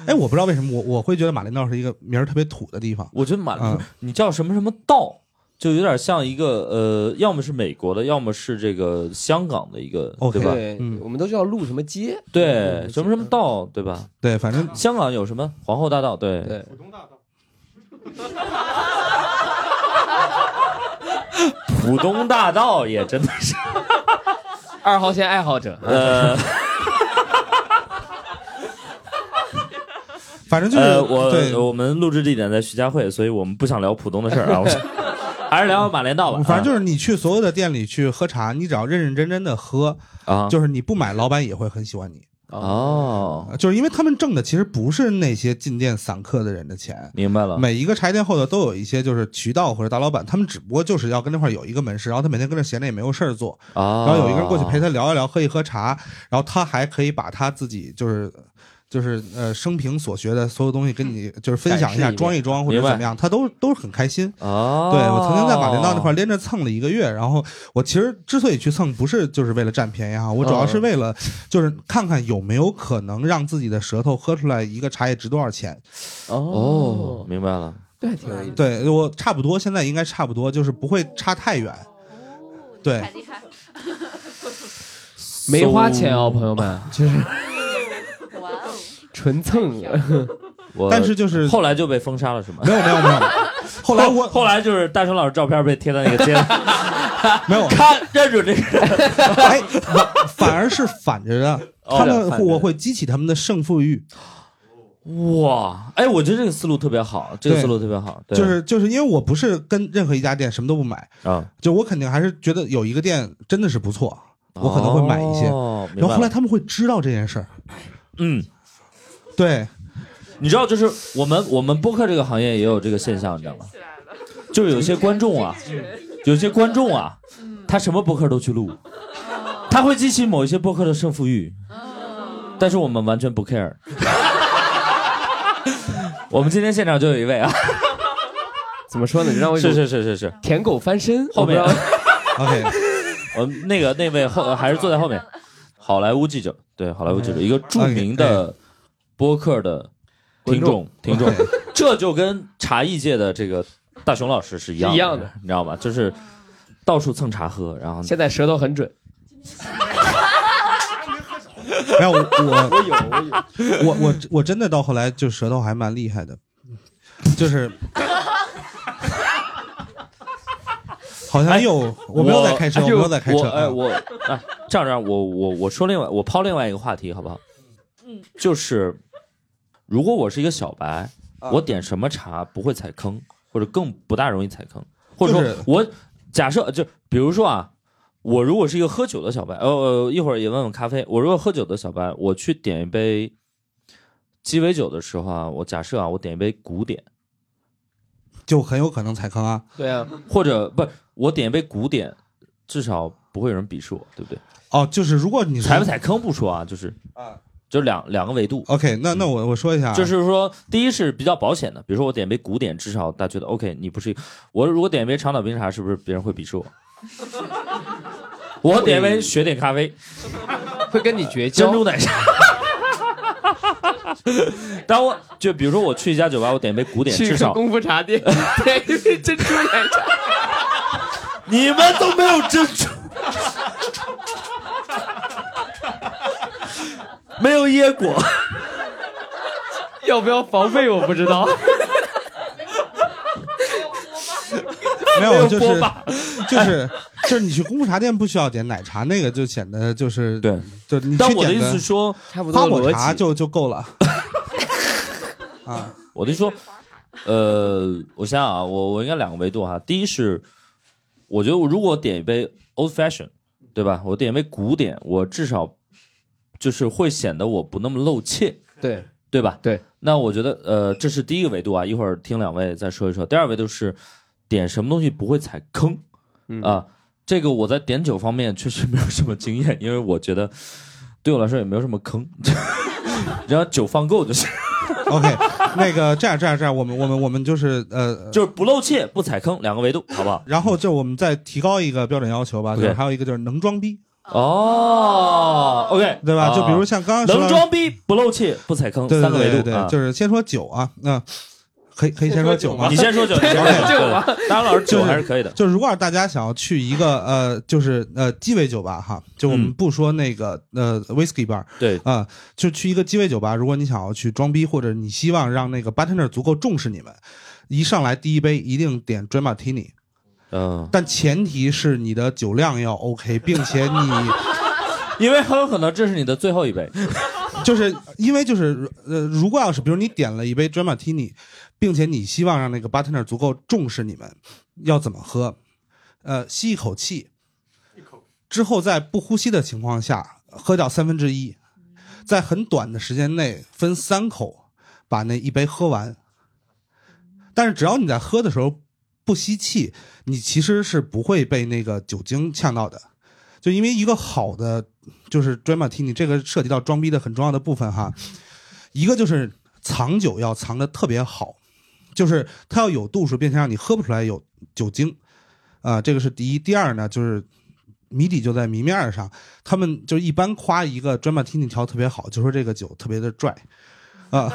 Speaker 3: 哎，我不知道为什么我我会觉得马连道是一个名儿特别土的地方。
Speaker 1: 我觉得马，
Speaker 3: 嗯
Speaker 1: 你叫什么什么道，就有点像一个呃，要么是美国的，要么是这个香港的一个
Speaker 3: OK
Speaker 1: 对吧？
Speaker 2: 对
Speaker 3: 嗯，
Speaker 2: 我们都知道路什么街，
Speaker 1: 对，什么什么道，对吧？
Speaker 3: 对，反正
Speaker 1: 香港有什么皇后大道？对，
Speaker 2: 对，
Speaker 1: 浦东大 道也真的是，
Speaker 2: 二号线爱好者，
Speaker 1: 呃
Speaker 3: 反正就是、
Speaker 1: 呃，
Speaker 3: 对
Speaker 1: 我我们录制地点在徐家汇，所以我们不想 聊浦东的事儿啊，我们还是聊马连道吧。
Speaker 3: 反正就是是你去所有的店里去喝茶，你只要认认真真的喝，
Speaker 1: 啊，
Speaker 3: 就是你不买，老板也会很喜欢你。
Speaker 1: 哦，
Speaker 3: 就是因为他们挣的其实不是那些进店散客的人的钱，
Speaker 1: 明白了。
Speaker 3: 每一个茶叶店后头都有一些就是渠道或者大老板，他们只不过就是要跟那块儿有一个门市，然后他每天跟这闲着也没有事儿做，
Speaker 1: 啊，
Speaker 3: 然后有一个人过去陪他聊一聊，喝一喝茶，然后他还可以把他自己就是。就是呃，生平所学的所有东西跟
Speaker 1: 嗯
Speaker 3: 你就是分享一
Speaker 2: 展
Speaker 3: 下，
Speaker 2: 示一遍
Speaker 3: 装一装或者
Speaker 1: 明白
Speaker 3: 怎么样，他都都是很开心。
Speaker 1: 哦，
Speaker 3: 对我曾经在马连道那块儿连着蹭了一个月，然后我其实之所以去蹭，不是就是为了占便宜哈，我主要是
Speaker 1: 嗯
Speaker 3: 为了就是看看有没有可能让自己的舌头喝出来一个茶叶值多少钱。
Speaker 1: 哦，，明白了。
Speaker 2: 对，挺有意思。
Speaker 3: 对我差不多，现在应该差不多，就是不会差太远。对
Speaker 6: 太厉害了，
Speaker 2: 没花钱哦，朋友们，就是
Speaker 6: 哇哦！
Speaker 2: 纯蹭。
Speaker 1: 我
Speaker 3: 但是就是
Speaker 1: 后来就被封杀了，是吗？
Speaker 3: 没有没有没 有，后来我
Speaker 1: 后来就是大成老师照片被贴在那个街 上，
Speaker 3: 没有，
Speaker 1: 看认准这个人，
Speaker 3: 哎，反反而是反着的，
Speaker 1: 哦
Speaker 3: 他
Speaker 1: 反
Speaker 3: 们
Speaker 1: 着
Speaker 3: 我会激起他们的胜负欲。
Speaker 1: 哇，哎，我觉得这个思路特别好，这个
Speaker 3: 对
Speaker 1: 思路特别好，对
Speaker 3: 就是就是因为我不是跟任何一家店什么都不买，
Speaker 1: 啊，
Speaker 3: 就我肯定还是觉得有一个店真的是不错，我可能会买一些。
Speaker 1: 哦、明
Speaker 3: 然后
Speaker 1: 白
Speaker 3: 后来
Speaker 1: 了
Speaker 3: 他们会知道这件事儿，
Speaker 1: 嗯，
Speaker 3: 对，
Speaker 1: 你知道，就是我们我们播客这个行业也有这个现象，你知道吗？就是有些观众啊，有些观众啊，他什么播客都去录，他会激起某一些播客的胜负欲，但是我们完全不 care。我们今天现场就有一位啊，
Speaker 2: 怎么说呢？你让我
Speaker 1: 是是是是是，
Speaker 2: 舔狗翻身，
Speaker 1: 后面
Speaker 2: 我不知道
Speaker 3: OK，
Speaker 1: 我们那个那位后还是坐在后面，好莱坞记者，对，好莱坞记者，一个著名的播客的听哎众听众，
Speaker 3: 对
Speaker 1: 这就跟茶艺界的这个大熊老师是一样
Speaker 2: 是一样的，
Speaker 1: 你知道吧？就是到处蹭茶喝，然后
Speaker 2: 现在舌头很准，
Speaker 3: 然后我
Speaker 2: 我有我有，
Speaker 3: 我我我我真的到后来就舌头还蛮厉害的， 就是。好像有，我没有在开车，我
Speaker 1: 哎
Speaker 3: 没有在开车
Speaker 1: 我哎，
Speaker 3: 啊。
Speaker 1: 我哎，这样这样，我我我说另外，我抛另外一个话题，好不好？嗯，就是如果我是一个小白，
Speaker 3: 啊
Speaker 1: 我点什么茶不会踩坑，或者更不大容易踩坑，或者
Speaker 3: 就是
Speaker 1: 说我假设就比如说啊。我如果是一个喝酒的小白，呃，呃一会儿也问问咖啡。我如果喝酒的小白，我去点一杯鸡尾酒的时候啊，我假设啊，我点一杯古典，
Speaker 3: 啊就很有可能踩坑啊。
Speaker 2: 对啊，
Speaker 1: 或者不，我点一杯古典，至少不会有人鄙视我，对不对？
Speaker 3: 哦，就是如果你是
Speaker 1: 踩不踩坑不说啊，就是
Speaker 3: 啊
Speaker 1: 就两两个维度，
Speaker 3: ？OK，那那我我说一下啊，
Speaker 1: 就是说，第一是比较保险的，比如说我点杯古典，至少大家觉得 OK，你不是一我如果点一杯长岛冰茶，是不是别人会鄙视我？ 我点一杯雪点咖啡、
Speaker 2: 会跟你绝
Speaker 1: 珍
Speaker 2: 交。
Speaker 1: 珠奶茶。 当我就比如说我去一家酒吧，我点一杯古典，
Speaker 2: 去
Speaker 1: 至
Speaker 2: 一个
Speaker 1: 少
Speaker 2: 功夫茶 店，点一杯珍珠奶茶，
Speaker 1: 你们都没有珍 珠，没有椰果。
Speaker 2: 要不要防备我不知道。
Speaker 3: 没有，就
Speaker 1: 波
Speaker 3: 是就是就是你去功夫茶店不需要点奶茶，那个就显得就是
Speaker 1: 对，
Speaker 3: 就你
Speaker 1: 但
Speaker 3: 去
Speaker 1: 我的意
Speaker 3: 点
Speaker 1: 思是
Speaker 3: 个
Speaker 1: 说，
Speaker 2: 差不
Speaker 3: 花
Speaker 2: 多
Speaker 3: 果
Speaker 2: 逻
Speaker 3: 茶
Speaker 2: 辑。
Speaker 3: 就就够了。啊，
Speaker 1: 我的说，呃，我想想啊，我我应该两个维度哈。第一是，我觉得我如果点一杯 old fashion，对吧？我点一杯古典，我至少就是会显得我不那么露怯，
Speaker 2: 对，
Speaker 1: 对吧？
Speaker 2: 对。
Speaker 1: 那我觉得，呃，这是第一个维度啊。一会儿听两位再说一说。第二维度是点什么东西不会踩坑
Speaker 2: 嗯
Speaker 1: 啊、这个我在点酒方面确实没有什么经验，因为我觉得对我来说也没有什么坑， 只要酒放够就行。
Speaker 3: OK，那 个这样这样这样，我们我们我们就是呃，
Speaker 1: 就是不露怯、不踩坑两个维度，好不好？
Speaker 3: 然后就我们再提高一个标准要求吧，
Speaker 1: OK
Speaker 3: 就是还有一个就是能装逼，
Speaker 1: 哦，OK，
Speaker 3: 对吧？
Speaker 1: 啊
Speaker 3: 就比如像刚刚说
Speaker 1: 能
Speaker 3: 到，
Speaker 1: 装逼、不露怯、不踩坑
Speaker 3: 对
Speaker 1: 三
Speaker 3: 对
Speaker 1: 个维
Speaker 3: 对
Speaker 1: 度
Speaker 3: 对
Speaker 1: 啊
Speaker 3: 对，。就是先说酒啊，那可以可以先说酒吗
Speaker 1: 你？先说酒，你 先说
Speaker 2: 这
Speaker 1: 酒
Speaker 2: 个吧
Speaker 1: 啊对当然老师
Speaker 3: 就
Speaker 1: 酒
Speaker 3: 是
Speaker 1: 还是可以的。
Speaker 3: 就如果要是大家想要去一个呃，就是呃鸡尾酒吧哈，就我
Speaker 1: 嗯
Speaker 3: 们不说那个、呃 whiskey bar
Speaker 1: 对
Speaker 3: 啊、就去一个鸡尾酒吧。如果你想要去装逼，或者你希望让那个 bartender 足够重视你们，一上来第一杯一定点 dry martini，
Speaker 1: 嗯，
Speaker 3: 但前提是你的酒量要 OK，并且你
Speaker 1: 因为很有可能这是你的最后一杯。
Speaker 3: 就是因为就是呃，如果要是比如你点了一杯 dry martini，并且你希望让那个 bartender 足够重视你们，要怎么喝？呃，吸一口气，之后在不呼吸的情况下喝掉三分之一，在很短的时间内分三口把那一杯喝完。但是只要你在喝的时候不吸气，你其实是不会被那个酒精呛到的。就因为一个好的就是 d r a m a t i n i 这个涉及到装逼的很重要的部分哈，一个就是藏酒要藏的特别好，就是它要有度数，并且让你喝不出来有酒精，啊、这个是第一。第二呢，就是谜底就在谜面儿上，他们就一般夸一个 d r a m a t i n i 调得特别好，就说这个酒特别的拽，啊、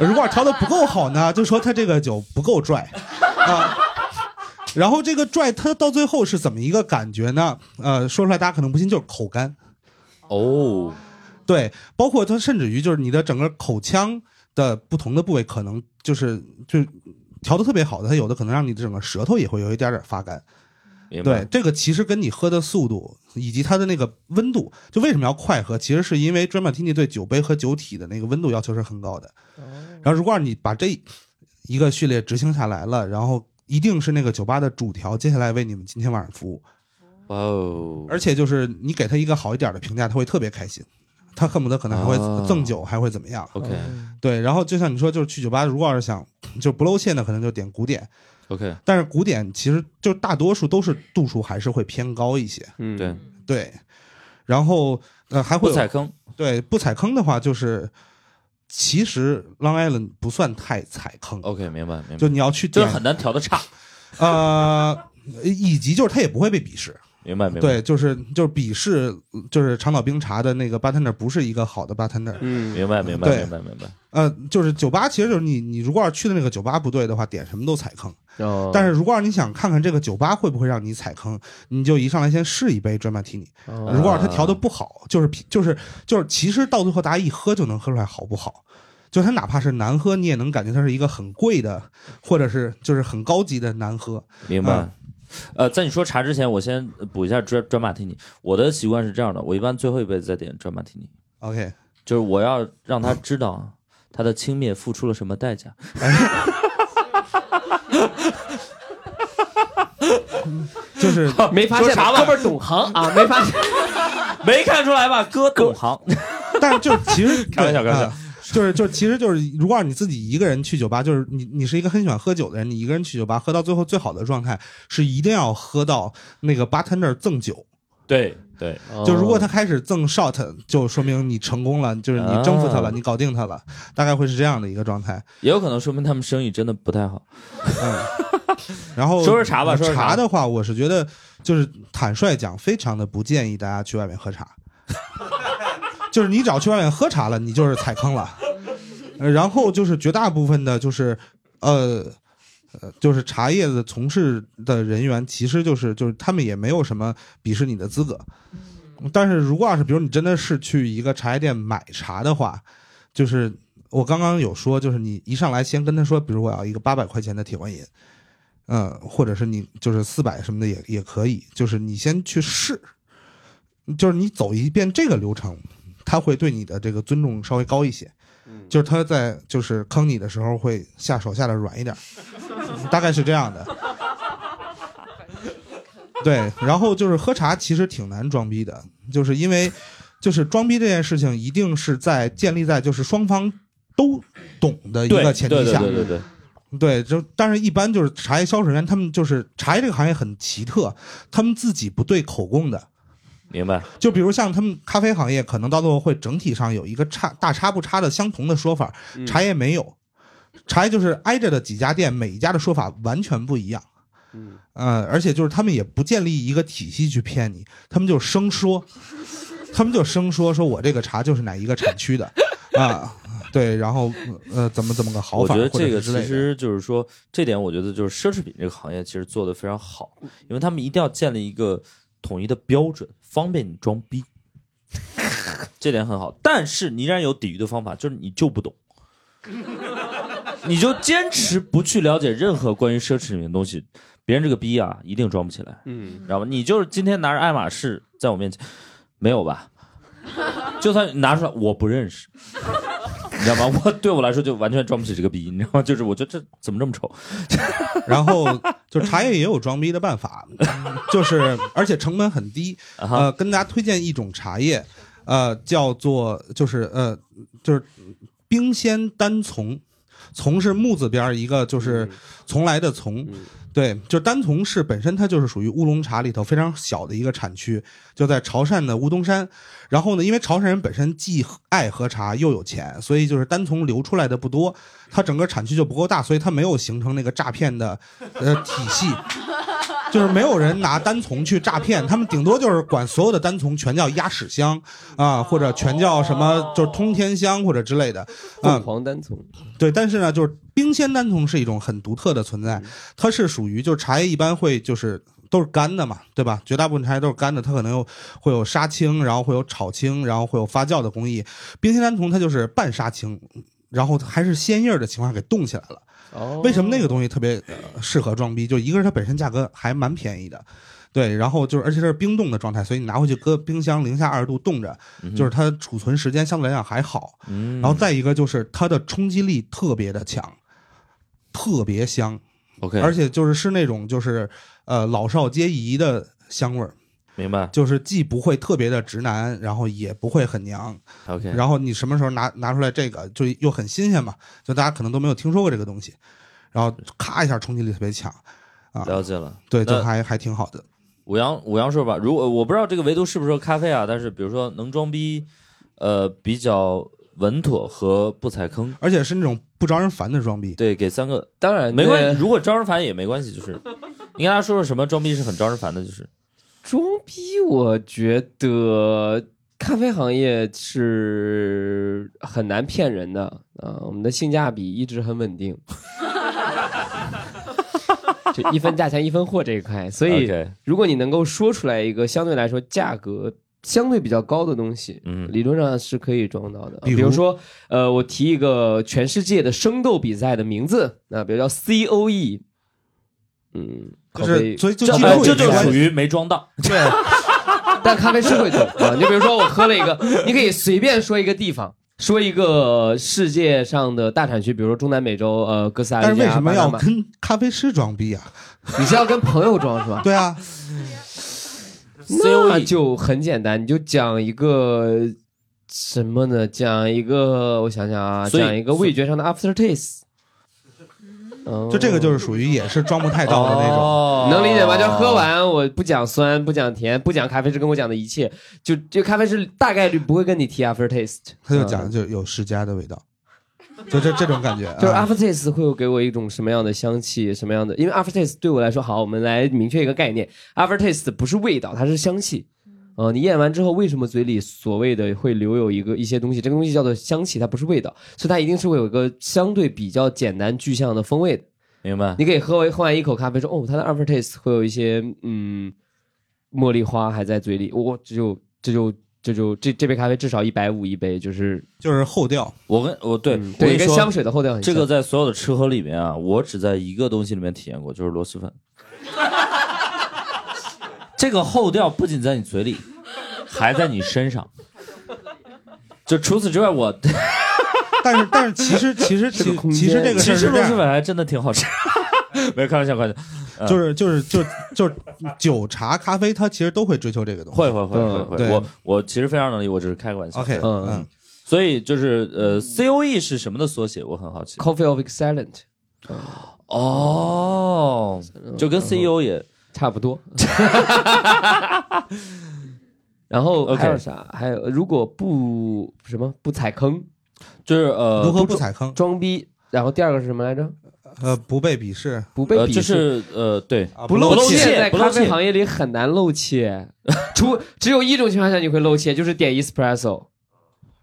Speaker 3: 如果调的不够好呢，就说他这个酒不够拽，啊、然后这个拽，它到最后是怎么一个感觉呢？呃，说出来大家可能不信，就是口干。
Speaker 1: 哦，
Speaker 3: 对，包括它甚至于就是你的整个口腔的不同的部位，可能就是就调的特别好的，它有的可能让你的整个舌头也会有一点点发干。
Speaker 1: 明白
Speaker 3: 对，这个其实跟你喝的速度以及它的那个温度，就为什么要快喝，其实是因为 d r a m a t i n i 对酒杯和酒体的那个温度要求是很高的。然后，如果你把这一个序列执行下来了，然后一定是那个酒吧的主调，接下来为你们今天晚上服务。
Speaker 1: 哇哦，
Speaker 3: 而且就是你给他一个好一点的评价，他会特别开心，他恨不得可能还
Speaker 1: 哦
Speaker 3: 会赠酒，还会怎么样？
Speaker 1: OK
Speaker 3: 对，然后就像你说，就是去酒吧，如果要是想就不露馅的，可能就点古典，
Speaker 1: OK，
Speaker 3: 但是古典其实就大多数都是度数还是会偏高一些，
Speaker 2: 嗯，
Speaker 1: 对，
Speaker 3: 对。然后呃还会
Speaker 1: 不
Speaker 3: 有
Speaker 1: 踩坑，
Speaker 3: 对不踩坑的话，就是其实 Long Island 不算太踩坑，
Speaker 1: OK，明白明白，
Speaker 3: 就你要去
Speaker 1: 哦就是
Speaker 3: 点
Speaker 1: 很难调的差，
Speaker 3: 呃，以及就是他也不会被鄙视，
Speaker 1: 明白明白，
Speaker 3: 对，就是就是鄙视就是长岛冰茶的那个 bartender 不是一个好的 bartender，
Speaker 2: 嗯，
Speaker 1: 明白明白
Speaker 3: 对
Speaker 1: 明白明白，
Speaker 3: 呃，就是酒吧其实就是你你如果要去的那个酒吧不对的话，点什么都踩坑。
Speaker 2: 哦
Speaker 3: 但是如果要你想看看这个酒吧会不会让你踩坑，你就一上来先试一杯 d r a m a t i n i
Speaker 2: 哦
Speaker 3: 如果要是它调的不好，就是就是就是，其实到最后大家一喝就能喝出来好不好。就它哪怕是难喝，你也能感觉它是一个很贵的，或者是就是很高级的难喝。
Speaker 1: 明白。
Speaker 3: 嗯
Speaker 1: 呃，在你说茶之前，我先补一下专专马提尼。我的习惯是这样的，我一般最后一杯再点专马提尼，
Speaker 3: OK，
Speaker 1: 就是我要让他知道他的轻蔑付出了什么代价。
Speaker 3: 就是
Speaker 2: 没发
Speaker 1: 说
Speaker 2: 现
Speaker 1: 啥
Speaker 2: 吧
Speaker 1: 吧
Speaker 2: 哥们儿懂行啊，没发现，
Speaker 1: 没看出来吧，哥懂行。
Speaker 3: 但是就是其实
Speaker 1: 开玩笑
Speaker 3: 对
Speaker 1: 开玩笑
Speaker 3: 啊就是就是其实就是，如果让你自己一个人去酒吧，就是你你是一个很喜欢喝酒的人，你一个人去酒吧喝到最后最好的状态是一定要喝到那个 bartender 赠酒。
Speaker 1: 对对，
Speaker 2: 哦
Speaker 3: 就如果他开始赠 shot，就说明你成功了，就是你征服他了，
Speaker 1: 啊
Speaker 3: 你搞定他了，大概会是这样的一个状态。
Speaker 1: 也有可能说明他们生意真的不太好。
Speaker 3: 然后
Speaker 1: 说说茶吧
Speaker 3: 呃
Speaker 1: 说说茶
Speaker 3: 茶的话，我是觉得就是坦率讲，非常的不建议大家去外面喝茶。 就是你只要去外面喝茶了，你就是踩坑了。呃然后就是绝大部分的，就是呃。呃，就是茶叶的从事的人员，其实就是就是他们也没有什么鄙视你的资格。但是如果要是比如你真的是去一个茶叶店买茶的话，就是我刚刚有说，就是你一上来先跟他说，比如我要一个八百块钱的铁观音，嗯，或者是你就是四百什么的也也可以，就是你先去试，就是你走一遍这个流程，他会对你的这个尊重稍微高一些，就是他在就是坑你的时候会下手下的软一点，大概是这样的。对，然后就是喝茶其实挺难装逼的，就是因为就是装逼这件事情一定是在建立在就是双方都懂的一
Speaker 1: 对
Speaker 3: 个前提
Speaker 1: 对
Speaker 3: 下，
Speaker 1: 对对对对，
Speaker 3: 对，就但是，一般就是茶叶销售人员，他们就是茶叶这个行业很奇特，他们自己不对口供的。
Speaker 1: 明白。
Speaker 3: 就比如像他们咖啡行业，可能到最后会整体上有一个差大差不差的相同的说法，
Speaker 1: 嗯
Speaker 3: 茶叶没有，茶叶就是挨着的几家店，每一家的说法完全不一样。
Speaker 2: 嗯，
Speaker 3: 呃，而且就是他们也不建立一个体系去骗你，他们就生说，他们就生说，说我这个茶就是哪一个产区的 啊、对，然后呃怎么怎么个好
Speaker 1: 我
Speaker 3: 法，
Speaker 1: 觉得
Speaker 3: 或者
Speaker 1: 这个
Speaker 3: 是之类
Speaker 1: 其
Speaker 3: 的
Speaker 1: 实就是说，这点我觉得就是奢侈品这个行业其实做的非常好，因为他们一定要建立一个统一的标准，方便你装逼， 这点很好。但是你依然有抵御的方法，就是你就不懂，你就坚持不去了解任何关于奢侈品的东西，别人这个逼啊一定装不起来，
Speaker 2: 嗯
Speaker 1: 知道吧？你就是今天拿着爱马仕在我面前，没有吧？ 就算你拿出来，我不认识。你知道吗？我对我来说就完全装不起这个逼，你知道吗？就是我觉得这怎么这么丑？
Speaker 3: 然后就茶叶也有装逼的办法，就是而且成本很低。
Speaker 1: 啊哈
Speaker 3: 呃，跟大家推荐一种茶叶，呃，叫做就是呃就是冰鲜单丛，丛是木字边儿一个
Speaker 1: 嗯
Speaker 3: 就是从来的从。对，就单丛是本身它就是属于乌龙茶里头非常小的一个产区，就在潮汕的乌东山。然后呢，因为潮汕人本身既爱喝茶又有钱，所以就是单丛流出来的不多，它整个产区就不够大，所以它没有形成那个诈骗的呃体系，就是没有人拿单丛去诈骗，他们顶多就是管所有的单丛全叫鸭屎香啊、或者全叫什么就是通天香或者之类的啊、
Speaker 2: 凤凰单丛，
Speaker 3: 对，但是呢，就是冰鲜单丛是一种很独特的存在，它是属于就是茶叶一般会就是都是干的嘛，对吧？绝大部分茶叶都是干的，它可能有会有杀青，然后会有炒青，然后会有发酵的工艺。冰鲜单丛它就是半杀青，然后还是鲜叶儿的情况下给冻起来了，
Speaker 2: 哦
Speaker 3: 为什么那个东西特别、呃适合装逼？就一个是它本身价格还蛮便宜的，对，然后就是而且这是冰冻的状态，所以你拿回去搁冰箱零下二十度冻着，就是它储存时间相对来讲还好。
Speaker 1: 嗯
Speaker 3: 然后再一个就是它的冲击力特别的强，特别香，
Speaker 1: OK，
Speaker 3: 而且就是是那种就是呃老少皆宜的香味儿，
Speaker 1: 明白
Speaker 3: 就是既不会特别的直男，然后也不会很娘。
Speaker 1: OK，
Speaker 3: 然后你什么时候拿拿出来这个，就又很新鲜嘛，就大家可能都没有听说过这个东西，然后咔一下冲击力特别强，啊，
Speaker 1: 了解了。
Speaker 3: 对，就
Speaker 1: 那
Speaker 3: 还还挺好的。
Speaker 1: 五羊五羊说吧，如果我不知道这个维度是不是咖啡啊，但是比如说能装逼，呃，比较稳妥和不踩坑，
Speaker 3: 而且是那种不招人烦的装逼，
Speaker 1: 对，给三个
Speaker 2: 当然
Speaker 1: 没关
Speaker 2: 对
Speaker 1: 系，如果招人烦也没关系，就是你跟他说说什么装逼是很招人烦的，就是
Speaker 2: 装逼，我觉得咖啡行业是很难骗人的。呃，我们的性价比一直很稳 定，就一分价钱一分货这一块。所以
Speaker 1: OK
Speaker 2: 如果你能够说出来一个相对来说价格相对比较高的东西，
Speaker 1: 嗯
Speaker 2: 理论上是可以装到的。
Speaker 3: 比如
Speaker 2: 比如说，呃，我提一个全世界的生豆比赛的名字，那、比如叫 COE，嗯，
Speaker 3: 就
Speaker 2: 咖啡
Speaker 3: 是所以就
Speaker 1: 这
Speaker 3: 记
Speaker 1: 呃
Speaker 3: 住
Speaker 1: 这
Speaker 3: 也
Speaker 1: 就
Speaker 3: 没关
Speaker 1: 属
Speaker 3: 系。
Speaker 1: 于没装到，
Speaker 3: 对，
Speaker 2: 但咖啡是会动啊。你比如说，我喝了一个，你可以随便说一个地方，说一个世界上的大产区，比如说中南美洲，呃，哥斯达黎
Speaker 3: 但
Speaker 2: 加。
Speaker 3: 是为什么
Speaker 2: 巴拿
Speaker 3: 要
Speaker 2: 马
Speaker 3: 跟咖啡师装逼啊？
Speaker 2: 你是要跟朋友装是吧？
Speaker 3: 对啊，
Speaker 2: 那就很简单，你就讲一个什么呢？讲一个，我想想啊，
Speaker 1: 所以
Speaker 2: 讲一个味觉上的 after taste。哦
Speaker 3: 就这个就是属于也是装不太到的那种。
Speaker 1: 哦
Speaker 2: 能理解吗？就喝完，我不讲酸，不讲甜，不讲咖啡师跟我讲的一切，就就咖啡师大概率不会跟你提 after taste。
Speaker 3: 他就讲就有世家的味道，就这这种感觉。
Speaker 2: 就是
Speaker 3: 啊
Speaker 2: aftertaste 会有给我一种什么样的香气，什么样的？因为 aftertaste 对我来说，好，我们来明确一个概念，aftertaste 不是味道，它是香气。呃，你咽完之后，为什么嘴里所谓的会留有一个一些东西？这个东西叫做香气，它不是味道，所以它一定是会有一个相对比较简单具象的风味的。
Speaker 1: 明白
Speaker 2: 你可以喝完喝完一口咖啡说，哦，它的 aftertaste 会有一些嗯，茉莉花还在嘴里，我、这就这就这就这这杯咖啡至少一百五一杯，就是
Speaker 3: 就是后调，
Speaker 1: 我跟我对
Speaker 2: 嗯
Speaker 1: 我
Speaker 2: 对，
Speaker 1: 你
Speaker 2: 跟
Speaker 1: 说
Speaker 2: 香水的后调很
Speaker 1: 这
Speaker 2: 像
Speaker 1: 个在所有的吃喝里面啊，我只在一个东西里面体验过，就是螺蛳粉。这个后调不仅在你嘴里，还在你身上。就除此之外，我
Speaker 3: 但是但是其实其实
Speaker 2: 这
Speaker 3: 其
Speaker 2: 个空间
Speaker 3: 其实这个事
Speaker 1: 其
Speaker 3: 儿
Speaker 1: 实
Speaker 3: 是这
Speaker 1: 螺蛳
Speaker 3: 样
Speaker 1: 粉还真的挺好吃。 没有开玩笑，开玩笑，嗯
Speaker 3: 就是就是就就是酒茶咖啡，它其实都会追求这个东西。
Speaker 1: 会会会会
Speaker 2: 嗯
Speaker 1: 会。
Speaker 3: 对
Speaker 1: 我我其实非常能力，我只是开个玩笑。
Speaker 3: OK，
Speaker 2: 嗯
Speaker 3: 嗯，
Speaker 1: 所以就是呃，C O E 是什么的缩写？我很好奇。
Speaker 2: coffee of excellent。
Speaker 1: 哦，就跟 C E O 也
Speaker 2: 差不 多。然后
Speaker 1: OK
Speaker 2: 还有啥？还有如果不什么不踩坑
Speaker 1: 就是呃，
Speaker 3: 如何
Speaker 1: 不
Speaker 3: 不踩坑？
Speaker 2: 装逼，然后第二个是什么来着？
Speaker 3: 呃，不被鄙视，
Speaker 2: 不被
Speaker 1: 呃
Speaker 2: 鄙视。
Speaker 1: 就是呃，对，
Speaker 3: 啊
Speaker 1: 不
Speaker 3: 不露
Speaker 1: 露
Speaker 3: 怯
Speaker 2: 在
Speaker 1: 不露
Speaker 2: 咖啡
Speaker 1: 怯。
Speaker 2: 行业里很难露 怯，除只有一种情况下你会露怯，就是点 espresso，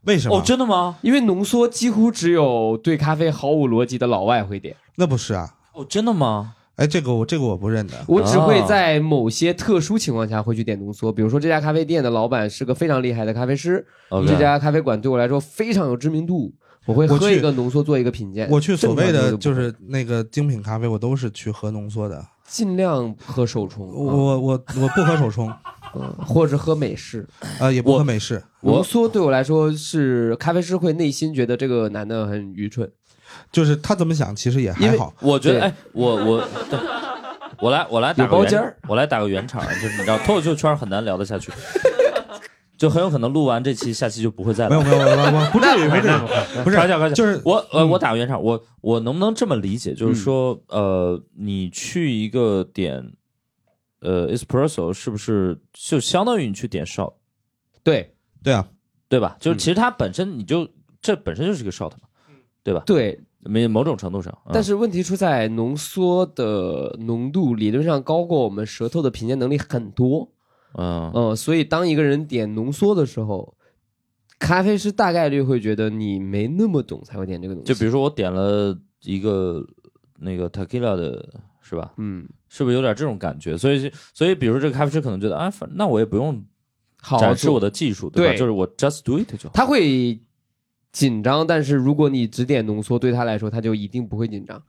Speaker 3: 为什么？
Speaker 1: 哦，真的吗？
Speaker 2: 因为浓缩几乎只有对咖啡毫无逻辑的老外会点。
Speaker 3: 那不是啊。
Speaker 1: 哦，真的吗？
Speaker 3: 哎，这个我这个我不认得。
Speaker 2: 我只
Speaker 1: 哦
Speaker 2: 会在某些特殊情况下会去点浓缩，比如说这家咖啡店的老板是个非常厉害的咖啡师，
Speaker 1: OK
Speaker 2: 这家咖啡馆对我来说非常有知名度，我会
Speaker 3: 我
Speaker 2: 喝
Speaker 3: 去
Speaker 2: 一个浓缩做一个品鉴。
Speaker 3: 我去所谓
Speaker 2: 正常
Speaker 3: 的
Speaker 2: 喝
Speaker 3: 就
Speaker 2: 不会
Speaker 3: 是那个精品咖啡，我都是去喝浓缩的。
Speaker 2: 尽量喝手冲，
Speaker 3: 我我我我不喝手冲，
Speaker 2: 嗯或者喝美式。
Speaker 3: 呃，也不
Speaker 1: 我
Speaker 3: 喝美式。
Speaker 1: 我
Speaker 2: 浓缩对我来说是咖啡师会内心觉得这个男的很愚蠢，
Speaker 3: 就是他怎么想，其实也
Speaker 2: 因
Speaker 3: 还
Speaker 2: 为
Speaker 3: 好。
Speaker 1: 我觉得，
Speaker 2: 对
Speaker 1: 哎，我我对我来我来打个
Speaker 2: 有包
Speaker 1: 圆
Speaker 2: 间儿
Speaker 1: 我来打个圆场，就是你知道，脱口秀圈很难聊得下去， 就很有可能录完这期，下期就不会再
Speaker 3: 没
Speaker 1: 来
Speaker 3: 有。没有没有，我我不至于，不至于。不是
Speaker 1: 开玩笑，开玩笑，
Speaker 3: 就是
Speaker 1: 我呃，我打个圆场，我我能不能这么理解？就是说，呃，你去一个点，呃，espresso 是不是就相当于你去点 shot，
Speaker 2: 对
Speaker 3: 对啊，
Speaker 1: 对吧？就是其实它本身你就这本身就是一个 shot 嘛，对吧？
Speaker 2: 对，
Speaker 1: 没某种程度上，嗯
Speaker 2: 但是问题出在浓缩的浓度理论上高过我们舌头的品鉴能力很多，
Speaker 1: 嗯
Speaker 2: 嗯，所以当一个人点浓缩的时候，咖啡师大概率会觉得你没那么懂才会点这个东西。
Speaker 1: 就比如说我点了一个那个 tequila 的是吧？
Speaker 2: 嗯，
Speaker 1: 是不是有点这种感觉？所以所以比如说这个咖啡师可能觉得啊，反那我也不用
Speaker 2: 好
Speaker 1: 展示我
Speaker 2: 的，
Speaker 1: 的技术，对吧？
Speaker 2: 对
Speaker 1: 就是我 just do it 就好。
Speaker 2: 他会紧张，但是如果你只点浓缩，对他来说他就一定不会紧张。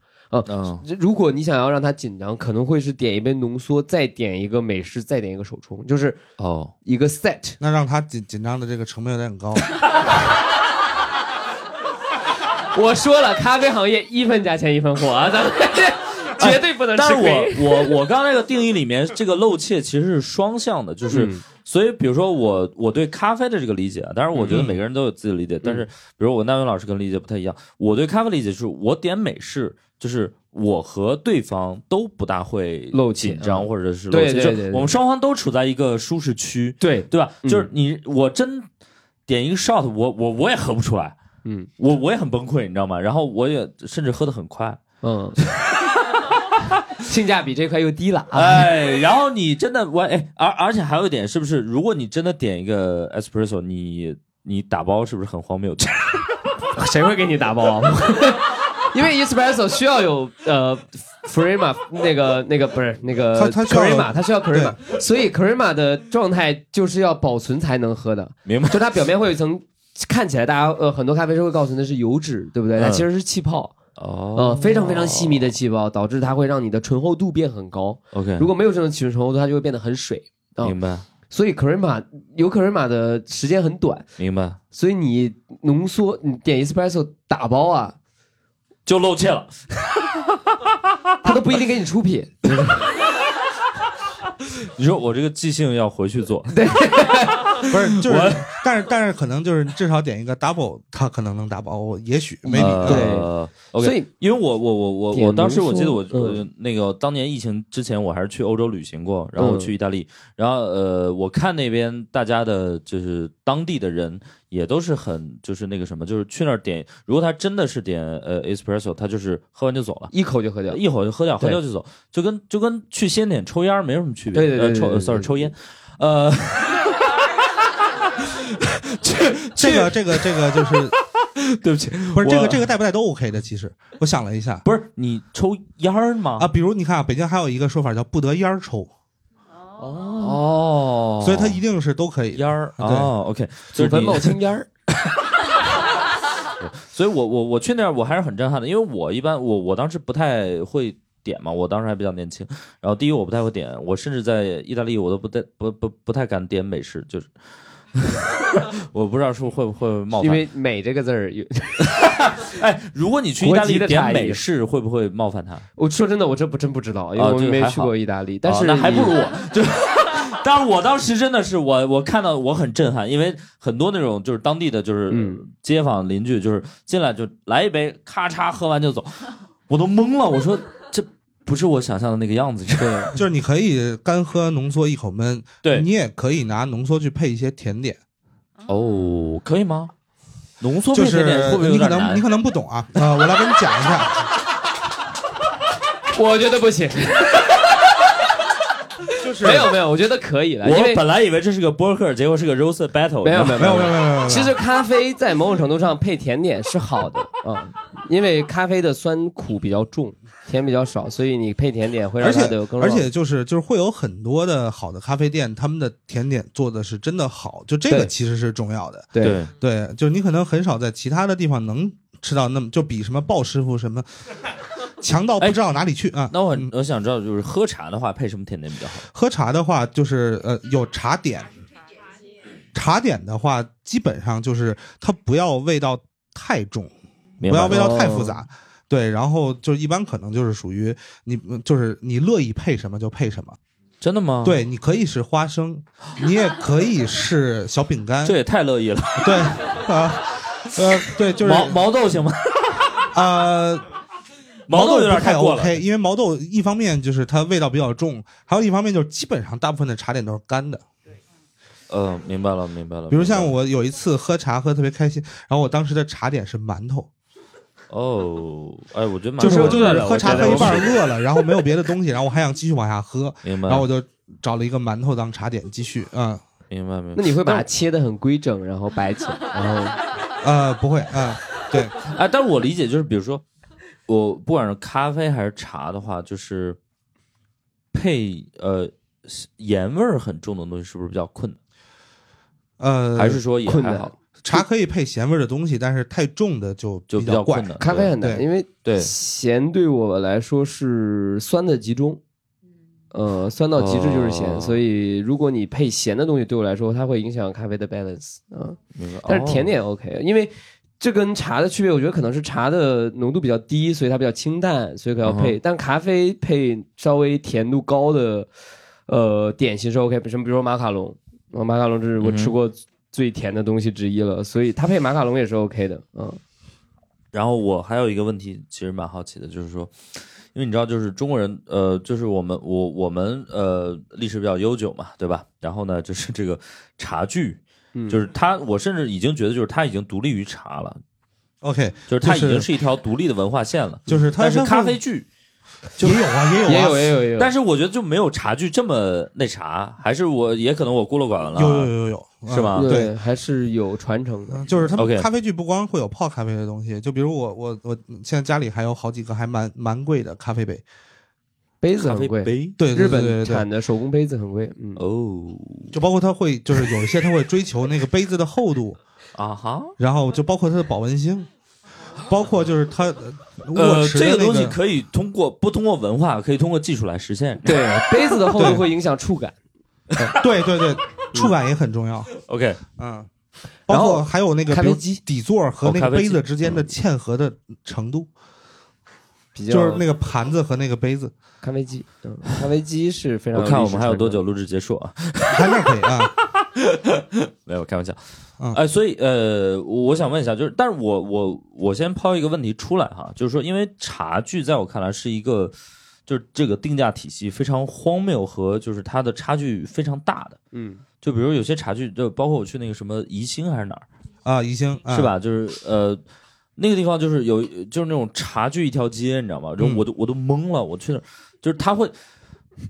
Speaker 1: 嗯，
Speaker 2: 如果你想要让它紧张，可能会是点一杯浓缩，再点一个美式，再点一个手冲，就是
Speaker 1: 哦，
Speaker 2: 一个 set。
Speaker 3: 那让他紧紧张的这个成本有点高。
Speaker 2: 我说了，咖啡行业一分价钱一分货啊，咱们 绝对不能
Speaker 1: 但
Speaker 2: 吃
Speaker 1: 是
Speaker 2: 亏。
Speaker 1: 我我我刚才那个定义里面，这个漏怯其实是双向的，就是、
Speaker 2: 嗯
Speaker 1: 所以，比如说我我对咖啡的这个理解啊，当然我觉
Speaker 2: 嗯
Speaker 1: 得每个人都有自己的理解，但是比如我跟大勇老师可能理解不太一样。我对咖啡理解是，我点美式就是。我和对方都不大会
Speaker 2: 漏怯
Speaker 1: 紧张，
Speaker 2: 嗯
Speaker 1: 或者是漏怯，
Speaker 2: 对对
Speaker 1: 就
Speaker 2: 对对
Speaker 1: 我们双方都处在一个舒适区，
Speaker 2: 对，
Speaker 1: 对吧？
Speaker 2: 嗯
Speaker 1: 就是你我真点一个 shot，我我我也喝不出来，
Speaker 2: 嗯
Speaker 1: 我我也很崩溃，你知道吗？然后我也甚至喝得很快，
Speaker 2: 嗯， 性价比这块又低了啊。
Speaker 1: 哎，然后你真的我哎，而而且还有一点，是不是？如果你真的点一个 espresso，你你打包是不是很荒谬？
Speaker 2: 谁会给你打包啊？ 因为 espresso 需要有呃 crema 那个那个不是那个
Speaker 3: 它它需要
Speaker 2: crema，它需要 crema，所以 crema 的状态就是要保存才能喝的，
Speaker 1: 明白？
Speaker 2: 就它表面会有一层。看起来大家呃很多咖啡师会告诉你那是油脂，对不对？它
Speaker 1: 嗯
Speaker 2: 其实是气泡，呃
Speaker 1: 哦
Speaker 2: 非常非常细密的气泡，导致它会让你的醇厚度变很高。
Speaker 1: ，OK，
Speaker 2: 如果没有这种醇厚度，它就会变得很水。啊
Speaker 1: 明白
Speaker 2: 所以 crema 有 crema 的时间很短，
Speaker 1: 明白，
Speaker 2: 所以你浓缩你点 espresso 打包啊，
Speaker 1: 就露怯了。
Speaker 2: 他都不一定给你出品。
Speaker 1: 你说我这个即兴要回 去做，
Speaker 3: 不是，就是，但是但是可能就是至少点一个 double，他可能能打包，我也许没理。
Speaker 1: 呃
Speaker 2: 对
Speaker 1: ，OK，
Speaker 2: 所以
Speaker 1: 因为我我我我
Speaker 2: 点
Speaker 1: 我当时
Speaker 2: 浓缩
Speaker 1: 我记得我、我
Speaker 2: 嗯
Speaker 1: 那个当年疫情之前我还是去欧洲旅行过，然后我去意大利，然后呃我看那边大家的就是当地的人也都是很就是那个什么，就是去那儿点，如果他真的是点呃 espresso，他就是喝完就走了。
Speaker 2: 一口就喝掉。
Speaker 1: 一会儿就喝掉，喝
Speaker 2: 对
Speaker 1: 掉就走，就跟就跟去西安点抽烟儿没什么区别。
Speaker 2: 对对对对
Speaker 1: 呃，抽
Speaker 2: 对
Speaker 1: 呃
Speaker 2: 对
Speaker 1: sorry
Speaker 2: 对
Speaker 1: 抽烟，呃，
Speaker 3: 这个这个这个就是，
Speaker 1: 对不起，
Speaker 3: 不
Speaker 1: 我
Speaker 3: 是这个这个带不带都 OK 的。其实我想了一下
Speaker 1: 不是你抽烟儿吗？
Speaker 3: 啊，比如你看啊，北京还有一个说法叫不得烟儿抽，
Speaker 1: 哦
Speaker 3: 所以它一定是都可以的。
Speaker 1: 烟儿
Speaker 3: 对
Speaker 1: 哦，OK，就
Speaker 2: 祖
Speaker 1: 是
Speaker 2: 坟
Speaker 1: 你
Speaker 2: 冒青烟儿，
Speaker 1: 所以我我我去那儿我还是很震撼的，因为我一般我我当时不太会点嘛，我当时还比较年轻。然后第一我不太会点，我甚至在意大利我都不太不不不太敢点美式，就是 我不知道是不是会不会 冒
Speaker 2: 因
Speaker 1: 犯。
Speaker 2: 为“美”这个字儿有。
Speaker 1: 哎，如果你去意大利
Speaker 2: 国籍的
Speaker 1: 点
Speaker 2: 差异
Speaker 1: 美式，会不会冒犯他？
Speaker 2: 我说真的，我这不真不知道，因为
Speaker 1: 啊
Speaker 2: 我
Speaker 1: 这个
Speaker 2: 没
Speaker 1: 还
Speaker 2: 去
Speaker 1: 好
Speaker 2: 过意大利。但
Speaker 1: 哦
Speaker 2: 是
Speaker 1: 那还不如
Speaker 2: 你
Speaker 1: 我就。但是我当时真的是我，我看到我很震撼，因为很多那种就是当地的就是
Speaker 2: 嗯
Speaker 1: 街坊邻居，就是进来就来一杯，咔嚓喝完就走，我都懵了。我说这不是我想象的那个样子，对，
Speaker 3: 就是你可以干喝浓缩一口闷，
Speaker 1: 对
Speaker 3: 你也可以拿浓缩去配一些甜点，
Speaker 1: 哦，可以吗？浓缩
Speaker 3: 就
Speaker 1: 配甜
Speaker 3: 是
Speaker 1: 点会不会有
Speaker 3: 你可
Speaker 1: 点
Speaker 3: 能
Speaker 1: 难
Speaker 3: 你？可能不懂啊，呃，我来给你讲一下，
Speaker 2: 我觉得 不行，
Speaker 3: 就是
Speaker 2: 没有没有，我觉得可以了，因
Speaker 1: 我
Speaker 2: 为
Speaker 1: 本来以为这是个播客，结果是个 roast battle。
Speaker 2: 没有没
Speaker 3: 没有没有没有没有，
Speaker 2: 其实咖啡在某种程度上配甜点是好的啊，因为咖啡的酸苦比较重，甜比较少，所以你配甜点会让
Speaker 3: 而且
Speaker 2: 它的有更
Speaker 3: 而且就是就是会有很多的好的咖啡店，他们的甜点做的是真的好，就这个
Speaker 2: 对
Speaker 3: 其实是重要的。
Speaker 2: 对
Speaker 1: 对，
Speaker 3: 对，就是你可能很少在其他的地方能吃到那么就比什么鲍师傅什么强到不知道哪里去啊。
Speaker 1: 那我很
Speaker 3: 嗯
Speaker 1: 我想知道，就是喝茶的话配什么甜点比较好？
Speaker 3: 喝茶的话，就是呃有茶点，茶点的话基本上就是它不要味道太重，
Speaker 1: 明
Speaker 3: 不
Speaker 1: 白
Speaker 3: 要味道太复杂。对，然后就一般可能就是属于你，就是你乐意配什么就配什么。
Speaker 1: 真的吗？，
Speaker 3: 对，你可以是花生， 你也可以是小饼干，
Speaker 1: 这也太乐意了。
Speaker 3: 对啊，呃，对，就是
Speaker 1: 毛毛豆行吗？
Speaker 3: 呃，
Speaker 1: 毛豆有点
Speaker 3: 不太
Speaker 1: 太过了。
Speaker 3: OK，因为毛豆一方面就是它味道比较重，还有一方面就是基本上大部分的茶点都是干的。
Speaker 1: 呃，明白了，明白了。
Speaker 3: 比如像
Speaker 1: 明白了
Speaker 3: 我有一次喝茶喝得特别开心，然后我当时的茶点是馒头，
Speaker 1: 哦，哎，我觉得蛮
Speaker 3: 就是
Speaker 1: 好
Speaker 3: 我
Speaker 1: 的
Speaker 3: 就是喝茶喝一半儿
Speaker 1: 我
Speaker 3: 饿了，然后没有别的东西，然后我还想继续往下喝，
Speaker 1: 明白。
Speaker 3: 然后我就找了一个馒头当茶点继续。嗯
Speaker 1: 明白明
Speaker 2: 那
Speaker 1: 白。
Speaker 2: 你会把它切的很规整，然后摆
Speaker 1: 哦
Speaker 2: 起来，然后
Speaker 3: 呃，不会啊、对，
Speaker 1: 哎，但是我理解就是，比如说，我不管是咖啡还是茶的话，就是配呃盐味儿很重的东西，是不是比较困难？
Speaker 3: 呃，
Speaker 1: 还是说也
Speaker 2: 困
Speaker 1: 还
Speaker 2: 难
Speaker 1: 好？
Speaker 3: 茶可以配咸味儿的东西，但是太重的就
Speaker 1: 就
Speaker 3: 比
Speaker 1: 比较
Speaker 3: 怪
Speaker 1: 困。难。
Speaker 2: 咖啡
Speaker 1: 对
Speaker 2: 很难，
Speaker 3: 对
Speaker 2: 因为
Speaker 1: 对
Speaker 2: 咸对我来说是酸的集中，呃，酸到极致就是咸，
Speaker 1: 哦
Speaker 2: 所以如果你配咸的东西，对我来说它会影响咖啡的 balance 啊、
Speaker 1: 明白
Speaker 2: 但是甜
Speaker 1: 哦
Speaker 2: 点 OK，、因为这跟茶的区别，我觉得可能是茶的浓度比较低，所以它比较清淡，所以可
Speaker 1: 嗯
Speaker 2: 要配。但咖啡配稍微甜度高的呃点心是 OK，比如比如说马卡龙，呃马卡龙这是我
Speaker 1: 嗯哼
Speaker 2: 吃过最甜的东西之一了，所以它配马卡龙也是 OK 的，嗯。
Speaker 1: 然后我还有一个问题，其实蛮好奇的，就是说，因为你知道，就是中国人，呃，就是我们我我们呃历史比较悠久嘛，对吧？然后呢，就是这个茶具，
Speaker 2: 嗯
Speaker 1: 就是它，我甚至已经觉得，就是它已经独立于茶了，
Speaker 3: OK，
Speaker 1: 就是它已
Speaker 3: 就
Speaker 1: 经
Speaker 3: 是
Speaker 1: 是一条独立的文化线了。
Speaker 3: 就是它
Speaker 1: 但是
Speaker 3: 它
Speaker 1: 咖啡剧，
Speaker 3: 也有啊，也有啊，
Speaker 2: 也有也有也有，
Speaker 1: 但是我觉得就没有茶具这么那啥，还是我也可能我孤陋寡闻了啊。
Speaker 3: 有有有有有
Speaker 1: 是吧
Speaker 3: 嗯对，
Speaker 2: 对，还是有传承的
Speaker 3: 嗯，。就是他
Speaker 1: OK
Speaker 3: 们咖啡剧不光会有泡咖啡的东西，就比如我我我现在家里还有好几个还蛮蛮贵的咖啡杯，
Speaker 2: 杯子
Speaker 1: 咖
Speaker 2: 很
Speaker 1: 啡
Speaker 2: 贵，
Speaker 1: 杯
Speaker 3: 对对
Speaker 2: 日
Speaker 3: 对
Speaker 2: 本
Speaker 3: 对对
Speaker 2: 产的手工杯子很贵。嗯，
Speaker 1: 哦
Speaker 3: 就包括它会就是有一些它会追求那个杯子的厚度，
Speaker 1: 啊哈，
Speaker 3: 然后就包括它的保温性，包括就是它呃
Speaker 1: 呃，
Speaker 3: 握持的
Speaker 1: 这
Speaker 3: 那
Speaker 1: 个东西可以通过不通过文化，可以通过技术来实现。
Speaker 2: 对，杯子的厚
Speaker 3: 对
Speaker 2: 度会影响触感。
Speaker 3: 对对对，触感也很重要，
Speaker 1: ，OK，
Speaker 3: 嗯。
Speaker 2: 然
Speaker 3: 包
Speaker 2: 后
Speaker 3: 括还有那个
Speaker 2: 咖
Speaker 3: 比如
Speaker 2: 啡机
Speaker 3: 底座和那
Speaker 1: 哦咖
Speaker 3: 个
Speaker 1: 啡机
Speaker 3: 杯子之间的嵌合的程度，
Speaker 2: 比较
Speaker 3: 就是那个盘子和那个杯子，
Speaker 2: 咖啡机，嗯，咖啡机是非常。
Speaker 1: 我看我们还有多久？录制结束啊？
Speaker 3: 还那可以啊。
Speaker 1: 没有开玩笑，
Speaker 3: 嗯
Speaker 1: 哎，所以呃，我我想问一下，就是，但是我我我先抛一个问题出来哈，就是说，因为茶具在我看来是一个，就是这个定价体系非常荒谬和就是它的差距非常大的，
Speaker 2: 嗯，
Speaker 1: 就比如有些茶具，就包括我去那个什么宜兴还是哪儿，
Speaker 3: 啊，宜兴啊
Speaker 1: 是吧？就是呃，那个地方就是有就是那种茶具一条街，你知道吗？然后
Speaker 3: 嗯
Speaker 1: 我都我都懵了，我去那儿就是他会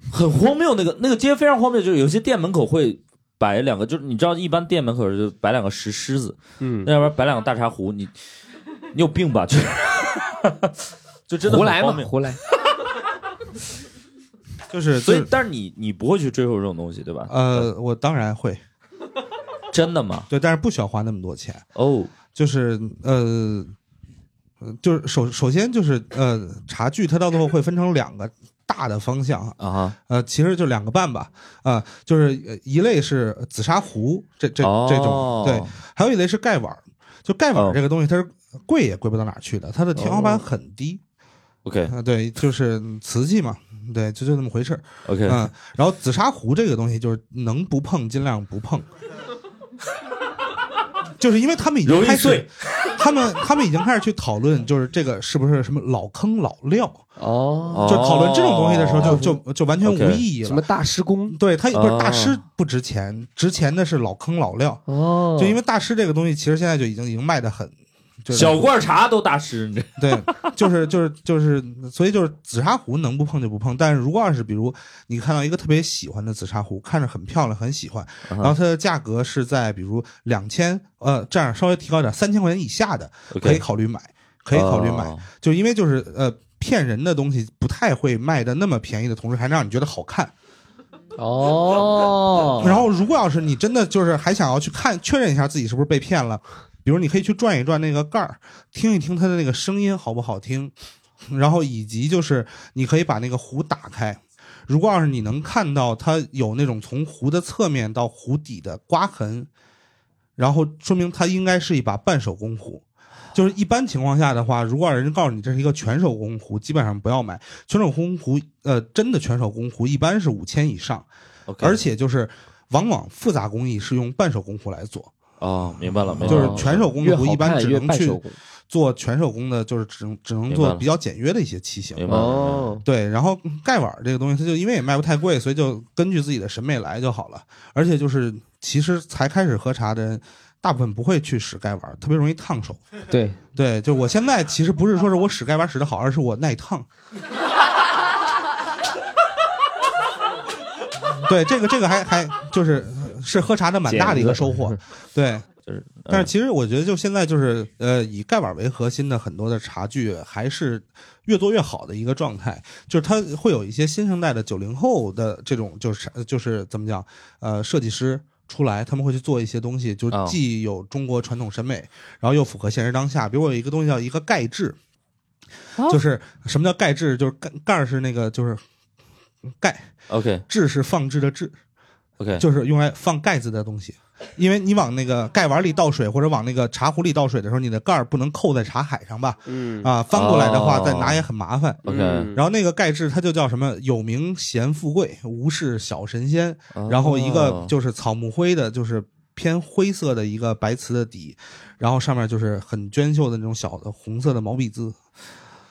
Speaker 1: 很荒谬，那个那个街非常荒谬，就是有些店门口会摆两个，就是你知道一般店门口就摆两个石狮子，
Speaker 2: 嗯，
Speaker 1: 那要不然摆两个大茶壶，你你有病吧？就是 就真的
Speaker 2: 胡
Speaker 1: 很
Speaker 2: 来嘛
Speaker 1: 荒，谬。
Speaker 2: 胡来。
Speaker 3: 就是
Speaker 1: 所
Speaker 3: 就
Speaker 1: 以
Speaker 3: 是，
Speaker 1: 但是你你不会去追求这种东西，对吧？
Speaker 3: 呃，我当然会，
Speaker 1: 真的吗？
Speaker 3: 对，但是不需要花那么多钱。
Speaker 1: 哦，
Speaker 3: 就是呃，呃就是首首先就是呃，茶具它到最后会分成两个大的方向啊，
Speaker 1: 啊哈，
Speaker 3: 呃，其实就两个半吧，啊、就是呃一类是紫砂壶，这这这
Speaker 1: 哦
Speaker 3: 种，对，还有一类是盖碗儿，就盖碗
Speaker 1: 哦
Speaker 3: 儿这个东西它是贵也贵不到哪儿去的，它的天花板很低
Speaker 1: ，OK
Speaker 3: 啊、对，就是瓷器嘛，对，就就那么回事儿，
Speaker 1: OK，
Speaker 3: 嗯、然后紫砂壶这个东西就是能不碰尽量不碰。就是因为他们已经
Speaker 1: 容易
Speaker 3: 开始
Speaker 1: 碎，
Speaker 3: 他们他们已经开始去讨论，就是这个是不是什么老坑老料，
Speaker 2: 哦，
Speaker 1: 哦
Speaker 3: 就讨论这种东西的时候就，就就完全无
Speaker 1: OK
Speaker 3: 意义
Speaker 2: 什
Speaker 3: 了
Speaker 2: 么。大师公？
Speaker 3: 对它不
Speaker 1: 哦
Speaker 3: 是大师不值钱，值钱的是老坑老料。
Speaker 2: 哦，
Speaker 3: 就因为大师这个东西，其实现在就已经已经卖的很，就是
Speaker 1: 小罐茶都大师，你这
Speaker 3: 对，就是就是就是，所以就是紫砂壶能不碰就不碰。但是如果要是比如你看到一个特别喜欢的紫砂壶，看着很漂亮，很喜欢，
Speaker 1: 嗯哼
Speaker 3: 然后它的价格是在比如两千呃这样稍微提高一点，三千块钱以下的，可以
Speaker 1: OK
Speaker 3: 考虑买，可以考虑买。
Speaker 1: 哦
Speaker 3: 就因为就是呃骗人的东西不太会卖的那么便宜的同时，还让你觉得好看。
Speaker 2: 哦，
Speaker 3: 然后如果要是你真的就是还想要去看确认一下自己是不是被骗了，比如你可以去转一转那个盖儿，听一听它的那个声音好不好听，然后以及就是你可以把那个壶打开。如果要是你能看到它有那种从壶的侧面到壶底的刮痕，然后说明它应该是一把半手工壶。就是一般情况下的话，如果有人告诉你这是一个全手工壶，基本上不要买。全手工壶，呃，真的全手工壶一般是五千以上，
Speaker 1: OK，
Speaker 3: 而且就是往往复杂工艺是用半手工壶来做，
Speaker 1: 哦，明白了，明白
Speaker 3: 就
Speaker 1: 了
Speaker 3: 是全手工
Speaker 2: 越
Speaker 3: 的
Speaker 2: 好
Speaker 3: 壶一般
Speaker 2: 看
Speaker 3: 只
Speaker 2: 越
Speaker 3: 能
Speaker 2: 半
Speaker 3: 去
Speaker 2: 手工
Speaker 3: 做全手工的，就是只能只能
Speaker 1: 明白
Speaker 3: 做
Speaker 1: 了
Speaker 3: 比较简约的一些器型
Speaker 1: 明。白了
Speaker 2: 哦，
Speaker 3: 对，然后盖碗这个东西，它就因为也卖不太贵，所以就根据自己的审美来就好了。而且就是，其实才开始喝茶的人，大部分不会去使盖碗，特别容易烫手。
Speaker 2: 对，
Speaker 3: 对，就我现在其实不是说是我使盖碗使得好，而是我耐烫。 对，这个这个还还就是是喝茶的蛮大的一个收获。对，
Speaker 1: 就是，嗯
Speaker 3: 但是其实我觉得就现在就是呃以盖碗为核心的很多的茶具还是越做越好的一个状态，就是它会有一些新生代的九零后的这种就是就是怎么讲呃设计师出来，他们会去做一些东西，就是
Speaker 2: 哦
Speaker 3: 既有中国传统审美，然后又符合现实当下。比如我有一个东西叫一个钙质，
Speaker 5: 哦
Speaker 3: 就是什么叫钙质？就是钙钙儿是那个就是钙，
Speaker 1: OK
Speaker 3: 质是放置的质，
Speaker 1: OK，
Speaker 3: 就是用来放盖子的东西。因为你往那个盖碗里倒水，或者往那个茶壶里倒水的时候，你的盖儿不能扣在茶海上吧？
Speaker 2: 嗯
Speaker 3: 啊，翻过来的话
Speaker 1: 哦
Speaker 3: 再拿也很麻烦。
Speaker 1: OK
Speaker 2: 嗯
Speaker 3: 然后那个盖制它就叫什么？有名贤富贵，无事小神仙。
Speaker 1: 嗯哦
Speaker 3: 然后一个就是草木灰的，就是偏灰色的一个白瓷的底，然后上面就是很娟秀的那种小的红色的毛笔字。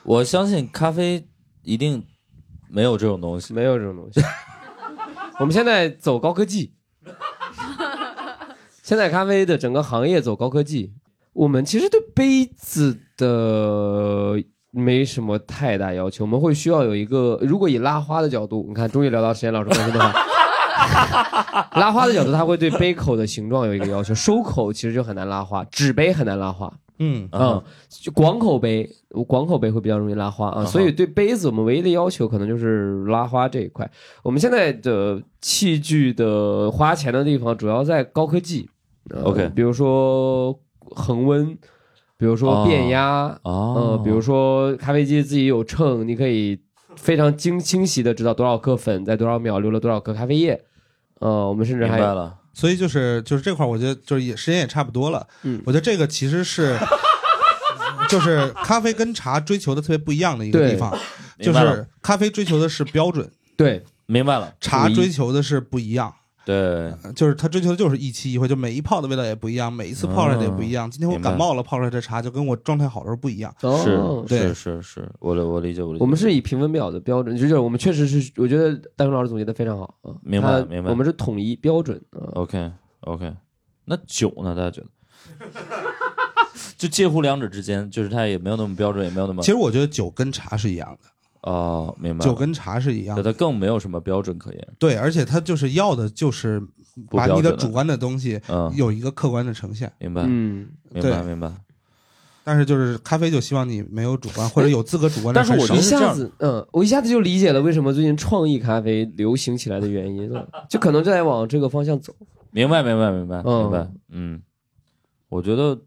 Speaker 1: 我相信咖啡一定没有这种东西。
Speaker 2: 没有这种东西。我们现在走高科技，现在咖啡的整个行业走高科技。我们其实对杯子的没什么太大要求，我们会需要有一个，如果以拉花的角度，你看，终于聊到实验老师关心的话。拉花的角度，它会对杯口的形状有一个要求，收口其实就很难拉花，纸杯很难拉花。
Speaker 3: 嗯，
Speaker 1: 啊
Speaker 2: 嗯，就广口杯，广口杯会比较容易拉花啊，
Speaker 1: 嗯哼
Speaker 2: 所以对杯子我们唯一的要求可能就是拉花这一块。我们现在的器具的花钱的地方主要在高科技、呃
Speaker 1: OK
Speaker 2: 比如说恒温，比如说变压，
Speaker 1: 哦
Speaker 2: 呃，比如说咖啡机自己有秤，你可以非常精清晰的知道多少克粉在多少秒流了多少克咖啡液。呃，我们甚至
Speaker 1: 明
Speaker 2: 还
Speaker 1: 白了，
Speaker 3: 所以就是就是这块，儿，我觉得就是也时间也差不多了。
Speaker 2: 嗯
Speaker 3: 我觉得这个其 实是就是咖啡跟茶追求的特别不一样的一个
Speaker 2: 对
Speaker 3: 地方，就
Speaker 1: 明白了
Speaker 3: 是咖啡追求的是标准，
Speaker 2: 对
Speaker 1: 明白了，
Speaker 3: 茶
Speaker 1: 不一
Speaker 3: 追求的是不一样。
Speaker 1: 对
Speaker 3: 就是它追求的就是一期一会，就每一泡的味道也不一样，每一次泡出来的也不一样。今天我
Speaker 1: 嗯明白
Speaker 3: 感冒了泡出来的茶就跟我状态好的时候不一样。
Speaker 2: 哦
Speaker 1: 是
Speaker 3: 对
Speaker 1: 是是是，我理我理解我理解，
Speaker 2: 我们是以评分表的标准，就是我们确实是，我觉得戴峰老师总结的非常好啊，
Speaker 1: 明白
Speaker 2: 他
Speaker 1: 明白
Speaker 2: 我们是统一标准啊，
Speaker 1: OK OK，那酒呢？大家觉得？ 就介乎两者之间，就是它也没有那么标准，也没有那么
Speaker 3: 其实我觉得酒跟茶是一样的，
Speaker 1: 哦，明白了。
Speaker 3: 酒跟茶是一样
Speaker 1: 对
Speaker 3: 的，
Speaker 1: 它更没有什么标准可言。
Speaker 3: 对，而且它就是要的就是
Speaker 1: 不
Speaker 3: 把
Speaker 1: 标
Speaker 3: 你的
Speaker 1: 准
Speaker 3: 主观的东西
Speaker 1: 嗯，
Speaker 3: 有一个客观的呈现。
Speaker 1: 明白，
Speaker 2: 嗯，
Speaker 1: 明
Speaker 3: 对
Speaker 1: 白，明白。
Speaker 3: 但是就是咖啡就希望你没有主观，或者有资格主观的
Speaker 1: 哎但是
Speaker 3: 很
Speaker 1: 我
Speaker 3: 少
Speaker 2: 一
Speaker 1: 觉得是这
Speaker 2: 下
Speaker 1: 样
Speaker 2: 子，嗯，我一下子就理解了为什么最近创意咖啡流行起来的原因了，就可能就在往这个方向走，
Speaker 1: 明白，明白，明白，
Speaker 2: 嗯
Speaker 1: 明白。嗯，我觉得，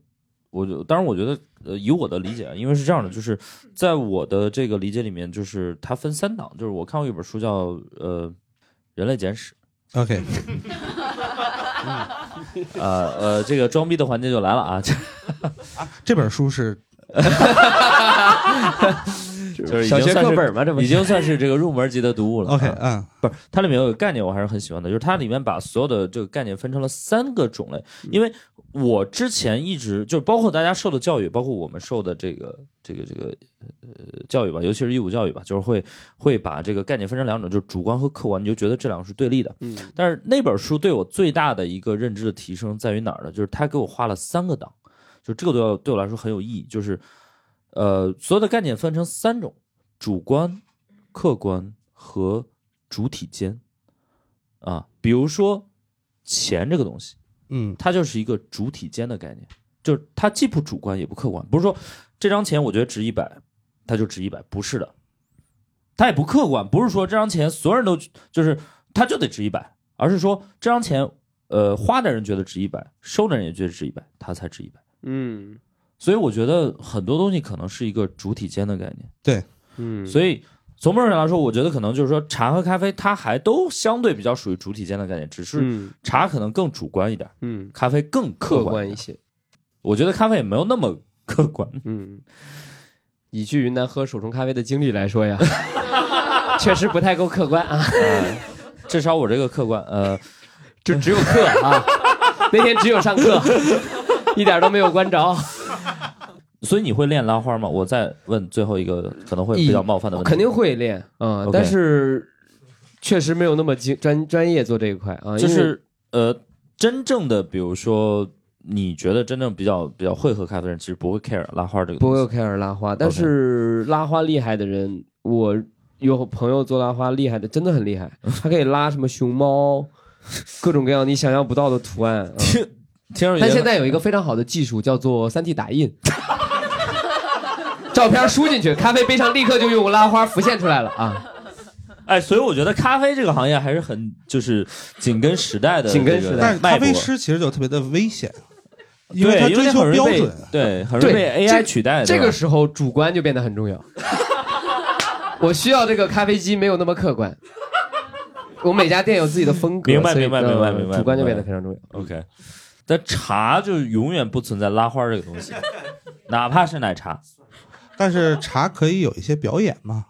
Speaker 1: 我就当然，我觉得，呃，以我的理解，因为是这样的，就是在我的这个理解里面，就是它分三档，就是我看过一本书叫呃《人类简史》，
Speaker 3: OK，
Speaker 1: 啊，呃，这个装逼的环节就来了啊，就
Speaker 3: 这本书是
Speaker 1: 就是已
Speaker 2: 小
Speaker 1: 经
Speaker 2: 学
Speaker 1: 算
Speaker 2: 课
Speaker 1: 是
Speaker 2: 本嘛，这不
Speaker 1: 已
Speaker 2: 是
Speaker 1: 经算是这个入门级的读物了啊。
Speaker 3: OK，嗯，
Speaker 1: 它里面有个概念我还是很喜欢的，就是它里面把所有的这个概念分成了三个种类。因为我之前一直就是包括大家受的教育，包括我们受的这个这个这个呃教育吧，尤其是义务教育吧，就是会会把这个概念分成两种，就是主观和客观，你就觉得这两个是对立的。
Speaker 2: 嗯
Speaker 1: 但是那本书对我最大的一个认知的提升在于哪儿呢？就是它给我画了三个档，就这个对我对我来说很有意义，就是呃所有的概念分成三种：主观、客观和主体间啊。比如说钱这个东西，
Speaker 3: 嗯
Speaker 1: 它就是一个主体间的概念，就是它既不主观也不客观，不是说这张钱我觉得值一百，它就值一百，不是的，它也不客观，不是说这张钱所有人都就是它就得值一百，而是说这张钱呃花的人觉得值一百，收的人也觉得值一百，它才值一百。
Speaker 2: 嗯
Speaker 1: 所以我觉得很多东西可能是一个主体间的概念，
Speaker 2: 嗯，
Speaker 1: 所以。从某种上来说，我觉得可能就是说，茶和咖啡它还都相对比较属于主体间的概念，只是
Speaker 2: 嗯
Speaker 1: 茶可能更主观一点，
Speaker 2: 嗯
Speaker 1: 咖啡更
Speaker 2: 客
Speaker 1: 客观
Speaker 2: 观一些，
Speaker 1: 我觉得咖啡也没有那么客观。
Speaker 2: 嗯，以去云南喝手冲咖啡的经历来 说呀，确实不太够客观啊。
Speaker 1: 至少我这个客观， 呃，
Speaker 2: 就只有课啊，那天只有上课， 一点都没有关着。
Speaker 1: 所以你会练拉花吗？我再问最后一个可能会比较冒犯的问题，
Speaker 2: 肯定会练，嗯
Speaker 1: OK
Speaker 2: 但是确实没有那么精专专业做这一块啊，
Speaker 1: 就
Speaker 2: 因为
Speaker 1: 是呃，真正的比如说，你觉得真正比较比较会喝咖啡的人，其实不会 care 拉花这个
Speaker 2: 不
Speaker 1: 东
Speaker 2: 会
Speaker 1: 西。
Speaker 2: 开始拉花，但是拉花厉害的人，我有朋友做拉花厉害的，真的 很厉害，他可以拉什么熊猫，各种各样你想象不到的图案。 嗯
Speaker 1: 听听着，
Speaker 2: 但现在有一个非常好的技术叫做三 D 打印，照片输进去，咖啡杯上立刻就用拉花浮现出来了啊！
Speaker 1: 哎，所以我觉得咖啡这个行业还是很就是紧跟时代的这
Speaker 2: 紧
Speaker 1: 个脉
Speaker 2: 跟
Speaker 1: 搏，
Speaker 2: 时代
Speaker 3: 但是咖啡师其实就特别的危险，因为
Speaker 1: 对，
Speaker 3: 他
Speaker 1: 因为
Speaker 3: 追
Speaker 1: 很
Speaker 3: 求
Speaker 1: 容易
Speaker 3: 标
Speaker 1: 被
Speaker 3: 准。
Speaker 1: 对，很容易被
Speaker 2: 对
Speaker 1: AI
Speaker 2: 这
Speaker 1: 取代。
Speaker 2: 这
Speaker 1: 对吧
Speaker 2: 个时候主观就变得很重 要。我需要这个咖啡机没有那么客观。我每家店有自己的风格，
Speaker 1: 明白
Speaker 2: 所以
Speaker 1: 明白
Speaker 2: 呃
Speaker 1: 明白明白
Speaker 2: 主观就
Speaker 1: 明白
Speaker 2: 变得非常重要。
Speaker 1: OK，但茶就永远不存在拉花这个东西， 哪怕是奶茶
Speaker 3: 但是茶可以有一些表演嘛，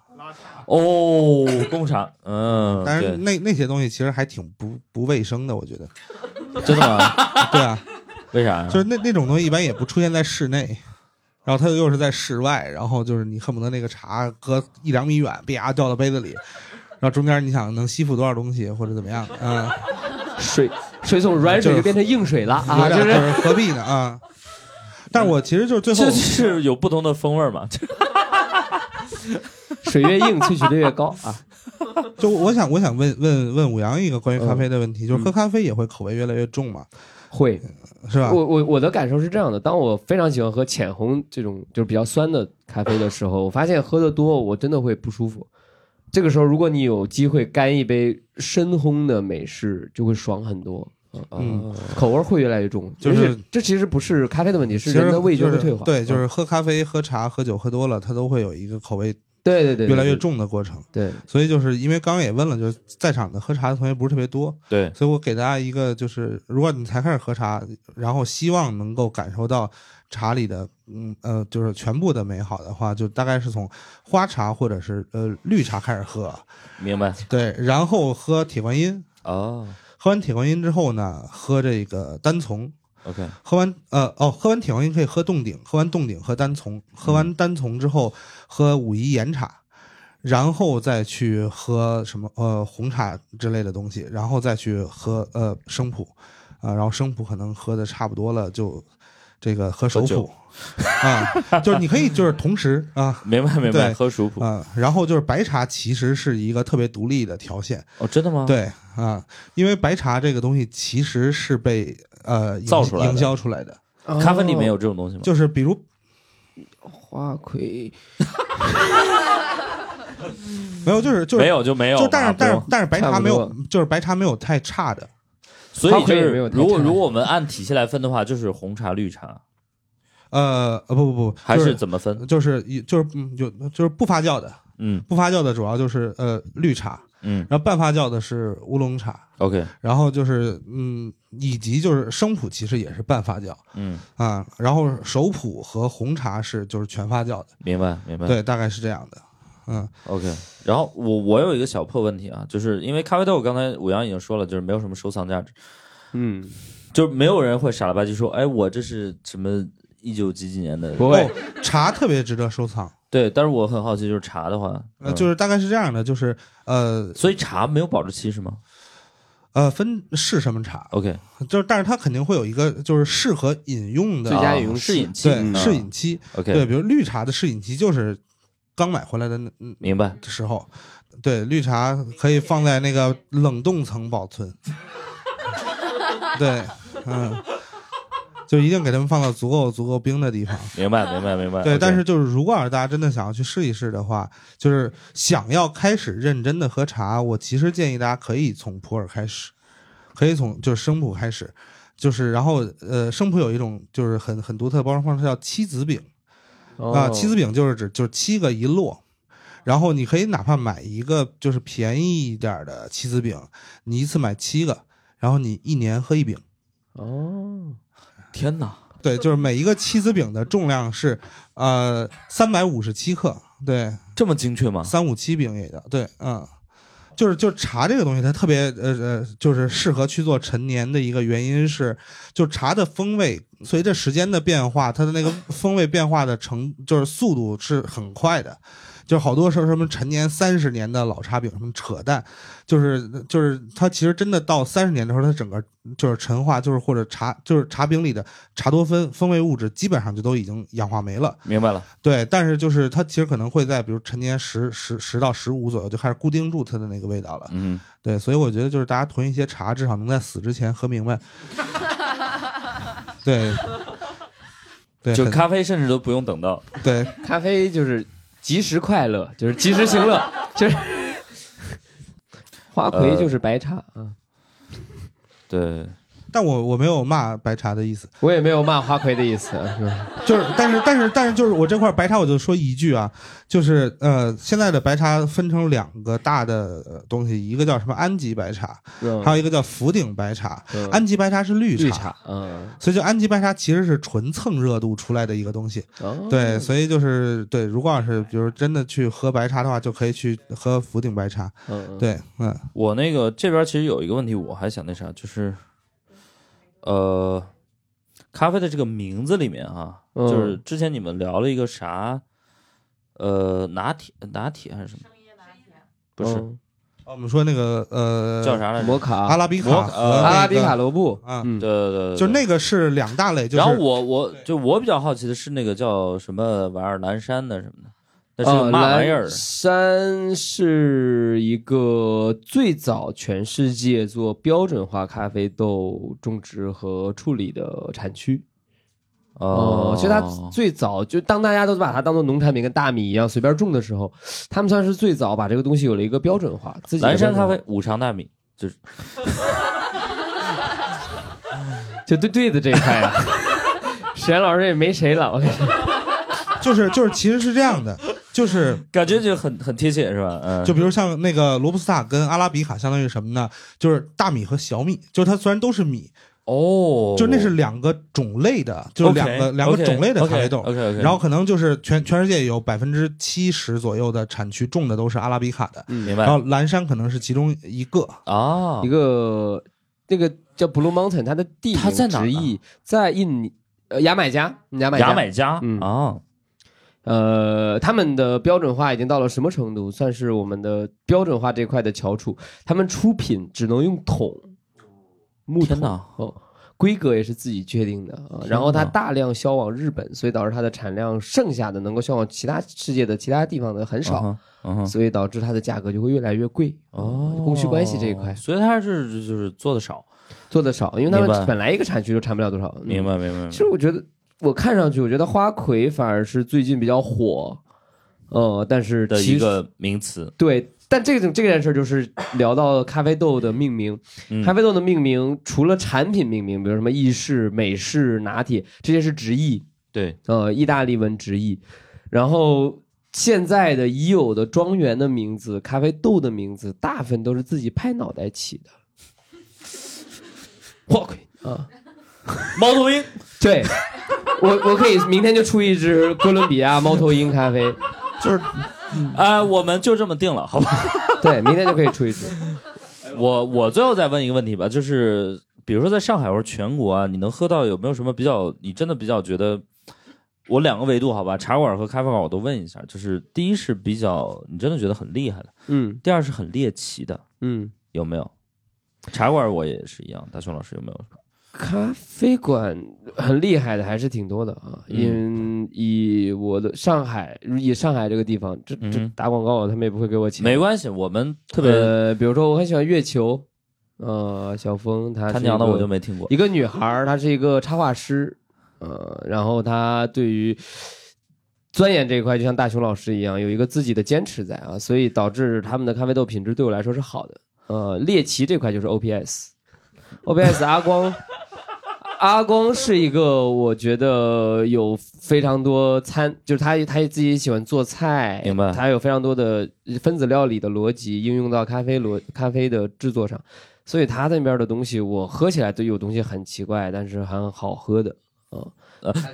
Speaker 1: 哦，贡茶，嗯，
Speaker 3: 但是
Speaker 1: 对
Speaker 3: 那那些东西其实还挺不不卫生的，我觉得。
Speaker 1: 真的吗？
Speaker 3: 对啊，
Speaker 1: 为 啥呀？
Speaker 3: 就是那那种东西一般也不出现在室内，然后它又是在室外，然后就是你恨不得那个茶隔一两米远，啪掉到杯子里，然后中间你想能吸附多少东西或者怎么样，嗯，
Speaker 2: 水水从软水就变成硬水了啊！
Speaker 3: 有
Speaker 2: 就
Speaker 3: 点就是是何必呢啊？但是我其实就是最后
Speaker 1: 这是有不同的风味嘛？
Speaker 2: 水越硬，萃取率越高啊！
Speaker 3: 就我想我想问问问武阳一个关于咖
Speaker 2: 嗯
Speaker 3: 啡的问题，就是喝咖啡也会口味越来越重嘛，
Speaker 2: 会，
Speaker 3: 是吧？
Speaker 2: 我我我的感受是这样的：当我非常喜欢喝浅红这种就是比较酸的咖啡的时候，我发现喝的多我真的会不舒服。这个时候，如果你有机会干一杯深烘的美式，就会爽很多。啊
Speaker 3: 嗯，
Speaker 2: 口味会越来越重，
Speaker 3: 就是
Speaker 2: 而且这其实不是咖啡的问题，
Speaker 3: 其
Speaker 2: 是
Speaker 3: 实
Speaker 2: 人的味觉
Speaker 3: 就
Speaker 2: 的
Speaker 3: 是
Speaker 2: 退化。嗯啊
Speaker 3: 对，就是喝咖啡、喝茶、喝酒喝多了，它都会有一个口味
Speaker 2: 对对对，
Speaker 3: 越来越。重的过程。
Speaker 2: 对，
Speaker 3: 所以就是因为刚刚也问了，就是在场的喝茶的同学不是特别多，
Speaker 1: 对，
Speaker 3: 所以我给大家一个就是，如果你才开始喝茶，然后希望能够感受到茶里的嗯呃就是全部的美好的话，就大概是从花茶或者是呃绿茶开始喝，
Speaker 1: 明白
Speaker 3: 对，然后喝铁观音，
Speaker 1: 哦
Speaker 3: 喝完铁观音之后呢，喝这个单丛。
Speaker 1: ，OK，
Speaker 3: 喝完呃哦，喝完铁观音可以喝冻顶，喝完冻顶喝单丛，喝完单丛之后喝武夷岩茶，然后再去喝什么呃红茶之类的东西，然后再去喝呃生普，啊、然后生普可能喝的差不多了就这个喝熟
Speaker 1: 喝酒
Speaker 3: 普，啊，就是你可以就是同时啊。
Speaker 1: 明白明白，
Speaker 3: 对
Speaker 1: 喝熟普
Speaker 3: 啊、然后就是白茶，其实是一个特别独立的条线，
Speaker 1: 哦，真的吗？，
Speaker 3: 对啊、因为白茶这个东西其实是被呃营
Speaker 1: 造出来的
Speaker 3: 营销出来的，
Speaker 1: 咖啡里
Speaker 2: 哦
Speaker 1: 面有这种东西吗？
Speaker 3: 就是比如
Speaker 2: 花魁，
Speaker 3: 没有，就是就是
Speaker 1: 没，有就没有嘛，
Speaker 3: 就但是但
Speaker 1: 不
Speaker 3: 是
Speaker 1: 用
Speaker 3: 但是白茶没
Speaker 2: 差
Speaker 3: 有
Speaker 2: 不，
Speaker 3: 就是白茶没有太差的，
Speaker 1: 所以就
Speaker 2: 咖啡也
Speaker 1: 是
Speaker 2: 没有太
Speaker 1: 如果
Speaker 2: 差
Speaker 1: 如果我们按体系来分的话，就是红茶、绿茶，
Speaker 3: 呃呃不不不，
Speaker 1: 还
Speaker 3: 就是是
Speaker 1: 怎么分？
Speaker 3: 就是一就是嗯就就是不发酵的，
Speaker 1: 嗯
Speaker 3: 不发酵的主要就是呃绿茶，
Speaker 1: 嗯
Speaker 3: 然后半发酵的是乌龙茶，
Speaker 1: ，OK，
Speaker 3: 然后就是嗯以及就是生普其实也是半发酵
Speaker 1: 嗯，
Speaker 3: 啊、然后熟普和红茶是就是全发酵的，
Speaker 1: 明白明白。
Speaker 3: 对，大概是这样的，嗯
Speaker 1: OK，然后我我有一个小破问题啊，就是因为咖啡豆，刚才武阳已经说了，就是没有什么收藏价值，
Speaker 2: 嗯，
Speaker 1: 就是没有人会傻了吧唧说，哎，我这是什么一九几几年的？
Speaker 2: 不会
Speaker 3: 哦，茶特别值得收藏。
Speaker 1: 对，但是我很好奇，就是茶的话，
Speaker 3: 呃，
Speaker 1: 嗯
Speaker 3: 就是大概是这样的，就是呃
Speaker 1: 所以茶没有保质期是吗
Speaker 3: 呃，分是什么茶，
Speaker 1: ？OK，
Speaker 3: 就是，但是它肯定会有一个就是适合饮用的，
Speaker 2: 最佳
Speaker 1: 啊
Speaker 2: 饮用
Speaker 1: 适
Speaker 2: 期
Speaker 1: 饮期，
Speaker 3: 对
Speaker 1: 嗯
Speaker 3: 适饮期，对，
Speaker 1: OK，
Speaker 3: 比如绿茶的适饮期就是刚买回来的那嗯
Speaker 1: 明白。
Speaker 3: 时候，对，绿茶可以放在那个冷冻层保存，对，嗯，就一定给他们放到足够足够冰的地方。
Speaker 1: 明白，明白，明白。
Speaker 3: 对，
Speaker 1: OK
Speaker 3: 但是就是如果要是大家真的想要去试一试的话，就是想要开始认真的喝茶，我其实建议大家可以从普洱开始，可以从就是生普开始，就是然后呃生普有一种就是很很独特的包装方式叫七子饼啊、
Speaker 2: 哦
Speaker 3: 七子饼就是指就是七个一摞。然后你可以哪怕买一个就是便宜一点儿的七子饼，你一次买七个，然后你一年喝一饼。
Speaker 2: 哦，
Speaker 1: 天哪，
Speaker 3: 对，就是每一个七子饼的重量是呃三百五十七克，对，
Speaker 1: 这么精确吗？
Speaker 3: 三五七饼也叫对，嗯，就是就是茶这个东西，它特别呃呃，就是适合去做陈年的一个原因是，就茶的风味随着时间的变化，它的那个风味变化的程就是速度是很快的。就好多时候什么陈年三十年的老茶饼什么扯淡，就是就是它其实真的到三十年的时候，它整个就是陈化，就是或者茶就是茶饼里的茶多酚风味物质基本上就都已经氧化没了。
Speaker 1: 明白了。
Speaker 3: 对，但是就是它其实可能会在比如陈年十十十到十五左右就开始固定住它的那个味道了。
Speaker 1: 嗯，
Speaker 3: 对，所以我觉得就是大家囤一些茶，至少能在死之前喝明 白。对，对，
Speaker 1: 就
Speaker 3: 很
Speaker 1: 咖啡甚至都不用等到。
Speaker 3: 对
Speaker 2: 咖啡就是及时快乐，就是及时行乐，就是花魁就是白茶啊，
Speaker 1: 对，
Speaker 3: 但我我没有骂白茶的意思，
Speaker 2: 我也没有骂花魁的意思，是
Speaker 1: 嗯
Speaker 2: 吧
Speaker 3: 就是但是但是但是就是我这块白茶我就说一句啊，就是呃现在的白茶分成两个大的呃东西，一个叫什么安吉白茶，
Speaker 2: 嗯
Speaker 3: 还有一个叫福鼎白茶。
Speaker 2: 嗯
Speaker 3: 安吉白茶是绿
Speaker 2: 绿茶，嗯，
Speaker 3: 所以就安吉白茶其实是纯蹭热度出来的一个东西。
Speaker 2: 哦
Speaker 3: 对，所以就是对，如果要是比如真的去喝白茶的话，就可以去喝福鼎白茶。
Speaker 2: 嗯，
Speaker 3: 对，嗯，
Speaker 1: 我那个这边其实有一个问题，我还想那啥，就是，呃，咖啡的这个名字里面啊，
Speaker 2: 嗯
Speaker 1: 就是之前你们聊了一个啥，呃，拿铁拿铁还是什么？不是、
Speaker 2: 嗯
Speaker 3: 哦我们说那个呃
Speaker 1: 叫啥来着？
Speaker 2: 摩卡
Speaker 3: 阿拉比
Speaker 1: 摩
Speaker 3: 卡
Speaker 1: 卡
Speaker 3: 和
Speaker 1: 呃
Speaker 3: 那个
Speaker 2: 阿拉比卡罗布，
Speaker 3: 啊
Speaker 2: 嗯
Speaker 1: 对对对对，
Speaker 3: 就
Speaker 1: 对
Speaker 3: 那个是两大类，就是
Speaker 1: 然后我我就我比较好奇的是那个叫什么玩意儿蓝山的什么的，那是
Speaker 3: 哦
Speaker 2: 呃，
Speaker 1: 个嘛玩意儿
Speaker 2: 蓝
Speaker 1: 的？
Speaker 2: 山是一个最早全世界做标准化咖啡豆种植和处理的产区。呃
Speaker 1: 哦，
Speaker 2: 其实它最早就当大家都把它当做农产品跟大米一样随便种的时候，他们算是最早把这个东西有了一个标准化。自己的
Speaker 1: 蓝山
Speaker 2: 标准
Speaker 1: 咖
Speaker 2: 化
Speaker 1: 啡五常大米，就是
Speaker 2: 就对对的这一派啊， 史岩老师也没谁了，我跟你说，
Speaker 3: 就是就是其实是这样的，就是
Speaker 1: 感觉就很很贴切是吧？嗯，
Speaker 3: 就比如像那个罗布斯塔跟阿拉比卡，相当于什么呢？就是大米和小米，就是它虽然都是米，
Speaker 1: 哦，
Speaker 3: 就那是两个种类的，就是两个两个种类的咖啡豆。
Speaker 1: OK OK，
Speaker 3: 然后可能就是全全世界有百分之七十左右的产区种的都是阿拉比卡的，
Speaker 1: 明
Speaker 3: 然
Speaker 1: 白
Speaker 3: 后蓝山可能是其中一个。
Speaker 1: 啊
Speaker 2: 一，个那个叫 Blue Mountain，它的地
Speaker 1: 它在
Speaker 2: 名
Speaker 1: 哪儿
Speaker 2: 直译在印尼呃牙买加，牙买加
Speaker 1: 牙买加
Speaker 2: 嗯
Speaker 1: 啊，
Speaker 2: 呃，他们的标准化已经到了什么程度？算是我们的标准化这块的翘楚。他们出品只能用桶，木
Speaker 1: 天
Speaker 2: 桶
Speaker 1: 哪
Speaker 2: 哦，规格也是自己确定的啊。然后它
Speaker 1: 天哪
Speaker 2: 大量销往日本，所以导致它的产量剩下的能够销往其他世界的其他地方的很少，
Speaker 1: 嗯哼，嗯哼
Speaker 2: 所以导致它的价格就会越来越贵。
Speaker 1: 哦，
Speaker 2: 供需关系这一块
Speaker 1: 所以它是就是做的少，
Speaker 2: 做的少，因为他
Speaker 1: 明白
Speaker 2: 们本来一个产区就产不了多少。嗯
Speaker 1: 明。白明白明
Speaker 2: 其
Speaker 1: 白
Speaker 2: 实。我觉得，我看上去我觉得花魁反而是最近比较火，呃，但是
Speaker 1: 的
Speaker 2: 其
Speaker 1: 一
Speaker 2: 实
Speaker 1: 个名词，
Speaker 2: 对，但这种这件事儿就是聊到咖啡豆的命名。
Speaker 1: 嗯
Speaker 2: 咖啡豆的命名除了产品命名，比如什么意式、美式、拿铁，这些是直译，
Speaker 1: 对，
Speaker 2: 呃，意大利文直译。然后现在的已有的庄园的名字、咖啡豆的名字，大部分都是自己拍脑袋起的。花魁啊，
Speaker 1: 猫头鹰，
Speaker 2: 对。我我可以明天就出一支哥伦比亚猫头鹰咖啡，
Speaker 1: 啊，我们就这么定了，好吧？
Speaker 2: 对，明天就可以出一支。
Speaker 1: 我我最后再问一个问题吧，就是比如说在上海或者全国啊，你能喝到有没有什么比较你真的比较觉得？我两个维度好吧，茶馆和咖啡馆我都问一下，就是第一是比较你真的觉得很厉害的，
Speaker 2: 嗯
Speaker 1: 第二是很猎奇的，
Speaker 2: 嗯，
Speaker 1: 有没有？茶馆我也是一样，大熊老师有没有？
Speaker 2: 咖啡馆很厉害的还是挺多的啊，
Speaker 1: 嗯
Speaker 2: 因以我的上海，以上海这个地方，这这
Speaker 1: 嗯
Speaker 2: 打广告他们也不会给我钱。
Speaker 1: 没
Speaker 2: 系，
Speaker 1: 关系，我们特别、
Speaker 2: 呃，比如说我很喜欢月球，呃，小峰他
Speaker 1: 他
Speaker 2: 是
Speaker 1: 娘的
Speaker 2: 一个
Speaker 1: 我就没听过。
Speaker 2: 一个女孩儿，她是一个插画师，呃，然后她对于钻研这一块，就像大雄老师一样，有一个自己的坚持在啊，所以导致他们的咖啡豆品质对我来说是好的。呃，猎奇这块就是 OPS，OPS 阿光。 阿光是一个，我觉得有非常多餐，就是他他自己喜欢做菜，
Speaker 1: 明白
Speaker 2: 他有非常多的分子料理的逻辑应用到咖啡逻咖啡的制作上，所以他那边的东西我喝起来都有东西很奇怪，但是很好喝的。
Speaker 1: 呃，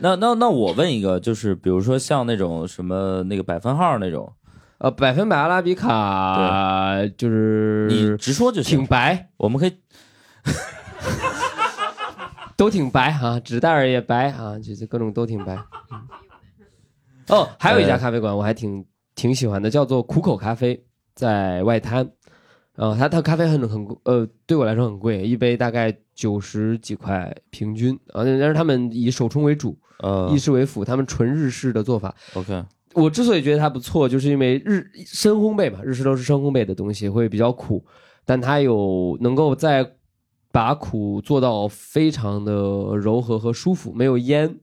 Speaker 1: 那那那我问一个，就是比如说像那种什么那个百分号那种，
Speaker 2: 呃，百分百阿拉比卡就是
Speaker 1: 你直说就
Speaker 2: 挺
Speaker 1: 行。
Speaker 2: 白，
Speaker 1: 我们可以
Speaker 2: 都挺白啊，纸袋儿也白啊，就是各种都挺白。嗯哦，还有一家咖啡馆我还挺挺喜欢的，叫做苦口咖啡，在外滩。呃，它它咖啡很很呃，对我来说很贵，一杯大概九十几块平均啊。但是他们以手冲为主，
Speaker 1: 呃
Speaker 2: 意式为辅，他们纯日式的做法，
Speaker 1: ，OK，
Speaker 2: 我之所以觉得它不错，就是因为日深烘焙嘛，日式都是深烘焙的东西，会比较苦，但它有能够在把苦做到非常的柔和和舒服，没有烟。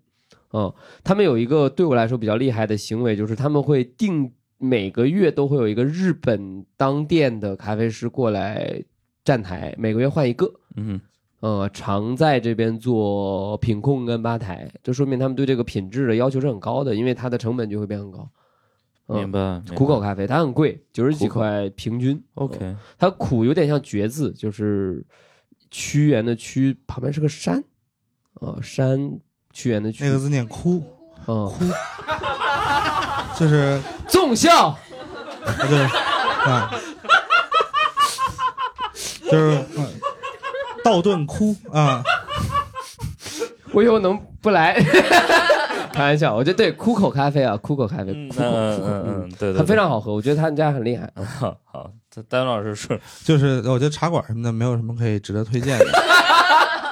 Speaker 2: 嗯，他们有一个对我来说比较厉害的行为，就是他们会定每个月都会有一个日本当店的咖啡师过来站台，每个月换一个。
Speaker 1: 嗯
Speaker 2: 呃，常在这边做品控跟吧台，这说明他们对这个品质的要求是很高的，因为它的成本就会变很高。
Speaker 1: 哼，明
Speaker 2: 嗯，
Speaker 1: 白。明白
Speaker 2: 苦口咖啡它很贵，九十几
Speaker 1: 苦口
Speaker 2: 块平均。嗯
Speaker 1: ，OK，
Speaker 2: 它苦有点像绝字，就是屈原的屈旁边是个山，呃，山屈原的屈，
Speaker 3: 那个字念哭，
Speaker 2: 嗯，
Speaker 3: 就是
Speaker 2: 纵笑，
Speaker 3: 啊对啊，就是嗯道顿窟啊，
Speaker 2: 我以后能不来？ 开玩笑，我觉得对苦口咖啡啊，苦口咖啡，
Speaker 1: 嗯
Speaker 2: 苦口
Speaker 1: 嗯
Speaker 2: 苦口
Speaker 1: 嗯嗯，对对，
Speaker 2: 它
Speaker 1: 对
Speaker 2: 非常好喝，我觉得他们家很厉害。
Speaker 1: 好。好，丹丹老师说，
Speaker 3: 就是我觉得茶馆什么的没有什么可以值得推 荐的。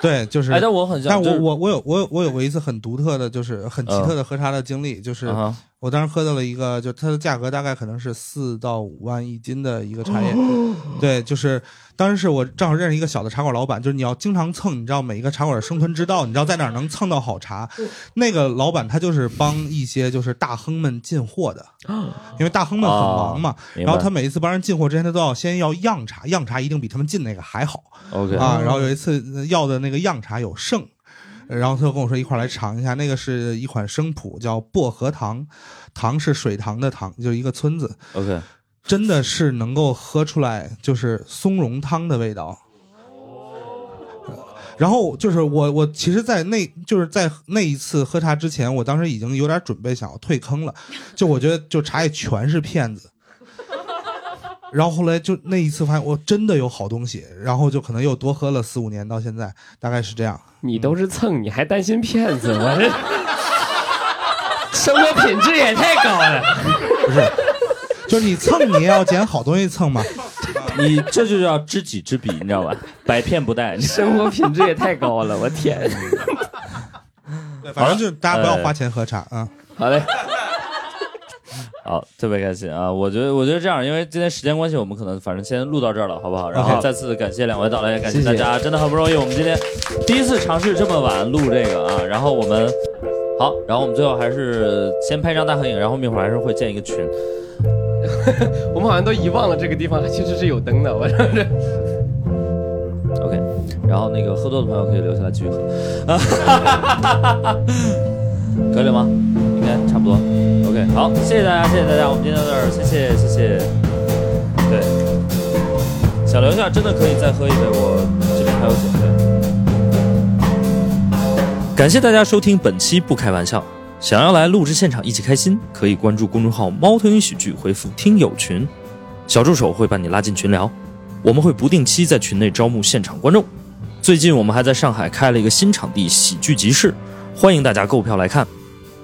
Speaker 3: 对，就是
Speaker 1: 哎，但我很想，
Speaker 3: 但
Speaker 1: 就
Speaker 3: 我
Speaker 1: 是
Speaker 3: 我我有我有我有过一次很独特的，就是很奇特的喝茶的经历，就是
Speaker 1: 啊
Speaker 3: 我当时喝到了一个，就它的价格大概可能是四到五万一斤的一个茶叶，
Speaker 1: 哦
Speaker 3: 对，就是当时是我正好认识一个小的茶馆老板，就是你要经常蹭，你知道每一个茶馆的生存之道，你知道在哪儿能蹭到好茶，那个老板他就是帮一些就是大亨们进货的，因为大亨们很忙嘛，
Speaker 1: 哦明
Speaker 3: 然后
Speaker 1: 白
Speaker 3: 他每一次帮人进货之前，他都要先要样茶，样茶一定比他们进那个还好，
Speaker 1: OK
Speaker 3: 啊，然后有一次呃要的那个样茶有剩，呃然后他就跟我说一块儿来尝一下，那个是一款生普，叫薄荷糖，糖是水塘的糖，就是一个村子，
Speaker 1: OK，
Speaker 3: 真的是能够喝出来就是松茸汤的味道。然后就是我，我其实，在那就是在那一次喝茶之前，我当时已经有点准备想要退坑了，就我觉得就茶叶全是骗子。然后后来就那一次发现，我真的有好东西，然后就可能又多喝了四五年，到现在大概是这样。
Speaker 2: 你都是蹭，你还担心骗子？我这 生活品质也太高了。
Speaker 3: 就是你蹭，你也要捡好东西蹭嘛。
Speaker 1: 你这就叫知己知彼，你知道吧？百骗不殆。
Speaker 2: 生活品质也太高了，我 天！
Speaker 3: 对，反正就是大家不要花钱喝茶啊。
Speaker 2: 好嘞，
Speaker 1: 好，特别开心啊！我觉得，我觉得这样，因为今天时间关系，我们可能反正先录到这儿了，好不好？然后
Speaker 3: OK
Speaker 1: 再次感谢两位到来，也感谢
Speaker 2: 谢
Speaker 1: 大
Speaker 2: 谢
Speaker 1: 家，真的很不容易。我们今天第一次尝试这么晚录这个啊，然后我们好，然后我们最后还是先拍一张大合影，然后一会儿还是会建一个群。
Speaker 2: 我们好像都遗忘了这个地方其实是有灯的。我这
Speaker 1: OK，然后那个喝多的朋友可以留下来继续喝， 可以了吗？应该差不多。OK，好，谢谢大家，谢谢大家，我们今天到这儿，谢谢，谢谢。对，想留下真的可以再喝一杯，我这边还有酒。对，
Speaker 7: 感谢大家收听本期《不开玩笑》，想要来录制现场一起开心，可以关注公众号“猫头鹰喜剧”，回复“听友群”，小助手会把你拉进群聊。我们会不定期在群内招募现场观众。最近我们还在上海开了一个新场地——喜剧集市，欢迎大家购票来看。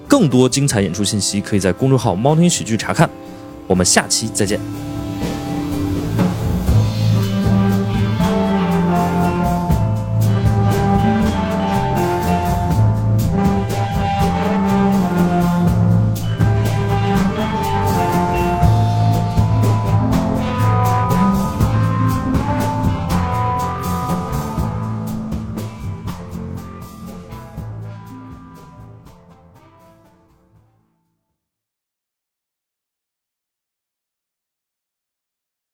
Speaker 7: 更多精彩演出信息可以在公众号“猫头鹰喜剧”查看。我们下期再见。